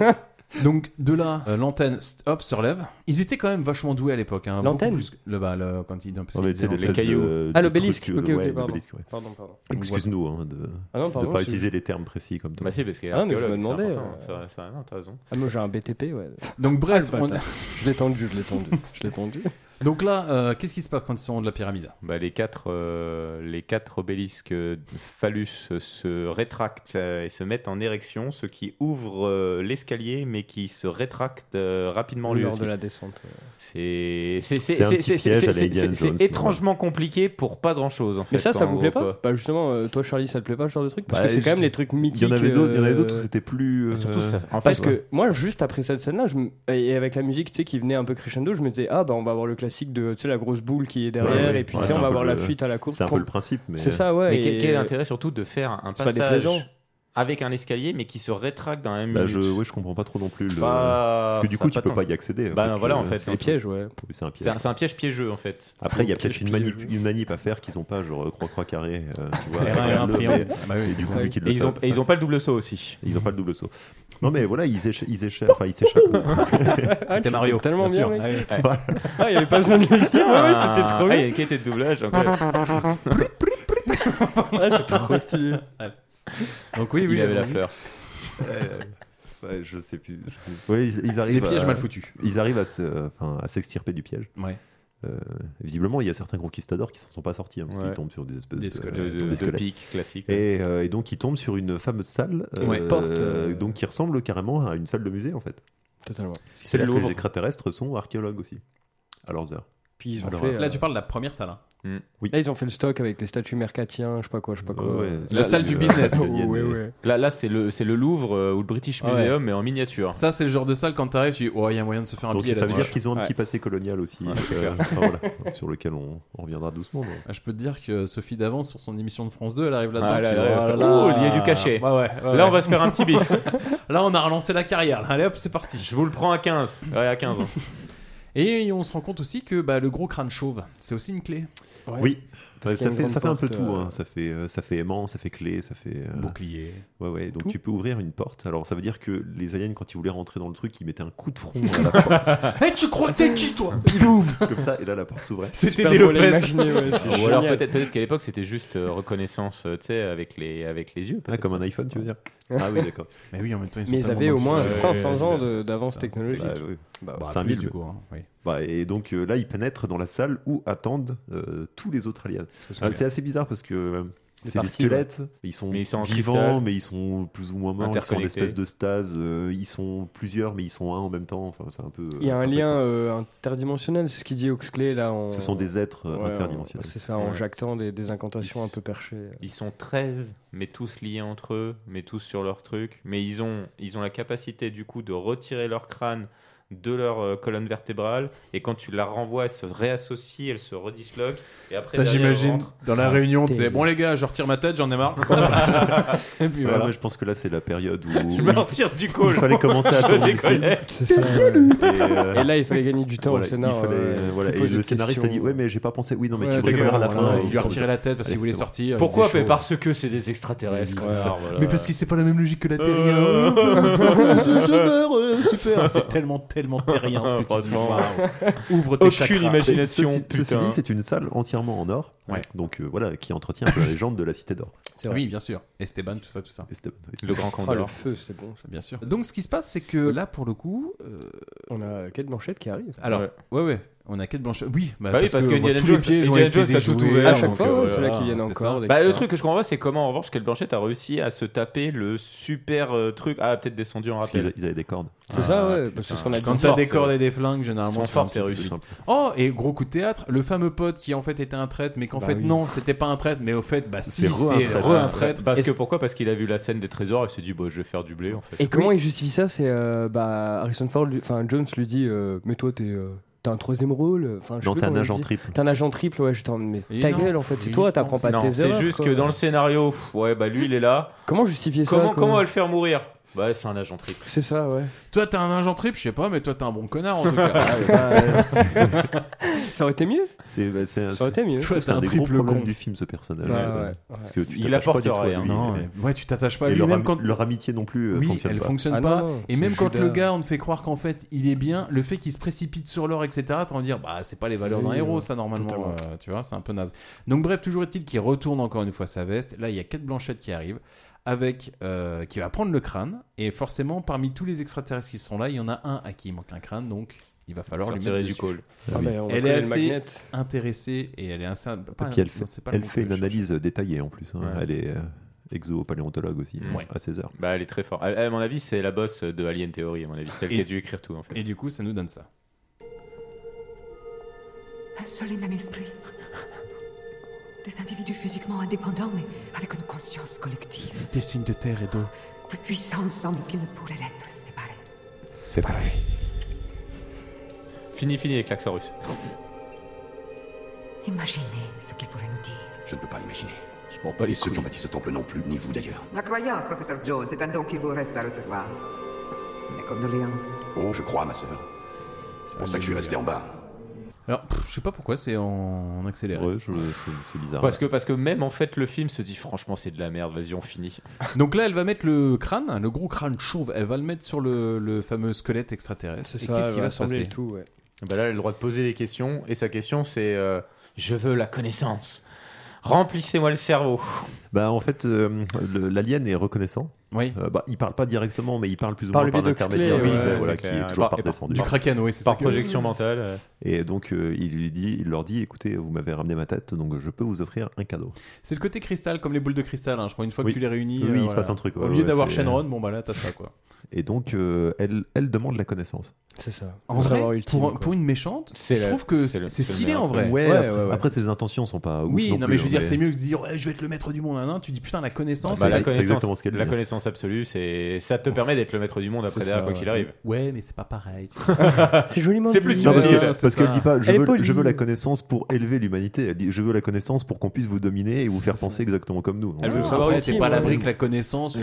[SPEAKER 2] Donc de là, euh, l'antenne st- hop se relève. Ils étaient quand même vachement doués à l'époque. hein, beaucoup
[SPEAKER 12] L'antenne
[SPEAKER 2] plus que- le, bah, le- quand ils, parce
[SPEAKER 11] Non, mais
[SPEAKER 2] qu'ils
[SPEAKER 11] c'est
[SPEAKER 2] faisaient
[SPEAKER 11] l'espèce
[SPEAKER 2] l'antenne.
[SPEAKER 11] de- de
[SPEAKER 12] Ah, l'obélisque,
[SPEAKER 11] truc, euh,
[SPEAKER 12] ok,
[SPEAKER 11] ouais,
[SPEAKER 12] ok, pardon.
[SPEAKER 11] l'obélisque, ouais.
[SPEAKER 12] Pardon, pardon.
[SPEAKER 11] Excuse-nous hein, de
[SPEAKER 12] Ah non,
[SPEAKER 11] ne
[SPEAKER 12] pardon,
[SPEAKER 11] pas
[SPEAKER 12] c'est-
[SPEAKER 11] utiliser les termes précis comme toi.
[SPEAKER 6] Bah si, parce qu'il est
[SPEAKER 12] Ah, mais je me
[SPEAKER 6] archéologue, c'est
[SPEAKER 12] demandais,
[SPEAKER 6] important, ça- ça- non, t'as raison.
[SPEAKER 12] Ah, moi j'ai un BTP, ouais.
[SPEAKER 2] Donc bref,
[SPEAKER 12] Ah, le
[SPEAKER 2] on-
[SPEAKER 12] bâtard. je l'ai tendu, je l'ai tendu, je l'ai tendu.
[SPEAKER 2] Donc là, euh, qu'est-ce qui se passe quand ils sont en haut de la pyramide
[SPEAKER 6] Bah, les, quatre, euh, les quatre obélisques euh, phallus euh, se rétractent euh, et se mettent en érection, ce qui ouvre euh, l'escalier mais qui se rétracte euh, rapidement lui
[SPEAKER 12] Lors
[SPEAKER 6] aussi.
[SPEAKER 12] de la descente. ouais.
[SPEAKER 6] C'est c'est- c'est-
[SPEAKER 12] C'est un
[SPEAKER 6] c'est-
[SPEAKER 12] petit
[SPEAKER 6] c'est-
[SPEAKER 12] piège à la
[SPEAKER 6] c'est-
[SPEAKER 12] Indiana
[SPEAKER 6] c'est-
[SPEAKER 12] Jones,
[SPEAKER 6] c'est
[SPEAKER 12] ouais.
[SPEAKER 6] étrangement compliqué pour pas grand chose en fait.
[SPEAKER 12] Mais ça,
[SPEAKER 6] quoi,
[SPEAKER 12] ça
[SPEAKER 6] en
[SPEAKER 12] vous
[SPEAKER 6] gros,
[SPEAKER 12] plaît pas
[SPEAKER 6] quoi.
[SPEAKER 12] Bah justement, euh, toi Charlie, ça te plaît pas ce genre de truc Parce
[SPEAKER 6] Bah,
[SPEAKER 12] que c'est quand même
[SPEAKER 6] je-
[SPEAKER 12] les trucs
[SPEAKER 6] il y en
[SPEAKER 12] mythiques.
[SPEAKER 11] avait d'autres- il y en avait
[SPEAKER 12] euh,
[SPEAKER 11] d'autres où c'était
[SPEAKER 6] bah,
[SPEAKER 11] plus, Et surtout, euh, ça- en
[SPEAKER 12] parce
[SPEAKER 11] fait,
[SPEAKER 12] que
[SPEAKER 11] ouais.
[SPEAKER 12] moi, juste après cette scène-là, je me- et avec la musique tu sais, qui venait un peu crescendo, je me disais ah bah on va avoir le classique de tu sais la grosse boule qui est derrière
[SPEAKER 11] Ouais, ouais.
[SPEAKER 12] et puis
[SPEAKER 11] Ouais,
[SPEAKER 12] tu sais
[SPEAKER 11] c'est
[SPEAKER 12] on
[SPEAKER 11] un
[SPEAKER 12] va
[SPEAKER 11] peu
[SPEAKER 12] avoir la
[SPEAKER 11] le-
[SPEAKER 12] fuite à la courbe.
[SPEAKER 11] c'est un peu
[SPEAKER 12] Quand-
[SPEAKER 11] le principe, mais-
[SPEAKER 12] C'est ça, ouais.
[SPEAKER 6] Mais quel,
[SPEAKER 12] et-
[SPEAKER 6] quel intérêt surtout de faire un
[SPEAKER 12] C'est pas
[SPEAKER 6] passage
[SPEAKER 12] déplaisant.
[SPEAKER 6] avec un escalier mais qui se rétracte dans la même
[SPEAKER 11] Bah,
[SPEAKER 6] minute
[SPEAKER 11] je, ouais, je comprends pas trop non plus. Le...
[SPEAKER 6] Pas-
[SPEAKER 11] Parce que du
[SPEAKER 6] ça
[SPEAKER 11] coup,
[SPEAKER 6] a
[SPEAKER 11] tu
[SPEAKER 6] de
[SPEAKER 11] peux
[SPEAKER 6] sens.
[SPEAKER 11] pas y accéder.
[SPEAKER 6] Bah non, voilà en fait.
[SPEAKER 11] un truc. Oui, C'est un piège.
[SPEAKER 6] C'est un piège piégeux en fait.
[SPEAKER 11] Après, il y a
[SPEAKER 6] Un piège
[SPEAKER 11] peut-être une, manip- une manip à faire qu'ils ont pas, genre croix-croix carré. euh, tu vois,
[SPEAKER 6] Et un-
[SPEAKER 11] avec
[SPEAKER 6] un
[SPEAKER 11] le-
[SPEAKER 6] triangle.
[SPEAKER 11] mais-
[SPEAKER 6] Ah bah oui,
[SPEAKER 11] et
[SPEAKER 6] c'est
[SPEAKER 11] du coup,
[SPEAKER 6] vrai.
[SPEAKER 11] vu qu'ils
[SPEAKER 6] Et
[SPEAKER 11] le
[SPEAKER 6] ils ont-
[SPEAKER 11] savent-
[SPEAKER 6] et ils ont pas le double saut aussi.
[SPEAKER 11] Ils ont pas le double saut. Non, mais voilà, ils écha- ils échappent. Enfin, ils s'échappent.
[SPEAKER 6] C'était Mario,
[SPEAKER 12] tellement
[SPEAKER 6] bien
[SPEAKER 12] bien,
[SPEAKER 6] sûr.
[SPEAKER 12] mec.
[SPEAKER 6] Ah ouais.
[SPEAKER 12] Voilà. Ah, il y avait pas besoin de le dire, ouais, ouais, c'était trop
[SPEAKER 6] Ah,
[SPEAKER 12] bien.
[SPEAKER 6] il y a une quête de doublage. donc, ouais.
[SPEAKER 12] Ouais, c'est trop stylé.
[SPEAKER 2] Donc oui, oui,
[SPEAKER 6] il avait la
[SPEAKER 2] oui.
[SPEAKER 6] fleur.
[SPEAKER 11] Euh, ouais, je sais plus. je sais plus. Ouais, ils, ils arrivent
[SPEAKER 2] Les pièges
[SPEAKER 11] à-
[SPEAKER 2] mal foutus.
[SPEAKER 11] Ils arrivent à se- enfin, à s'extirper du piège.
[SPEAKER 2] Ouais.
[SPEAKER 11] Euh, visiblement, il y a certains conquistadors qui ne sont pas sortis hein, parce
[SPEAKER 6] Ouais.
[SPEAKER 11] qu'ils tombent sur des espèces
[SPEAKER 6] Des
[SPEAKER 11] de- des
[SPEAKER 6] squelettes. De- de
[SPEAKER 11] squelettes.
[SPEAKER 6] piques classiques,
[SPEAKER 11] Et, euh, et donc, ils tombent sur une fameuse salle,
[SPEAKER 6] Ouais, porte, euh,
[SPEAKER 11] donc qui ressemble carrément à une salle de musée en fait.
[SPEAKER 12] Totalement.
[SPEAKER 11] C'est
[SPEAKER 6] le
[SPEAKER 11] là que
[SPEAKER 6] Louvre.
[SPEAKER 11] les extraterrestres sont archéologues aussi, à leurs heures.
[SPEAKER 12] Puis ils ont
[SPEAKER 2] Alors,
[SPEAKER 12] fait,
[SPEAKER 2] Là,
[SPEAKER 12] euh,
[SPEAKER 2] tu parles de la première salle. hein.
[SPEAKER 12] Là, ils ont fait le stock avec les statues mercatiens, je sais pas quoi, je sais pas quoi.
[SPEAKER 11] Euh,
[SPEAKER 2] La salle du business.
[SPEAKER 12] Oh, ouais, ouais.
[SPEAKER 6] Là, là c'est le, c'est le Louvre euh, ou le British
[SPEAKER 2] Ouais.
[SPEAKER 6] Museum, mais en miniature.
[SPEAKER 2] Ça, c'est le genre de salle quand t'arrives, tu dis, oh, il y a moyen de se faire un
[SPEAKER 6] Donc,
[SPEAKER 2] billet
[SPEAKER 6] ça
[SPEAKER 2] là
[SPEAKER 6] veut
[SPEAKER 11] dire qu'ils ont un petit passé colonial aussi,
[SPEAKER 2] Ouais, c'est
[SPEAKER 11] euh,
[SPEAKER 2] clair.
[SPEAKER 11] enfin, voilà, sur lequel on, on reviendra doucement. mais-
[SPEAKER 2] Ah, Je peux te dire que Sophie d'avance sur son émission de France 2, elle arrive là-dedans.
[SPEAKER 11] Ah là
[SPEAKER 2] tu
[SPEAKER 11] là,
[SPEAKER 2] vois, Oh,
[SPEAKER 11] elle va faire,
[SPEAKER 2] là.
[SPEAKER 11] ouh, il y a du cachet.
[SPEAKER 2] Ouais, ouais, ouais,
[SPEAKER 6] Là, on
[SPEAKER 2] Ah ouais.
[SPEAKER 6] va se faire un petit bif.
[SPEAKER 2] là, on a relancé la carrière. là. Allez hop, c'est parti. Je
[SPEAKER 6] vous le prends à 15. Ouais, à 15.
[SPEAKER 2] Et on se rend compte aussi que bah, le gros crâne chauve, c'est aussi une clé.
[SPEAKER 11] Oui, Ouais, ça, fait, ça fait un peu tout. hein. Ça, fait, euh, ça fait aimant, ça fait clé, ça fait. euh,
[SPEAKER 2] Bouclier.
[SPEAKER 11] Ouais, ouais. Donc
[SPEAKER 2] Tout.
[SPEAKER 11] tu peux ouvrir une porte. Alors ça veut dire que les aliens, quand ils voulaient rentrer dans le truc, ils mettaient un coup de front à la porte.
[SPEAKER 2] Eh, tu crois que t'es qui, toi
[SPEAKER 11] Boum Comme ça, et là la porte s'ouvrait.
[SPEAKER 6] Super drôle à imaginer, ouais, c'est Ou alors
[SPEAKER 11] génial.
[SPEAKER 6] peut-être peut-être qu'à l'époque c'était juste euh, reconnaissance, euh, tu sais, avec les, avec les yeux.
[SPEAKER 11] comme un iPhone, tu veux dire
[SPEAKER 6] Ah oui, d'accord.
[SPEAKER 2] Mais oui, en même temps, ils sont
[SPEAKER 12] Mais ils
[SPEAKER 2] tellement
[SPEAKER 12] avaient au moins
[SPEAKER 2] motivés.
[SPEAKER 12] 500 ans de-
[SPEAKER 2] Ouais,
[SPEAKER 12] d'avance
[SPEAKER 2] c'est ça.
[SPEAKER 12] technologique.
[SPEAKER 11] Bah, oui.
[SPEAKER 12] Bah,
[SPEAKER 11] Bah,
[SPEAKER 12] bah,
[SPEAKER 11] c'est un
[SPEAKER 12] plus,
[SPEAKER 11] build.
[SPEAKER 12] du coup, hein, oui.
[SPEAKER 11] Bah, et donc euh, là, ils pénètrent dans la salle où attendent euh, tous les autres aliens.
[SPEAKER 6] Ça, c'est
[SPEAKER 2] Ah,
[SPEAKER 11] Alors,
[SPEAKER 6] bien.
[SPEAKER 11] C'est assez bizarre parce que euh,
[SPEAKER 6] Les
[SPEAKER 11] c'est des
[SPEAKER 6] parties,
[SPEAKER 11] squelettes,
[SPEAKER 6] ouais.
[SPEAKER 11] ils sont,
[SPEAKER 6] Mais ils sont en
[SPEAKER 11] vivants,
[SPEAKER 6] cristal.
[SPEAKER 11] mais ils sont plus ou moins morts, ils sont en
[SPEAKER 6] Interconnectés.
[SPEAKER 11] espèce de stase, euh, ils sont plusieurs, mais ils sont un en même temps. Enfin, c'est un peu.
[SPEAKER 12] Il y a
[SPEAKER 11] c'est
[SPEAKER 12] un
[SPEAKER 11] peu
[SPEAKER 12] lien euh, interdimensionnel, c'est ce qu'il dit Oxley là. En...
[SPEAKER 11] Ce sont des êtres, euh,
[SPEAKER 12] en-
[SPEAKER 11] interdimensionnels.
[SPEAKER 12] C'est ça, en
[SPEAKER 11] Ouais.
[SPEAKER 12] jactant des, des incantations un peu perchées.
[SPEAKER 6] Ils sont 13, mais tous liés entre eux, mais tous sur leur truc. Mais ils ont, ils ont la capacité du coup de retirer leur crâne de leur euh, colonne vertébrale. Et quand tu la renvoies, elle se réassocie, elle se redisloque. Et après,
[SPEAKER 2] Ça,
[SPEAKER 6] derrière, elle
[SPEAKER 2] J'imagine,
[SPEAKER 6] rentre.
[SPEAKER 2] dans la réunion, tu sais, bon les gars, je retire ma tête, j'en ai marre. Et puis
[SPEAKER 11] Ouais,
[SPEAKER 2] voilà.
[SPEAKER 11] moi, je pense que là, c'est la période où.
[SPEAKER 2] Je me retire du call.
[SPEAKER 11] Il fallait commencer à
[SPEAKER 2] Je
[SPEAKER 11] attendre. le film. euh,
[SPEAKER 2] déconnecte.
[SPEAKER 12] C'est ça, ouais. Et là, il fallait gagner du temps au
[SPEAKER 11] voilà,
[SPEAKER 12] scénar,
[SPEAKER 11] il fallait,
[SPEAKER 12] ouais.
[SPEAKER 11] euh, voilà.
[SPEAKER 12] Il
[SPEAKER 11] Et
[SPEAKER 12] pose
[SPEAKER 11] le
[SPEAKER 12] des
[SPEAKER 11] scénariste a dit
[SPEAKER 12] questions.
[SPEAKER 11] Ouais, mais j'ai pas pensé. Oui, non, mais
[SPEAKER 2] Ouais,
[SPEAKER 11] tu
[SPEAKER 2] c'est
[SPEAKER 11] vas à la
[SPEAKER 2] bon,
[SPEAKER 11] fin.
[SPEAKER 2] voilà, euh, il lui a retiré la tête parce qu'il
[SPEAKER 11] Allez,
[SPEAKER 2] voulait
[SPEAKER 11] c'est bon.
[SPEAKER 2] sortir, il
[SPEAKER 6] Pourquoi
[SPEAKER 2] faisait
[SPEAKER 6] Mais
[SPEAKER 2] chaud.
[SPEAKER 6] parce que c'est des extraterrestres.
[SPEAKER 2] Oui,
[SPEAKER 6] quoi.
[SPEAKER 2] c'est ça.
[SPEAKER 6] Voilà.
[SPEAKER 2] Mais parce que c'est pas la même logique que la Terre.
[SPEAKER 6] Euh.
[SPEAKER 2] Je, je meurs, euh, super. C'est tellement, tellement terrien ce que tu dis.
[SPEAKER 6] Franchement.
[SPEAKER 2] Waouh. Ouvre tes chakras.
[SPEAKER 11] Ceci, ceci dit, c'est une salle entièrement en or. Donc euh, voilà, qui entretient un peu la légende de la cité d'or.
[SPEAKER 2] C'est vrai. Oui, bien sûr. Esteban, tout ça, tout ça.
[SPEAKER 11] Le grand
[SPEAKER 12] Ah, le feu, c'était bon. Ça.
[SPEAKER 2] Bien sûr. Donc, ce qui se passe, c'est que là, pour le coup. euh,
[SPEAKER 12] On a Kate Blanchette qui arrive.
[SPEAKER 2] Alors, ouais, ouais, on a Kate Blanchett. Oui, bah,
[SPEAKER 6] Bah oui, parce que
[SPEAKER 2] moi,
[SPEAKER 6] Indiana
[SPEAKER 2] tous
[SPEAKER 6] Jones,
[SPEAKER 2] les pièges ont
[SPEAKER 6] Indiana
[SPEAKER 2] été
[SPEAKER 6] Jones a tout
[SPEAKER 2] déjoués,
[SPEAKER 6] ouvert.
[SPEAKER 12] À chaque
[SPEAKER 6] donc,
[SPEAKER 12] fois, ouais,
[SPEAKER 6] euh,
[SPEAKER 12] c'est là qu'il y en a
[SPEAKER 6] voilà,
[SPEAKER 12] encore,
[SPEAKER 6] c'est ça.
[SPEAKER 12] des
[SPEAKER 6] Bah, le
[SPEAKER 12] extras.
[SPEAKER 6] truc que je comprends pas, c'est comment en revanche Kate Blanchett a réussi à se taper le super euh, truc. Ah, peut-être descendu en Ah, rappel.
[SPEAKER 11] Ils, avaient des cordes.
[SPEAKER 2] C'est ça, ouais, parce que ce qu'on a dit. Quand t'as des cordes et des flingues, généralement,
[SPEAKER 6] Son
[SPEAKER 2] hein, c'est un
[SPEAKER 6] fort,
[SPEAKER 2] petit
[SPEAKER 6] c'est
[SPEAKER 2] peu
[SPEAKER 6] réussi.
[SPEAKER 2] simple. Oh, et gros coup de théâtre, le fameux pote qui en fait était un traître, mais qu'en
[SPEAKER 6] Bah
[SPEAKER 2] fait
[SPEAKER 6] oui.
[SPEAKER 2] non, c'était pas un traître, mais au fait, bah si, c'est
[SPEAKER 6] re-un traître.
[SPEAKER 2] re un traître.
[SPEAKER 6] Parce
[SPEAKER 2] Et
[SPEAKER 6] que pourquoi Parce qu'il a vu la scène des trésors et s'est dit, bah, je vais faire du blé en fait.
[SPEAKER 12] Et comment il justifie ça C'est euh, bah, Harrison Ford, lui- enfin Jones lui dit euh, Mais toi, t'es. euh, T'as un troisième rôle enfin, je sais
[SPEAKER 11] Non,
[SPEAKER 12] plus
[SPEAKER 11] t'es un
[SPEAKER 12] comment il
[SPEAKER 11] agent
[SPEAKER 12] dit.
[SPEAKER 11] triple.
[SPEAKER 12] T'es un agent triple, ouais, je t'en mais
[SPEAKER 6] Et
[SPEAKER 12] ta
[SPEAKER 6] non,
[SPEAKER 12] gueule en fait. C'est
[SPEAKER 6] juste
[SPEAKER 12] toi, t'apprends pas
[SPEAKER 6] non,
[SPEAKER 12] tes erreurs.
[SPEAKER 6] C'est juste
[SPEAKER 12] quoi.
[SPEAKER 6] que dans le scénario, pff, ouais, bah lui il est là.
[SPEAKER 12] Comment justifier ça,
[SPEAKER 6] Comment,
[SPEAKER 12] quoi
[SPEAKER 6] comment on va le faire mourir Bah, c'est un agent triple.
[SPEAKER 12] C'est ça, ouais.
[SPEAKER 2] Toi, t'es un agent trip, je sais pas, mais toi, t'es un bon connard en tout cas.
[SPEAKER 12] ça aurait été mieux.
[SPEAKER 11] C'est bah, c'est un-
[SPEAKER 12] Ça aurait été mieux.
[SPEAKER 11] c'est un,
[SPEAKER 12] C'est un
[SPEAKER 11] des gros
[SPEAKER 12] triple
[SPEAKER 11] problèmes
[SPEAKER 12] con.
[SPEAKER 11] du film, ce personnage.
[SPEAKER 12] Ouais,
[SPEAKER 11] euh,
[SPEAKER 12] ouais.
[SPEAKER 11] Parce que tu
[SPEAKER 2] Il
[SPEAKER 11] t'attaches pas
[SPEAKER 2] apporte
[SPEAKER 11] du tout à
[SPEAKER 2] rien.
[SPEAKER 11] lui,
[SPEAKER 2] Non,
[SPEAKER 11] et-
[SPEAKER 2] ouais, tu t'attaches pas à
[SPEAKER 11] et
[SPEAKER 2] lui,
[SPEAKER 11] leur
[SPEAKER 2] même
[SPEAKER 11] am-
[SPEAKER 2] quand-
[SPEAKER 11] Leur amitié non plus euh,
[SPEAKER 2] oui,
[SPEAKER 11] fonctionne
[SPEAKER 2] elle
[SPEAKER 11] pas.
[SPEAKER 2] fonctionne
[SPEAKER 12] Ah
[SPEAKER 2] pas.
[SPEAKER 12] non,
[SPEAKER 2] et
[SPEAKER 12] c'est
[SPEAKER 2] même quand
[SPEAKER 12] Judas.
[SPEAKER 2] le gars, on te fait croire qu'en fait, il est bien, le fait qu'il se précipite sur l'or, etc., t'en dire, bah, c'est pas les valeurs d'un
[SPEAKER 12] Oui,
[SPEAKER 2] héros,
[SPEAKER 12] ouais,
[SPEAKER 2] ça, normalement.
[SPEAKER 12] totalement.
[SPEAKER 2] euh, tu vois, c'est un peu naze. Donc, bref, toujours est-il qu'il retourne encore une fois sa veste. Là, il y a quatre blanchettes qui arrivent. Avec, euh, qui va prendre le crâne, et forcément, parmi tous les extraterrestres qui sont là, il y en a un à qui il manque un crâne, donc il va falloir lui
[SPEAKER 6] Sortirez
[SPEAKER 2] mettre
[SPEAKER 6] du
[SPEAKER 2] dessus.
[SPEAKER 6] col.
[SPEAKER 11] Ah oui. Ah, mais on va
[SPEAKER 2] elle
[SPEAKER 11] coller
[SPEAKER 2] est
[SPEAKER 11] le
[SPEAKER 2] assez
[SPEAKER 11] magnet.
[SPEAKER 2] intéressée, et elle est assez.
[SPEAKER 11] Et
[SPEAKER 2] pas-
[SPEAKER 11] puis elle
[SPEAKER 2] non,
[SPEAKER 11] fait,
[SPEAKER 2] c'est pas le
[SPEAKER 11] elle
[SPEAKER 2] mot
[SPEAKER 11] fait
[SPEAKER 2] que
[SPEAKER 11] une
[SPEAKER 2] je cherche.
[SPEAKER 11] analyse détaillée en plus. hein.
[SPEAKER 6] Ouais.
[SPEAKER 11] Elle est euh, exo-paléontologue aussi, hein,
[SPEAKER 6] Ouais.
[SPEAKER 11] à 16h.
[SPEAKER 6] Bah, elle est très forte. Elle- À mon avis, c'est la boss de Alien Theory, à mon avis. Celle
[SPEAKER 2] Et-
[SPEAKER 6] qui a dû écrire tout en fait.
[SPEAKER 2] Et du coup, ça nous donne ça.
[SPEAKER 14] Un seul et même esprit. Des individus physiquement indépendants, mais avec une conscience collective.
[SPEAKER 2] Des signes de terre et d'eau.
[SPEAKER 14] Plus puissants ensemble qu'ils ne pourraient l'être séparés.
[SPEAKER 2] C'est pareil.
[SPEAKER 6] Fini, fini avec l'accent russe.
[SPEAKER 14] Imaginez ce qu'ils pourraient nous dire.
[SPEAKER 13] Je ne peux pas l'imaginer.
[SPEAKER 6] Je m'en pas
[SPEAKER 13] les ceux qui ont bâti ce temple non plus, ni vous d'ailleurs.
[SPEAKER 14] La croyance, professeur Jones, c'est un don qu'il vous reste à recevoir. Mes condoléances.
[SPEAKER 13] Oh, je crois, ma sœur. C'est pour ça que je suis resté en bas.
[SPEAKER 2] Alors, pff, je sais pas pourquoi, c'est en accéléré.
[SPEAKER 11] c'est bizarre.
[SPEAKER 6] Parce que, parce que même en fait, le film se dit franchement, c'est de la merde, vas-y, on finit.
[SPEAKER 2] Donc là, elle va mettre le crâne, le gros crâne chauve, elle va le mettre sur le, le fameux squelette extraterrestre.
[SPEAKER 12] C'est
[SPEAKER 2] Et
[SPEAKER 12] ça,
[SPEAKER 2] qu'est-ce
[SPEAKER 12] elle
[SPEAKER 2] qui
[SPEAKER 12] va
[SPEAKER 2] va se
[SPEAKER 12] assembler
[SPEAKER 2] passer
[SPEAKER 12] le tout, ouais.
[SPEAKER 6] Bah là, elle a le droit de poser des questions, et sa question c'est euh, Je veux la connaissance. Remplissez-moi le cerveau.
[SPEAKER 11] Bah, en fait, euh, le- l'alien est reconnaissant.
[SPEAKER 2] Oui.
[SPEAKER 11] bah, il parle pas directement, mais il parle plus ou
[SPEAKER 6] Par
[SPEAKER 11] moins
[SPEAKER 6] le
[SPEAKER 11] par
[SPEAKER 6] biais d'Oxley,
[SPEAKER 11] l'intermédiaire
[SPEAKER 6] ouais,
[SPEAKER 11] d'Oxley,
[SPEAKER 6] ouais,
[SPEAKER 11] voilà,
[SPEAKER 6] c'est
[SPEAKER 11] qui
[SPEAKER 6] clair.
[SPEAKER 11] est toujours
[SPEAKER 6] Par-
[SPEAKER 11] par
[SPEAKER 6] et par-
[SPEAKER 11] descendu.
[SPEAKER 6] du
[SPEAKER 2] Kraken, oui, c'est
[SPEAKER 6] Par
[SPEAKER 2] ça que-
[SPEAKER 6] projection mentale. euh.
[SPEAKER 11] Et donc, euh, il, lui dit, il leur dit écoutez, vous m'avez ramené ma tête, donc je peux vous offrir un cadeau.
[SPEAKER 2] C'est le côté cristal, comme les boules de cristal, hein, je crois. Une fois
[SPEAKER 11] Oui.
[SPEAKER 2] que tu les réunis,
[SPEAKER 11] Oui,
[SPEAKER 2] euh,
[SPEAKER 11] il se
[SPEAKER 2] voilà.
[SPEAKER 11] passe un truc, ouais,
[SPEAKER 2] Au lieu
[SPEAKER 11] ouais,
[SPEAKER 2] d'avoir
[SPEAKER 11] c'est-
[SPEAKER 2] Shenron, bon bah là, t'as ça, quoi.
[SPEAKER 11] Et donc, euh, elle, elle demande la connaissance.
[SPEAKER 12] C'est ça.
[SPEAKER 2] En vrai, pour, pour une méchante,
[SPEAKER 11] C'est
[SPEAKER 2] je
[SPEAKER 11] la-
[SPEAKER 2] trouve que
[SPEAKER 11] c'est le-
[SPEAKER 2] c'est
[SPEAKER 11] c'est le
[SPEAKER 2] stylé
[SPEAKER 11] meilleur
[SPEAKER 2] en vrai.
[SPEAKER 11] truc. Ouais, Ouais, après- ouais, ouais. après, ses intentions sont pas ouf
[SPEAKER 2] Oui,
[SPEAKER 11] non
[SPEAKER 2] non, mais
[SPEAKER 11] plus,
[SPEAKER 2] je veux dire,
[SPEAKER 11] mais-
[SPEAKER 2] c'est mieux que de dire Ouais, je vais être le maître du monde. hein, hein. Tu dis putain, la connaissance.
[SPEAKER 6] Bah,
[SPEAKER 2] elle-
[SPEAKER 6] la connaissance,
[SPEAKER 11] exactement ce qu'elle
[SPEAKER 6] la
[SPEAKER 11] dit.
[SPEAKER 6] connaissance absolue, c'est ça te permet d'être le maître du monde après
[SPEAKER 2] C'est
[SPEAKER 6] derrière
[SPEAKER 2] ça,
[SPEAKER 6] quoi qu'il
[SPEAKER 2] ouais.
[SPEAKER 6] arrive.
[SPEAKER 2] Ouais, mais c'est pas pareil.
[SPEAKER 12] C'est joliment
[SPEAKER 6] C'est plus
[SPEAKER 11] Non, parce
[SPEAKER 6] subtil.
[SPEAKER 11] que- parce qu'elle dit pas je
[SPEAKER 2] Elle est
[SPEAKER 11] veux,
[SPEAKER 2] polie.
[SPEAKER 11] je veux la connaissance pour élever l'humanité. Elle dit je veux la connaissance pour qu'on puisse vous dominer et vous faire penser exactement comme nous.
[SPEAKER 6] Elle veut
[SPEAKER 11] Donc,
[SPEAKER 6] savoir
[SPEAKER 11] après,
[SPEAKER 6] qui,
[SPEAKER 11] t'es
[SPEAKER 6] ouais.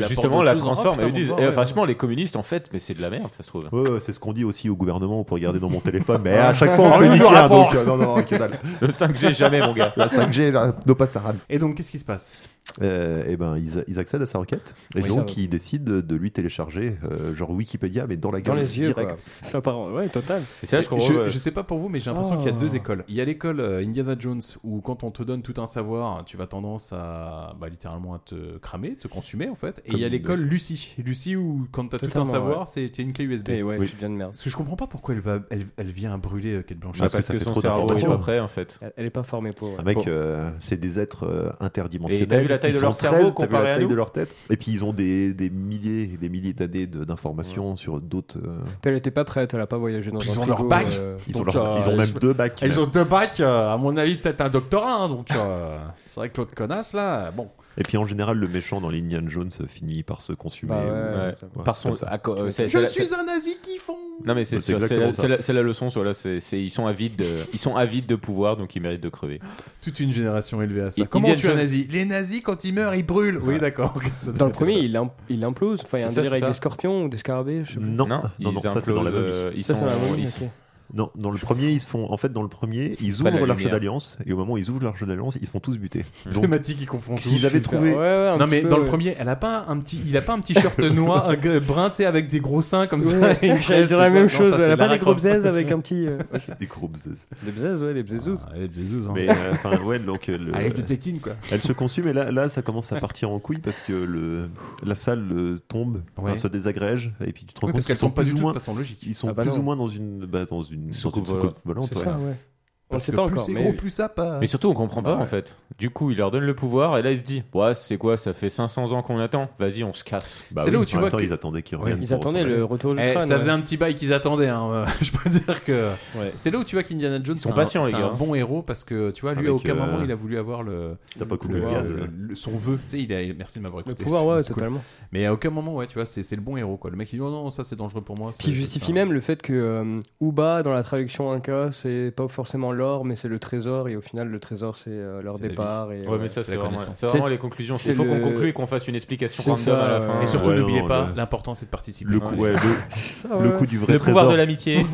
[SPEAKER 6] Justement, la transforme. Elles disent, eh, franchement, les communistes, en fait, mais c'est de la merde, ça se trouve.
[SPEAKER 11] euh, Ouais, ouais, c'est ce qu'on dit aussi au gouvernement pour regarder dans mon téléphone, mais
[SPEAKER 6] Ouais.
[SPEAKER 11] à chaque fois on se
[SPEAKER 6] Ah oui,
[SPEAKER 11] fait niquer,
[SPEAKER 6] le
[SPEAKER 11] hein,
[SPEAKER 6] rapport.
[SPEAKER 11] donc, euh, non, non, que dalle.
[SPEAKER 6] Le 5G, jamais, mon gars.
[SPEAKER 11] La 5G, là, no pass aram.
[SPEAKER 2] Et donc, qu'est-ce qui se passe
[SPEAKER 11] Eh ben, ils, ils accèdent à sa requête et
[SPEAKER 12] Oui, ça
[SPEAKER 11] donc
[SPEAKER 12] va.
[SPEAKER 11] ils décident de lui télécharger euh, genre Wikipédia, mais dans la
[SPEAKER 12] Dans
[SPEAKER 11] gueule
[SPEAKER 12] les yeux,
[SPEAKER 11] direct.
[SPEAKER 12] quoi. Ça part en- Ouais, total.
[SPEAKER 2] je, je sais pas pour vous, mais j'ai l'impression
[SPEAKER 12] Ah.
[SPEAKER 2] qu'il y a deux écoles. Il y a l'école euh, Indiana Jones où quand on te donne tout un savoir, tu vas tendance à bah, littéralement à te cramer, te consumer en fait. Et il y a
[SPEAKER 12] Comme
[SPEAKER 2] l'école
[SPEAKER 12] de-
[SPEAKER 2] Lucie. Lucie où quand t'as tout un
[SPEAKER 12] Totalement,
[SPEAKER 2] savoir,
[SPEAKER 12] ouais.
[SPEAKER 2] c'est t'as une clé USB.
[SPEAKER 12] Et ouais, Oui. tu deviens de merde.
[SPEAKER 2] Parce que je comprends pas pourquoi elle va, elle, elle vient à brûler euh, Kate Blanchett.
[SPEAKER 11] Parce que Parce ça que fait son trop cerveau est d'informations. pas prêt, en
[SPEAKER 6] fait.
[SPEAKER 12] Elle, elle est pas formée pour. ouais.
[SPEAKER 11] Un mec,
[SPEAKER 12] Pour-
[SPEAKER 11] euh, c'est des êtres euh, interdimensionnels.
[SPEAKER 12] Et t'as vu la taille
[SPEAKER 11] Ils
[SPEAKER 12] de leur
[SPEAKER 11] sont
[SPEAKER 12] cerveau
[SPEAKER 11] 13, t'as vu
[SPEAKER 12] comparé
[SPEAKER 11] la
[SPEAKER 12] à
[SPEAKER 11] taille
[SPEAKER 12] nous
[SPEAKER 11] de leur tête. Et puis ils ont des, des milliers et des milliers d'années de- d'informations sur d'autres. euh,
[SPEAKER 12] Elle était pas prête, elle a pas voyagé dans un
[SPEAKER 2] Ils ont
[SPEAKER 12] frigo,
[SPEAKER 2] leur bac.
[SPEAKER 12] euh,
[SPEAKER 11] Ils ont
[SPEAKER 2] Donc,
[SPEAKER 11] leur- ils ont même
[SPEAKER 2] je-
[SPEAKER 11] deux bacs.
[SPEAKER 2] Ils ont deux bacs. euh, à mon avis, peut-être un doctorat. hein, donc euh, c'est vrai que l'autre connasse là, bon.
[SPEAKER 11] Et puis en général, le méchant dans l'Indiana Jones finit par se consumer.
[SPEAKER 6] Bah ouais,
[SPEAKER 11] ou-
[SPEAKER 6] ouais.
[SPEAKER 11] Ouais,
[SPEAKER 6] Par son-
[SPEAKER 11] comme ça.
[SPEAKER 6] à co- euh, c'est-
[SPEAKER 2] Je
[SPEAKER 6] la-
[SPEAKER 2] suis un nazi qui fond.
[SPEAKER 6] Non mais c'est
[SPEAKER 11] C'est
[SPEAKER 6] ça, c'est
[SPEAKER 11] exactement
[SPEAKER 6] la,
[SPEAKER 11] ça.
[SPEAKER 6] c'est la- c'est la leçon, voilà, c'est c'est- ils sont avides, de, ils sont avides de pouvoir, donc ils méritent de crever.
[SPEAKER 2] Toute une génération élevée à ça.
[SPEAKER 6] Et
[SPEAKER 2] Comment
[SPEAKER 6] Indiana
[SPEAKER 2] tu es un
[SPEAKER 6] Jones-
[SPEAKER 2] nazi Les nazis quand ils meurent, ils brûlent. Oui, d'accord. ok, ça
[SPEAKER 12] Dans
[SPEAKER 2] doit
[SPEAKER 12] le
[SPEAKER 2] être
[SPEAKER 12] premier,
[SPEAKER 2] ça.
[SPEAKER 12] il, im- il implose. Enfin, il y a un
[SPEAKER 2] C'est ça,
[SPEAKER 12] délire
[SPEAKER 2] c'est
[SPEAKER 12] avec
[SPEAKER 2] ça.
[SPEAKER 12] des scorpions ou des scarabées, je sais pas.
[SPEAKER 11] Non, non, non,
[SPEAKER 6] ils
[SPEAKER 11] ça c'est dans la
[SPEAKER 6] implosent,
[SPEAKER 11] momie.
[SPEAKER 6] euh, ils
[SPEAKER 12] Ça, sont- c'est dans la momie, ils sont- ok.
[SPEAKER 11] Non, dans le premier, ils se font. En fait, dans le premier, ils
[SPEAKER 6] Pas la
[SPEAKER 11] ouvrent l'arche
[SPEAKER 6] lumière.
[SPEAKER 11] d'alliance et au moment où ils ouvrent l'arche d'alliance, ils se font tous buter. Donc,
[SPEAKER 2] Thématique, ils confondent. tout,
[SPEAKER 11] S'ils avaient
[SPEAKER 2] super.
[SPEAKER 11] trouvé.
[SPEAKER 2] non mais dans le premier, elle a pas un petit, il a pas un petit short noir, un gr- brun, tu sais, avec des gros seins comme ça.
[SPEAKER 12] Ouais,
[SPEAKER 2] et une
[SPEAKER 12] j'allais
[SPEAKER 2] crête,
[SPEAKER 12] dire la
[SPEAKER 2] c'est
[SPEAKER 12] même
[SPEAKER 2] ça. Non,
[SPEAKER 12] chose.
[SPEAKER 2] ça,
[SPEAKER 12] elle
[SPEAKER 2] c'est
[SPEAKER 12] a pas
[SPEAKER 2] Lara
[SPEAKER 12] des gros
[SPEAKER 2] Croft.
[SPEAKER 12] bzaises avec un petit. euh, ok.
[SPEAKER 11] Des gros bzaises.
[SPEAKER 12] Des bzaises, ouais, les bzezouzes.
[SPEAKER 2] les bzezouzes, hein.
[SPEAKER 11] Mais euh, enfin, ouais, donc. euh, le-
[SPEAKER 2] Allez, de tétine, quoi.
[SPEAKER 11] Elle se consume et là, là, ça commence à partir en couille parce que le, la salle euh, tombe,
[SPEAKER 2] Ouais.
[SPEAKER 11] enfin, se désagrège et puis tu te rends
[SPEAKER 2] Oui,
[SPEAKER 11] compte
[SPEAKER 2] parce
[SPEAKER 11] qu'ils
[SPEAKER 2] qu'elles sont pas
[SPEAKER 11] plus
[SPEAKER 2] du
[SPEAKER 11] ou
[SPEAKER 2] tout de
[SPEAKER 11] moins-
[SPEAKER 2] façon logique.
[SPEAKER 11] Ils sont
[SPEAKER 2] Ah bah
[SPEAKER 11] plus
[SPEAKER 2] non.
[SPEAKER 11] ou moins dans une, bah, dans une dans une
[SPEAKER 6] Soucoupe
[SPEAKER 11] soucoupe
[SPEAKER 6] volante.
[SPEAKER 11] volante.
[SPEAKER 6] C'est ça, ouais.
[SPEAKER 12] On
[SPEAKER 11] Parce
[SPEAKER 12] sait
[SPEAKER 11] que
[SPEAKER 12] pas
[SPEAKER 11] plus
[SPEAKER 12] encore.
[SPEAKER 11] c'est
[SPEAKER 12] mais-
[SPEAKER 11] gros,
[SPEAKER 2] plus ça passe.
[SPEAKER 6] Mais surtout on comprend pas
[SPEAKER 12] Bah
[SPEAKER 6] en fait. Du coup il leur donne le pouvoir et là il se dit, ouais c'est quoi, ça fait 500 ans qu'on attend, vas-y on se casse.
[SPEAKER 11] Bah C'est oui, là où en tu même vois temps, que- ils attendaient qu'ils reviennent Ils pour attendaient
[SPEAKER 2] le retour du Eh, crâne, ça ouais. faisait un petit bail qu'ils attendaient. Je peux dire que c'est là où tu vois qu'Indiana Jones
[SPEAKER 6] sont
[SPEAKER 2] c'est un-
[SPEAKER 6] patients, les
[SPEAKER 2] c'est
[SPEAKER 6] gars.
[SPEAKER 2] un bon héros parce que tu vois lui à
[SPEAKER 6] Avec,
[SPEAKER 2] aucun
[SPEAKER 6] euh,
[SPEAKER 2] moment il a voulu avoir le
[SPEAKER 11] t'as pas coupé
[SPEAKER 2] pouvoir,
[SPEAKER 11] le gaz,
[SPEAKER 2] le-
[SPEAKER 11] là.
[SPEAKER 2] le- son vœu tu sais il a merci de m'avoir écouté
[SPEAKER 12] pouvoir, ouais,
[SPEAKER 2] c'est cool.
[SPEAKER 12] totalement.
[SPEAKER 2] mais à aucun moment ouais tu vois c'est c'est le bon héros quoi le mec il dit non non ça c'est dangereux pour moi
[SPEAKER 12] Puis il justifie même le fait que euh, Uba, dans la traduction Inca, c'est pas forcément l'or, mais c'est le trésor, et au final, le trésor, c'est euh, leur
[SPEAKER 6] la
[SPEAKER 12] départ.
[SPEAKER 6] vie.
[SPEAKER 12] Et,
[SPEAKER 6] Ouais, mais ça, c'est
[SPEAKER 12] la
[SPEAKER 6] vraiment-
[SPEAKER 12] connaissance.
[SPEAKER 6] c'est vraiment les conclusions. Il faut qu'on conclue et qu'on fasse une explication
[SPEAKER 12] C'est
[SPEAKER 6] random à la
[SPEAKER 12] ouais.
[SPEAKER 6] fin.
[SPEAKER 2] et surtout
[SPEAKER 6] Ouais,
[SPEAKER 2] n'oubliez
[SPEAKER 6] non,
[SPEAKER 2] pas
[SPEAKER 6] le-
[SPEAKER 2] l'important c'est de participer
[SPEAKER 11] Le coup, ouais, le,
[SPEAKER 12] C'est ça,
[SPEAKER 11] le
[SPEAKER 12] Ah ouais.
[SPEAKER 11] coup du vrai
[SPEAKER 6] Le pouvoir
[SPEAKER 11] trésor.
[SPEAKER 6] de l'amitié.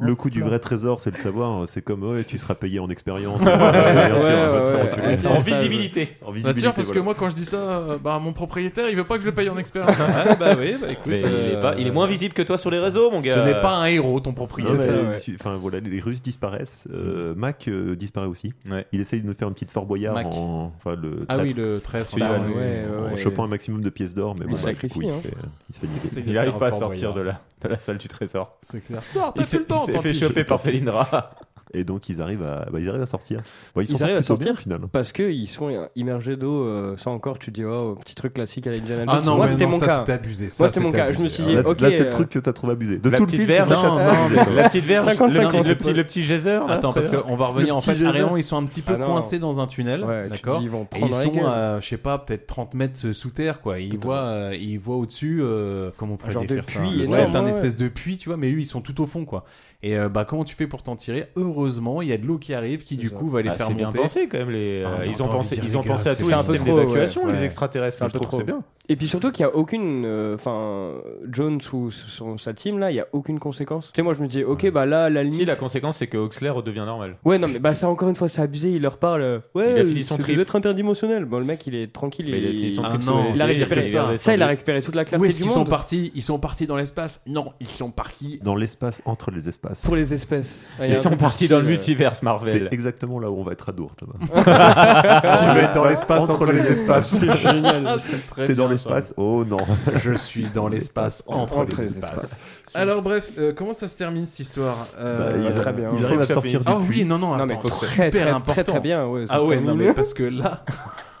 [SPEAKER 11] le coup du vrai trésor, c'est le savoir. C'est comme ouais, tu seras payé en expérience.
[SPEAKER 6] En visibilité.
[SPEAKER 11] En visibilité.
[SPEAKER 2] parce que
[SPEAKER 11] voilà.
[SPEAKER 2] moi quand je dis ça euh, bah mon propriétaire il veut pas que je le paye en expérience
[SPEAKER 6] Ah, bah oui, bah écoute,
[SPEAKER 11] Mais
[SPEAKER 6] euh, il, est pas- il est moins visible que toi sur les réseaux, mon gars.
[SPEAKER 2] Ce n'est pas un héros, ton propriétaire.
[SPEAKER 11] Non, mais
[SPEAKER 2] C'est ça, ouais. Mm.
[SPEAKER 11] tu- Enfin voilà, les Russes disparaissent. euh, Mac euh, disparaît aussi. Il essaye de nous faire une petite Fort Boyard
[SPEAKER 2] Mac.
[SPEAKER 11] en enfin le
[SPEAKER 2] Ah oui,
[SPEAKER 11] traître.
[SPEAKER 2] le traître,
[SPEAKER 11] Celui-là,
[SPEAKER 2] bah,
[SPEAKER 11] lui,
[SPEAKER 2] ouais,
[SPEAKER 11] en
[SPEAKER 2] ouais, ouais.
[SPEAKER 11] chopant un maximum de pièces d'or, mais
[SPEAKER 2] Il
[SPEAKER 11] bon,
[SPEAKER 2] se
[SPEAKER 11] bah, du coup, il se
[SPEAKER 2] sacrifie,
[SPEAKER 11] fait,
[SPEAKER 2] hein.
[SPEAKER 11] il se fait
[SPEAKER 2] C'est
[SPEAKER 11] niquer.
[SPEAKER 2] de
[SPEAKER 6] Il arrive
[SPEAKER 2] faire
[SPEAKER 6] pas à
[SPEAKER 2] un Fort
[SPEAKER 6] sortir de
[SPEAKER 2] Boyard.
[SPEAKER 6] la, de la salle du trésor.
[SPEAKER 2] C'est clair. Sors,
[SPEAKER 6] Il
[SPEAKER 2] t'as
[SPEAKER 6] s'est
[SPEAKER 2] plus le temps.
[SPEAKER 6] il s'est
[SPEAKER 2] tant
[SPEAKER 6] fait
[SPEAKER 2] pis.
[SPEAKER 6] choper par Felindra.
[SPEAKER 11] Et donc ils arrivent à, bah, ils arrivent à sortir. Bon, ils,
[SPEAKER 12] Ils
[SPEAKER 11] sont
[SPEAKER 12] arrivent à
[SPEAKER 11] plutôt bien,
[SPEAKER 12] sortir
[SPEAKER 11] au final. hein.
[SPEAKER 12] parce qu'ils sont euh, immergés d'eau. euh, ça encore, tu dis, oh, petit truc classique à l'Indiana Jones.
[SPEAKER 2] Ah non,
[SPEAKER 12] Moi,
[SPEAKER 2] mais
[SPEAKER 12] c'était
[SPEAKER 2] non,
[SPEAKER 12] mon
[SPEAKER 2] ça,
[SPEAKER 12] cas.
[SPEAKER 2] c'était abusé, ça,
[SPEAKER 12] Moi, c'était mon
[SPEAKER 2] c'était
[SPEAKER 12] cas. Je me suis dit,
[SPEAKER 11] là, c'est-
[SPEAKER 12] ok.
[SPEAKER 11] là, c'est le
[SPEAKER 12] euh,
[SPEAKER 11] truc que t'as trouvé abusé. De
[SPEAKER 6] La
[SPEAKER 11] tout le
[SPEAKER 6] petite
[SPEAKER 11] film,
[SPEAKER 6] verge,
[SPEAKER 11] c'est ça que t'as
[SPEAKER 6] non,
[SPEAKER 11] trouvé
[SPEAKER 6] non,
[SPEAKER 11] abusé,
[SPEAKER 6] mais
[SPEAKER 11] toi.
[SPEAKER 6] la petite verge, 55, le petit- le petit- le petit geyser, là,
[SPEAKER 2] Attends, parce
[SPEAKER 6] après.
[SPEAKER 2] qu'on va revenir
[SPEAKER 6] Le
[SPEAKER 2] en fait.
[SPEAKER 6] petit
[SPEAKER 2] Aréon,
[SPEAKER 6] geyser.
[SPEAKER 2] ils sont un petit peu
[SPEAKER 6] Ah non.
[SPEAKER 2] coincés dans un tunnel.
[SPEAKER 6] Ouais, tu
[SPEAKER 2] D'accord.
[SPEAKER 6] dis, ils vont
[SPEAKER 2] Et
[SPEAKER 6] prendre
[SPEAKER 2] ils
[SPEAKER 6] la
[SPEAKER 2] sont,
[SPEAKER 6] gueule.
[SPEAKER 2] euh, je sais pas, peut-être 30 mètres euh, sous terre, quoi. Ils voient, euh, ils voient au-dessus, euh, comment on pourrait
[SPEAKER 12] genre de
[SPEAKER 2] décrire ça hein,
[SPEAKER 12] puits
[SPEAKER 2] le-
[SPEAKER 12] énorme,
[SPEAKER 2] C'est un
[SPEAKER 12] ouais,
[SPEAKER 2] espèce
[SPEAKER 12] ouais.
[SPEAKER 2] de puits, tu vois, mais lui, ils sont tout au fond, quoi. Et euh, bah, comment tu fais pour t'en tirer Heureusement, il y a de l'eau qui arrive qui, du coup, va les
[SPEAKER 6] Ah,
[SPEAKER 2] faire
[SPEAKER 6] c'est
[SPEAKER 2] monter.
[SPEAKER 6] bien pensé, quand même, les-
[SPEAKER 2] Ah,
[SPEAKER 6] euh,
[SPEAKER 2] non,
[SPEAKER 6] ils ont
[SPEAKER 2] attends,
[SPEAKER 6] pensé-
[SPEAKER 2] mais
[SPEAKER 6] ils
[SPEAKER 2] les
[SPEAKER 6] ont
[SPEAKER 2] gars,
[SPEAKER 6] pensé à
[SPEAKER 2] c'est-
[SPEAKER 6] tout le
[SPEAKER 2] c'est un peu
[SPEAKER 6] système
[SPEAKER 2] trop,
[SPEAKER 6] d'évacuation,
[SPEAKER 2] ouais,
[SPEAKER 6] les
[SPEAKER 2] ouais.
[SPEAKER 6] extraterrestres.
[SPEAKER 2] C'est un
[SPEAKER 6] je
[SPEAKER 2] peu
[SPEAKER 6] trouve,
[SPEAKER 2] trop.
[SPEAKER 6] c'est bien.
[SPEAKER 12] Et puis surtout qu'il n'y a aucune. euh, Enfin, Jones ou son, sa team, là, il n'y a aucune conséquence. Tu sais, moi, je me dis, ok, bah là, à la limite.
[SPEAKER 6] Si la conséquence, c'est que Oxler redevient normal.
[SPEAKER 12] Ouais, non, mais bah ça, encore une fois, c'est abusé. Il leur parle. euh, Ouais,
[SPEAKER 6] Il a fini son
[SPEAKER 12] c'est
[SPEAKER 6] trip.
[SPEAKER 12] des êtres interdimensionnels. Bon, le mec, il est tranquille.
[SPEAKER 6] Mais il Ah, a fini son trip
[SPEAKER 12] il,
[SPEAKER 6] sur les
[SPEAKER 12] il a
[SPEAKER 6] SDF,
[SPEAKER 12] récupéré
[SPEAKER 6] il a
[SPEAKER 12] ça.
[SPEAKER 6] descendu.
[SPEAKER 12] Ça, il a récupéré toute la clarté
[SPEAKER 2] Où est-ce
[SPEAKER 12] du
[SPEAKER 2] qu'ils sont
[SPEAKER 12] monde.
[SPEAKER 2] partis Ils sont partis dans l'espace Non, ils sont partis.
[SPEAKER 11] Dans l'espace, entre les espaces.
[SPEAKER 12] Pour les espèces. Ah, il y a
[SPEAKER 11] Ils
[SPEAKER 12] un
[SPEAKER 11] sont
[SPEAKER 12] truc
[SPEAKER 11] partis
[SPEAKER 12] style, euh,
[SPEAKER 11] C'est exactement là où on va être à Dourte. là-bas.
[SPEAKER 2] Tu vas être dans l'espace entre les espaces.
[SPEAKER 11] C'est génial.
[SPEAKER 2] C'est très
[SPEAKER 11] T'es dans
[SPEAKER 2] bien,
[SPEAKER 11] l'espace.
[SPEAKER 2] ça.
[SPEAKER 11] Oh non.
[SPEAKER 2] Je suis dans l'espace entre, les, espaces. Alors bref, euh, comment ça se termine cette histoire Euh,
[SPEAKER 11] Bah, il- Très bien. il arrive à sortir du
[SPEAKER 2] Ah
[SPEAKER 11] puits.
[SPEAKER 2] oui, non, non,
[SPEAKER 12] Non,
[SPEAKER 2] attends,
[SPEAKER 12] mais faut que-
[SPEAKER 2] super
[SPEAKER 12] très, très,
[SPEAKER 2] important.
[SPEAKER 12] très, très bien, ouais, ça
[SPEAKER 2] ah
[SPEAKER 12] se
[SPEAKER 2] ouais, non,
[SPEAKER 12] termine.
[SPEAKER 2] mais parce que là,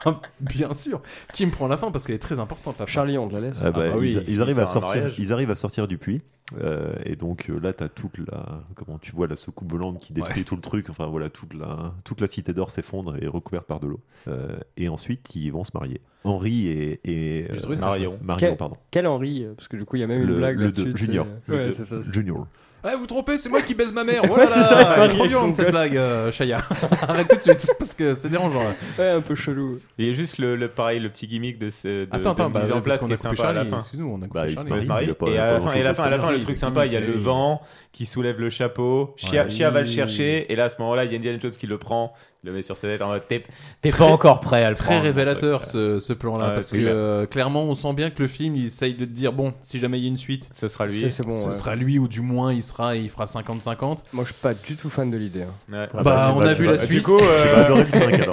[SPEAKER 2] hein, Bien sûr. Qui me prend la fin parce qu'elle est très importante. La Charlie,
[SPEAKER 12] on la laisse.
[SPEAKER 11] Ah bah, ils, ils arrivent à sortir, ils arrivent à sortir du puits. euh, et donc euh, là, t'as toute la. Comment tu vois la soucoupe volante qui détruit
[SPEAKER 2] Ouais.
[SPEAKER 11] tout le truc. Enfin voilà, toute la, toute la cité d'or s'effondre et est recouverte par de l'eau. Euh, et ensuite, ils vont se marier. Henri et. et
[SPEAKER 12] J'ai
[SPEAKER 11] euh,
[SPEAKER 12] trouvé ça
[SPEAKER 11] Marion.
[SPEAKER 12] chouette.
[SPEAKER 11] Marion,
[SPEAKER 12] Quel-
[SPEAKER 11] pardon.
[SPEAKER 12] Quel Henri euh, Parce que du coup, il y a même
[SPEAKER 11] Le-
[SPEAKER 12] une blague
[SPEAKER 11] le
[SPEAKER 12] là-dessus.
[SPEAKER 11] deux,
[SPEAKER 12] tu sais.
[SPEAKER 11] Junior. Le
[SPEAKER 12] Ouais,
[SPEAKER 11] deux,
[SPEAKER 12] c'est ça.
[SPEAKER 11] Junior.
[SPEAKER 2] Ah, vous trompez, c'est moi qui baise ma mère.
[SPEAKER 12] Ouais,
[SPEAKER 2] Voilà,
[SPEAKER 12] c'est ça,
[SPEAKER 2] elle est
[SPEAKER 12] c'est
[SPEAKER 2] trop
[SPEAKER 12] vrai,
[SPEAKER 2] violente,
[SPEAKER 12] c'est
[SPEAKER 2] cette
[SPEAKER 12] une
[SPEAKER 2] blague, euh, Chaya. Arrête tout de suite parce que c'est dérangeant. là.
[SPEAKER 12] Ouais, un peu chelou.
[SPEAKER 6] Il y a juste le, le- pareil, le petit gimmick de, ce, de,
[SPEAKER 2] Attends,
[SPEAKER 6] de
[SPEAKER 2] attends, bah,
[SPEAKER 6] mise en
[SPEAKER 2] parce
[SPEAKER 6] place
[SPEAKER 2] qu'on
[SPEAKER 6] qui
[SPEAKER 2] a
[SPEAKER 6] est
[SPEAKER 2] coupé
[SPEAKER 6] sympa à la
[SPEAKER 2] Charlie,
[SPEAKER 6] fin.
[SPEAKER 2] excuse-nous, on a coupé
[SPEAKER 6] Bah, il se
[SPEAKER 2] Charlie.
[SPEAKER 6] marie,
[SPEAKER 2] Il y a pas-
[SPEAKER 6] et
[SPEAKER 2] il y a
[SPEAKER 6] à
[SPEAKER 2] pas
[SPEAKER 6] la fin, et à la fin, à la fin,
[SPEAKER 2] grand-chose
[SPEAKER 6] le truc sympa, il y a le
[SPEAKER 2] Oui.
[SPEAKER 6] vent qui soulève le chapeau. Chia,
[SPEAKER 2] Ouais.
[SPEAKER 6] Chia va le chercher, et là, à ce moment-là, il y a Indiana Jones qui le prend, le met sur sa tête en mode T'es t'es pas encore prêt à le
[SPEAKER 2] Très
[SPEAKER 6] prendre.
[SPEAKER 2] révélateur ce, ce plan-là
[SPEAKER 6] Ouais,
[SPEAKER 2] parce que
[SPEAKER 6] oui, bah.
[SPEAKER 2] euh, clairement on sent bien que le film il essaye de te dire bon si jamais il y a une suite euh,
[SPEAKER 6] ce sera
[SPEAKER 12] lui. C'est- c'est bon,
[SPEAKER 2] ce
[SPEAKER 12] ouais.
[SPEAKER 2] sera lui ou du moins il sera il fera 50-50
[SPEAKER 12] Moi, je suis pas du tout fan de l'idée. hein.
[SPEAKER 2] Bah, on a vu
[SPEAKER 12] Ah,
[SPEAKER 2] la suite.
[SPEAKER 6] Du coup, euh,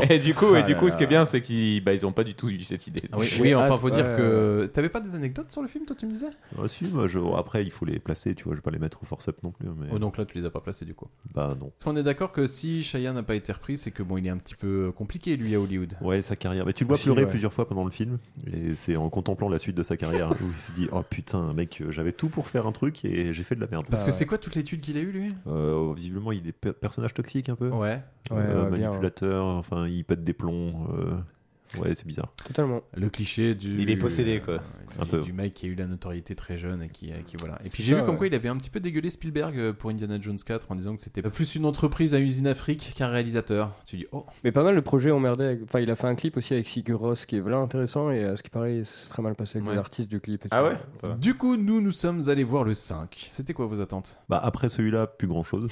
[SPEAKER 6] et du coup, et
[SPEAKER 2] Ah
[SPEAKER 6] du
[SPEAKER 2] là
[SPEAKER 6] coup, ce
[SPEAKER 2] là.
[SPEAKER 6] qui est bien, c'est qu'ils bah, ils ont pas du tout eu cette idée.
[SPEAKER 2] Ah oui, oui, enfin faut dire que t'avais pas des anecdotes sur le film toi tu me disais
[SPEAKER 6] Euh,
[SPEAKER 11] Ah, si, bah, je- après, il faut les placer, tu vois. Je vais pas les mettre au forceps non plus. Mais...
[SPEAKER 2] Oh, donc là tu les as pas placés du coup.
[SPEAKER 11] Bah non.
[SPEAKER 2] On est d'accord que si Shia n'a pas été repris c'est que bon il est un petit peu euh, compliqué lui à Hollywood.
[SPEAKER 11] Ouais, sa carrière. Mais tu le vois
[SPEAKER 2] Aussi,
[SPEAKER 11] pleurer
[SPEAKER 2] ouais.
[SPEAKER 11] plusieurs fois pendant le film, et c'est en contemplant la suite de sa carrière où il s'est dit Oh putain, mec, euh, j'avais tout pour faire un truc et j'ai fait de la merde.
[SPEAKER 2] Parce que c'est quoi toute l'étude qu'il a eu lui
[SPEAKER 11] Euh, visiblement, il est pe- personnage toxique un peu.
[SPEAKER 2] Ouais.
[SPEAKER 11] Euh,
[SPEAKER 2] Ouais, ouais, bien,
[SPEAKER 11] manipulateur, enfin, il pète des plombs. euh, Ouais, c'est bizarre.
[SPEAKER 12] Totalement.
[SPEAKER 2] Le cliché du.
[SPEAKER 6] Il est possédé, quoi.
[SPEAKER 2] du-
[SPEAKER 11] Un peu.
[SPEAKER 2] Du mec qui a eu la notoriété très jeune et qui, et qui voilà. Et puis euh,
[SPEAKER 12] C'est
[SPEAKER 2] j'ai
[SPEAKER 12] ça,
[SPEAKER 2] vu comme
[SPEAKER 12] ouais.
[SPEAKER 2] quoi il avait un petit peu dégueulé Spielberg euh, pour Indiana Jones 4 en disant que c'était Euh, plus une entreprise à usine Afrique qu'un réalisateur. Tu dis oh.
[SPEAKER 12] Mais pas mal le projet emmerdé. avec- Enfin, il a fait un clip aussi avec Sigur Rós qui est vraiment intéressant et à ce qui paraît, c'est très mal passé avec les artistes du clip. Et
[SPEAKER 11] Ah
[SPEAKER 6] Ah
[SPEAKER 12] tout.
[SPEAKER 2] Du coup, nous nous sommes allés voir le 5. C'était quoi vos attentes
[SPEAKER 11] Bah, après celui-là, plus grand chose.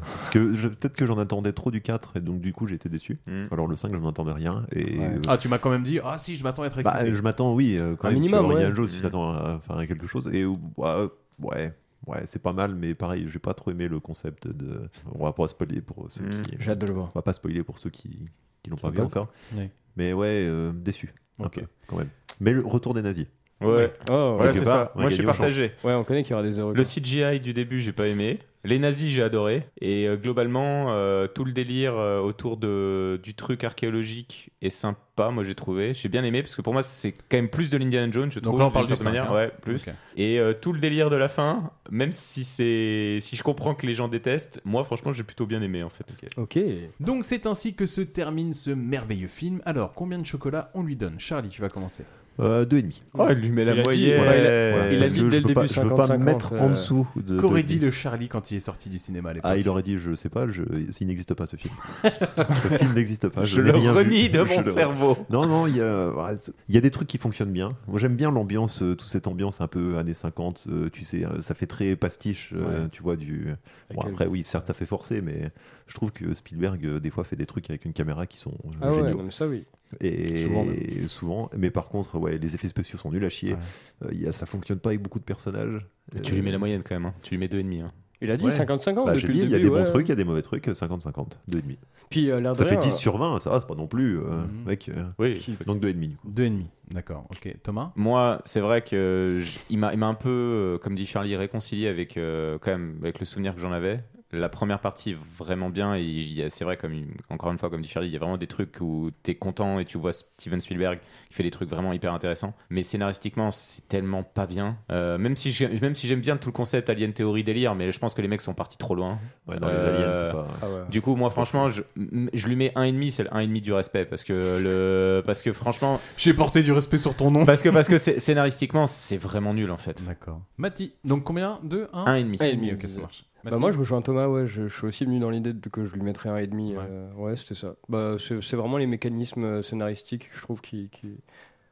[SPEAKER 11] parce que je- peut-être que j'en attendais trop du 4 et donc du coup j'ai été déçu.
[SPEAKER 6] Hmm.
[SPEAKER 11] Alors le 5 je n'en attendais rien et euh,
[SPEAKER 2] Ouais. Ah, tu m'as quand même dit ah si je m'attends à être
[SPEAKER 11] Bah,
[SPEAKER 2] excité.
[SPEAKER 11] je m'attends, oui, euh, quand
[SPEAKER 2] Un
[SPEAKER 11] même.
[SPEAKER 2] minimum,
[SPEAKER 11] tu vois,
[SPEAKER 2] ouais.
[SPEAKER 11] Indiana Jones, tu t'attends à, enfin, à quelque chose. Et euh, ouais, ouais, ouais, c'est pas mal, mais pareil, j'ai pas trop aimé le concept de. On va pas spoiler pour ceux
[SPEAKER 12] Mm.
[SPEAKER 11] qui.
[SPEAKER 12] J'ai hâte de le voir.
[SPEAKER 11] On va pas spoiler pour ceux qui, qui l'ont pas
[SPEAKER 12] l'ont
[SPEAKER 11] vu
[SPEAKER 12] pas
[SPEAKER 11] encore.
[SPEAKER 12] vu. Ouais.
[SPEAKER 11] Mais ouais, euh, déçu. un
[SPEAKER 2] Ok.
[SPEAKER 11] peu, quand même. Mais le retour des nazis.
[SPEAKER 6] Ouais.
[SPEAKER 12] Oh,
[SPEAKER 6] voilà,
[SPEAKER 11] Quelque
[SPEAKER 6] c'est
[SPEAKER 11] part,
[SPEAKER 6] ça.
[SPEAKER 11] on a
[SPEAKER 6] Moi, je suis
[SPEAKER 11] gagné au champ.
[SPEAKER 6] partagé.
[SPEAKER 12] Ouais, on connaît qu'il y aura des erreurs.
[SPEAKER 6] Le CGI du début, j'ai pas aimé. Les nazis, j'ai adoré. Et euh, globalement, euh, tout le délire euh, autour de, du truc archéologique est sympa, moi j'ai trouvé. J'ai bien aimé parce que pour moi, c'est quand même plus de l'Indiana Jones, je
[SPEAKER 2] Donc
[SPEAKER 6] trouve.
[SPEAKER 2] là, on
[SPEAKER 6] d'une
[SPEAKER 2] parle du
[SPEAKER 6] certaine
[SPEAKER 2] cinq,
[SPEAKER 6] manière.
[SPEAKER 2] hein.
[SPEAKER 6] Ouais, plus.
[SPEAKER 2] Ok.
[SPEAKER 6] Et euh, tout le délire de la fin, même si, c'est si je comprends que les gens détestent, moi franchement, j'ai plutôt bien aimé en fait.
[SPEAKER 12] Ok.
[SPEAKER 2] Donc c'est ainsi que se termine ce merveilleux film. Alors combien de chocolat on lui donne Charlie, tu vas commencer.
[SPEAKER 11] Euh, deux et demi.
[SPEAKER 6] Oh, il lui met
[SPEAKER 11] Il
[SPEAKER 6] la
[SPEAKER 11] a dit-
[SPEAKER 6] moyenne.
[SPEAKER 11] voilà,
[SPEAKER 6] Il a
[SPEAKER 11] parce
[SPEAKER 6] dit
[SPEAKER 11] que
[SPEAKER 6] dès
[SPEAKER 11] je
[SPEAKER 6] le
[SPEAKER 11] peux
[SPEAKER 6] début
[SPEAKER 11] pas- Je peux pas me
[SPEAKER 12] 50-50,
[SPEAKER 11] mettre en
[SPEAKER 12] euh,
[SPEAKER 11] dessous de.
[SPEAKER 2] Qu'aurait
[SPEAKER 11] de-
[SPEAKER 2] dit le Charlie quand il est sorti du cinéma à l'époque
[SPEAKER 11] Ah, il aurait dit, je sais pas, je... il n'existe pas ce film. ce film n'existe pas. Je,
[SPEAKER 6] Je
[SPEAKER 11] n'ai
[SPEAKER 6] le
[SPEAKER 11] rien vu.
[SPEAKER 6] renie de
[SPEAKER 11] Je
[SPEAKER 6] mon
[SPEAKER 11] le-
[SPEAKER 6] cerveau.
[SPEAKER 11] Non, non, il y, a... ouais, c'est- il y a des trucs qui fonctionnent bien. Moi, j'aime bien l'ambiance, euh, toute cette ambiance un peu années 50. euh, tu sais, euh, ça fait très pastiche, euh,
[SPEAKER 2] Ouais.
[SPEAKER 11] tu vois. du. Bon,
[SPEAKER 2] Avec-
[SPEAKER 11] après, oui, certes, ça fait forcer, mais je trouve que Spielberg, euh, des fois, fait des trucs avec une caméra qui sont euh,
[SPEAKER 12] Ah ouais,
[SPEAKER 11] géniaux.
[SPEAKER 12] non, mais ça, oui.
[SPEAKER 11] Et
[SPEAKER 12] Souvent,
[SPEAKER 11] souvent,
[SPEAKER 12] même.
[SPEAKER 11] mais par contre, ouais, les effets spéciaux sont nuls à chier. Euh, il y a- ça fonctionne pas avec beaucoup de personnages.
[SPEAKER 6] Tu lui mets la moyenne quand même, hein. tu lui mets 2,5. hein.
[SPEAKER 12] Il a dit
[SPEAKER 11] Ouais.
[SPEAKER 12] 50-50
[SPEAKER 11] Bah, j'ai
[SPEAKER 12] depuis
[SPEAKER 11] dit, il
[SPEAKER 12] le
[SPEAKER 11] y
[SPEAKER 12] début.
[SPEAKER 11] a des bons
[SPEAKER 12] ouais.
[SPEAKER 11] trucs, il y a des mauvais trucs, 50-50, 2,5.
[SPEAKER 12] Puis, euh, l'air de
[SPEAKER 11] ça fait
[SPEAKER 12] rien,
[SPEAKER 11] 10
[SPEAKER 12] euh,
[SPEAKER 11] sur 20, ça va, c'est pas non plus. euh,
[SPEAKER 2] Mhm.
[SPEAKER 11] mec, euh, donc 2,5.
[SPEAKER 2] Deux et demi, d'accord. Ok, Thomas
[SPEAKER 6] Moi, c'est vrai que j- il m'a il m'a un peu, euh, comme dit Charlie, réconcilié avec euh, quand même avec le souvenir que j'en avais. La première partie vraiment bien. et il y a- C'est vrai, comme il- encore une fois, comme dit Charlie, il y a vraiment des trucs où t'es content et tu vois Steven Spielberg qui fait des trucs vraiment hyper intéressants. Mais scénaristiquement, c'est tellement pas bien. Euh, même si j'ai- même si j'aime bien tout le concept Alien Theory délire, mais je pense que les mecs sont partis trop loin.
[SPEAKER 11] Ouais,
[SPEAKER 2] Euh,
[SPEAKER 11] dans les aliens, c'est pas- Ah ouais.
[SPEAKER 6] Du coup, moi, franchement, je, m- je lui mets un et demi, c'est le un et demi du respect parce que le parce que franchement,
[SPEAKER 2] J'ai porté du respect sur ton nom.
[SPEAKER 6] parce que, parce que c'est- scénaristiquement, c'est vraiment nul en fait.
[SPEAKER 2] Bah, D'accord. Mati, donc combien Deux Un
[SPEAKER 6] Un et demi.
[SPEAKER 2] Un et demi, ok, ça marche.
[SPEAKER 12] Bah
[SPEAKER 2] Mathilde
[SPEAKER 12] moi je rejoins Thomas, ouais, je, je suis aussi venu dans l'idée de- que je lui mettrais un et demi. euh, Ouais, c'était ça. Bah, c'est c'est vraiment les mécanismes euh, scénaristiques, je trouve, qui, qui-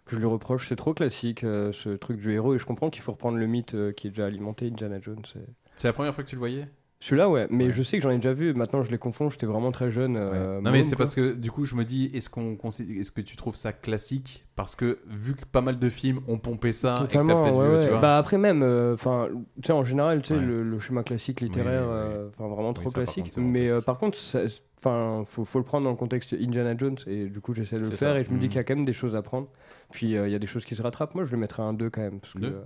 [SPEAKER 12] que je lui reproche. C'est trop classique, euh, ce truc du héros, et je comprends qu'il faut reprendre le mythe euh, qui est déjà alimenté, Indiana Jones. et-
[SPEAKER 2] C'est la première fois que tu le voyais
[SPEAKER 12] Celui-là, ouais, mais je sais que j'en ai déjà vu, maintenant je les confonds, j'étais vraiment très jeune. euh,
[SPEAKER 2] Non mais
[SPEAKER 12] môme,
[SPEAKER 2] c'est
[SPEAKER 12] quoi.
[SPEAKER 2] parce que du coup je me dis est-ce qu'on considère- est-ce que tu trouves ça classique parce que vu que pas mal de films ont pompé ça
[SPEAKER 12] Totalement,
[SPEAKER 2] et que t'as peut-être
[SPEAKER 12] ouais,
[SPEAKER 2] vu,
[SPEAKER 12] ouais.
[SPEAKER 2] tu vois.
[SPEAKER 12] Bah après même, enfin, tu sais en général, tu sais
[SPEAKER 2] Ouais.
[SPEAKER 12] le, le schéma classique littéraire,
[SPEAKER 2] Oui, oui, oui.
[SPEAKER 12] euh, enfin vraiment
[SPEAKER 2] Oui,
[SPEAKER 12] trop
[SPEAKER 2] ça, par
[SPEAKER 12] classique.
[SPEAKER 2] contre, c'est vraiment
[SPEAKER 12] mais euh, par contre, enfin, faut, faut le prendre dans le contexte Indiana Jones et du coup j'essaie de le
[SPEAKER 2] C'est
[SPEAKER 12] faire
[SPEAKER 2] ça.
[SPEAKER 12] et je me
[SPEAKER 2] Mhm.
[SPEAKER 12] dis qu'il y a quand même des choses à prendre. Puis euh, il y a des choses qui se rattrapent. Moi, je le mettrais un 2 quand même parce que.
[SPEAKER 2] Deux
[SPEAKER 12] euh,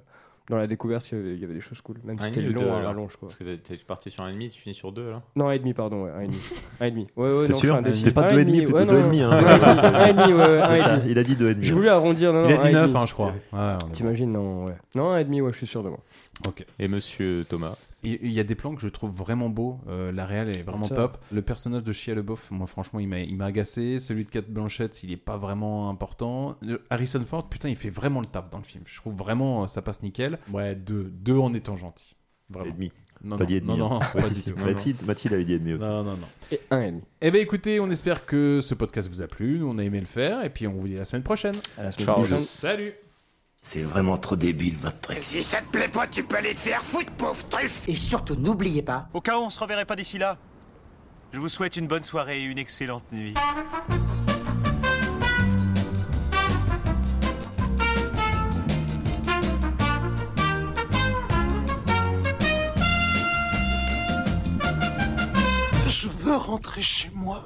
[SPEAKER 12] Dans la découverte, il y avait- il y avait des choses cool, même si
[SPEAKER 6] Un
[SPEAKER 12] c'était
[SPEAKER 6] ennemi ou deux,
[SPEAKER 12] long à
[SPEAKER 6] alors
[SPEAKER 12] rallonge. Quoi.
[SPEAKER 6] Parce que t'es- t'es parti sur un ennemi, tu finis sur deux là
[SPEAKER 12] Non, un et demi, pardon, ouais, un et demi. un et demi. Ouais, ouais,
[SPEAKER 11] T'es
[SPEAKER 12] non,
[SPEAKER 11] sûr
[SPEAKER 12] je suis indécis.
[SPEAKER 11] C'était pas
[SPEAKER 12] Un
[SPEAKER 11] deux et demi, plutôt
[SPEAKER 12] ouais,
[SPEAKER 11] deux
[SPEAKER 12] non,
[SPEAKER 11] et demi, hein.
[SPEAKER 12] non, Un et demi, ouais, un
[SPEAKER 2] ah,
[SPEAKER 11] C'est
[SPEAKER 12] et
[SPEAKER 11] ça,
[SPEAKER 12] demi.
[SPEAKER 11] il a dit deux et demi.
[SPEAKER 12] Je voulais arrondir, non, non,
[SPEAKER 2] Il a
[SPEAKER 12] un
[SPEAKER 2] dit
[SPEAKER 12] et
[SPEAKER 2] 9,
[SPEAKER 12] demi.
[SPEAKER 2] hein, je crois. Ouais,
[SPEAKER 12] T'imagines, non, ouais. Non, un et demi, ouais, je suis sûr de moi.
[SPEAKER 2] Ok.
[SPEAKER 6] Et monsieur Thomas
[SPEAKER 2] Il il y a des plans que je trouve vraiment beaux. Euh, la réal elle est vraiment
[SPEAKER 12] Ça.
[SPEAKER 2] top. Le personnage de Shia LeBeouf, moi franchement, il m'a- il m'a agacé. Celui de Cat Blanchett, il est pas vraiment important. Le- Harrison Ford, putain, il fait vraiment le taf dans le film. Je trouve vraiment euh, ça passe nickel. Ouais, deux, deux en étant gentil. Vraiment.
[SPEAKER 11] Et demi.
[SPEAKER 2] Non,
[SPEAKER 11] T'as
[SPEAKER 2] non,
[SPEAKER 11] dit et demi,
[SPEAKER 2] Non, non,
[SPEAKER 11] hein.
[SPEAKER 2] pas
[SPEAKER 11] Ouais,
[SPEAKER 2] du
[SPEAKER 11] si,
[SPEAKER 2] tout.
[SPEAKER 11] si.
[SPEAKER 2] Non, non.
[SPEAKER 11] Mathilde, Mathilde avait dit et demi aussi.
[SPEAKER 2] Non, non, non.
[SPEAKER 12] Et un et demi.
[SPEAKER 2] Eh ben écoutez, on espère que ce podcast vous a plu. Nous, on a aimé le faire. Et puis, on vous dit à la semaine prochaine.
[SPEAKER 12] À la
[SPEAKER 2] semaine
[SPEAKER 12] prochaine.
[SPEAKER 2] Salut
[SPEAKER 16] C'est vraiment trop débile, votre truc.
[SPEAKER 10] Et si ça te plaît pas, tu peux aller te faire foutre, pauvre truffe Et surtout, n'oubliez pas. Au cas où on se reverrait pas d'ici là, je vous souhaite une bonne soirée et une excellente nuit.
[SPEAKER 7] Je veux rentrer chez moi.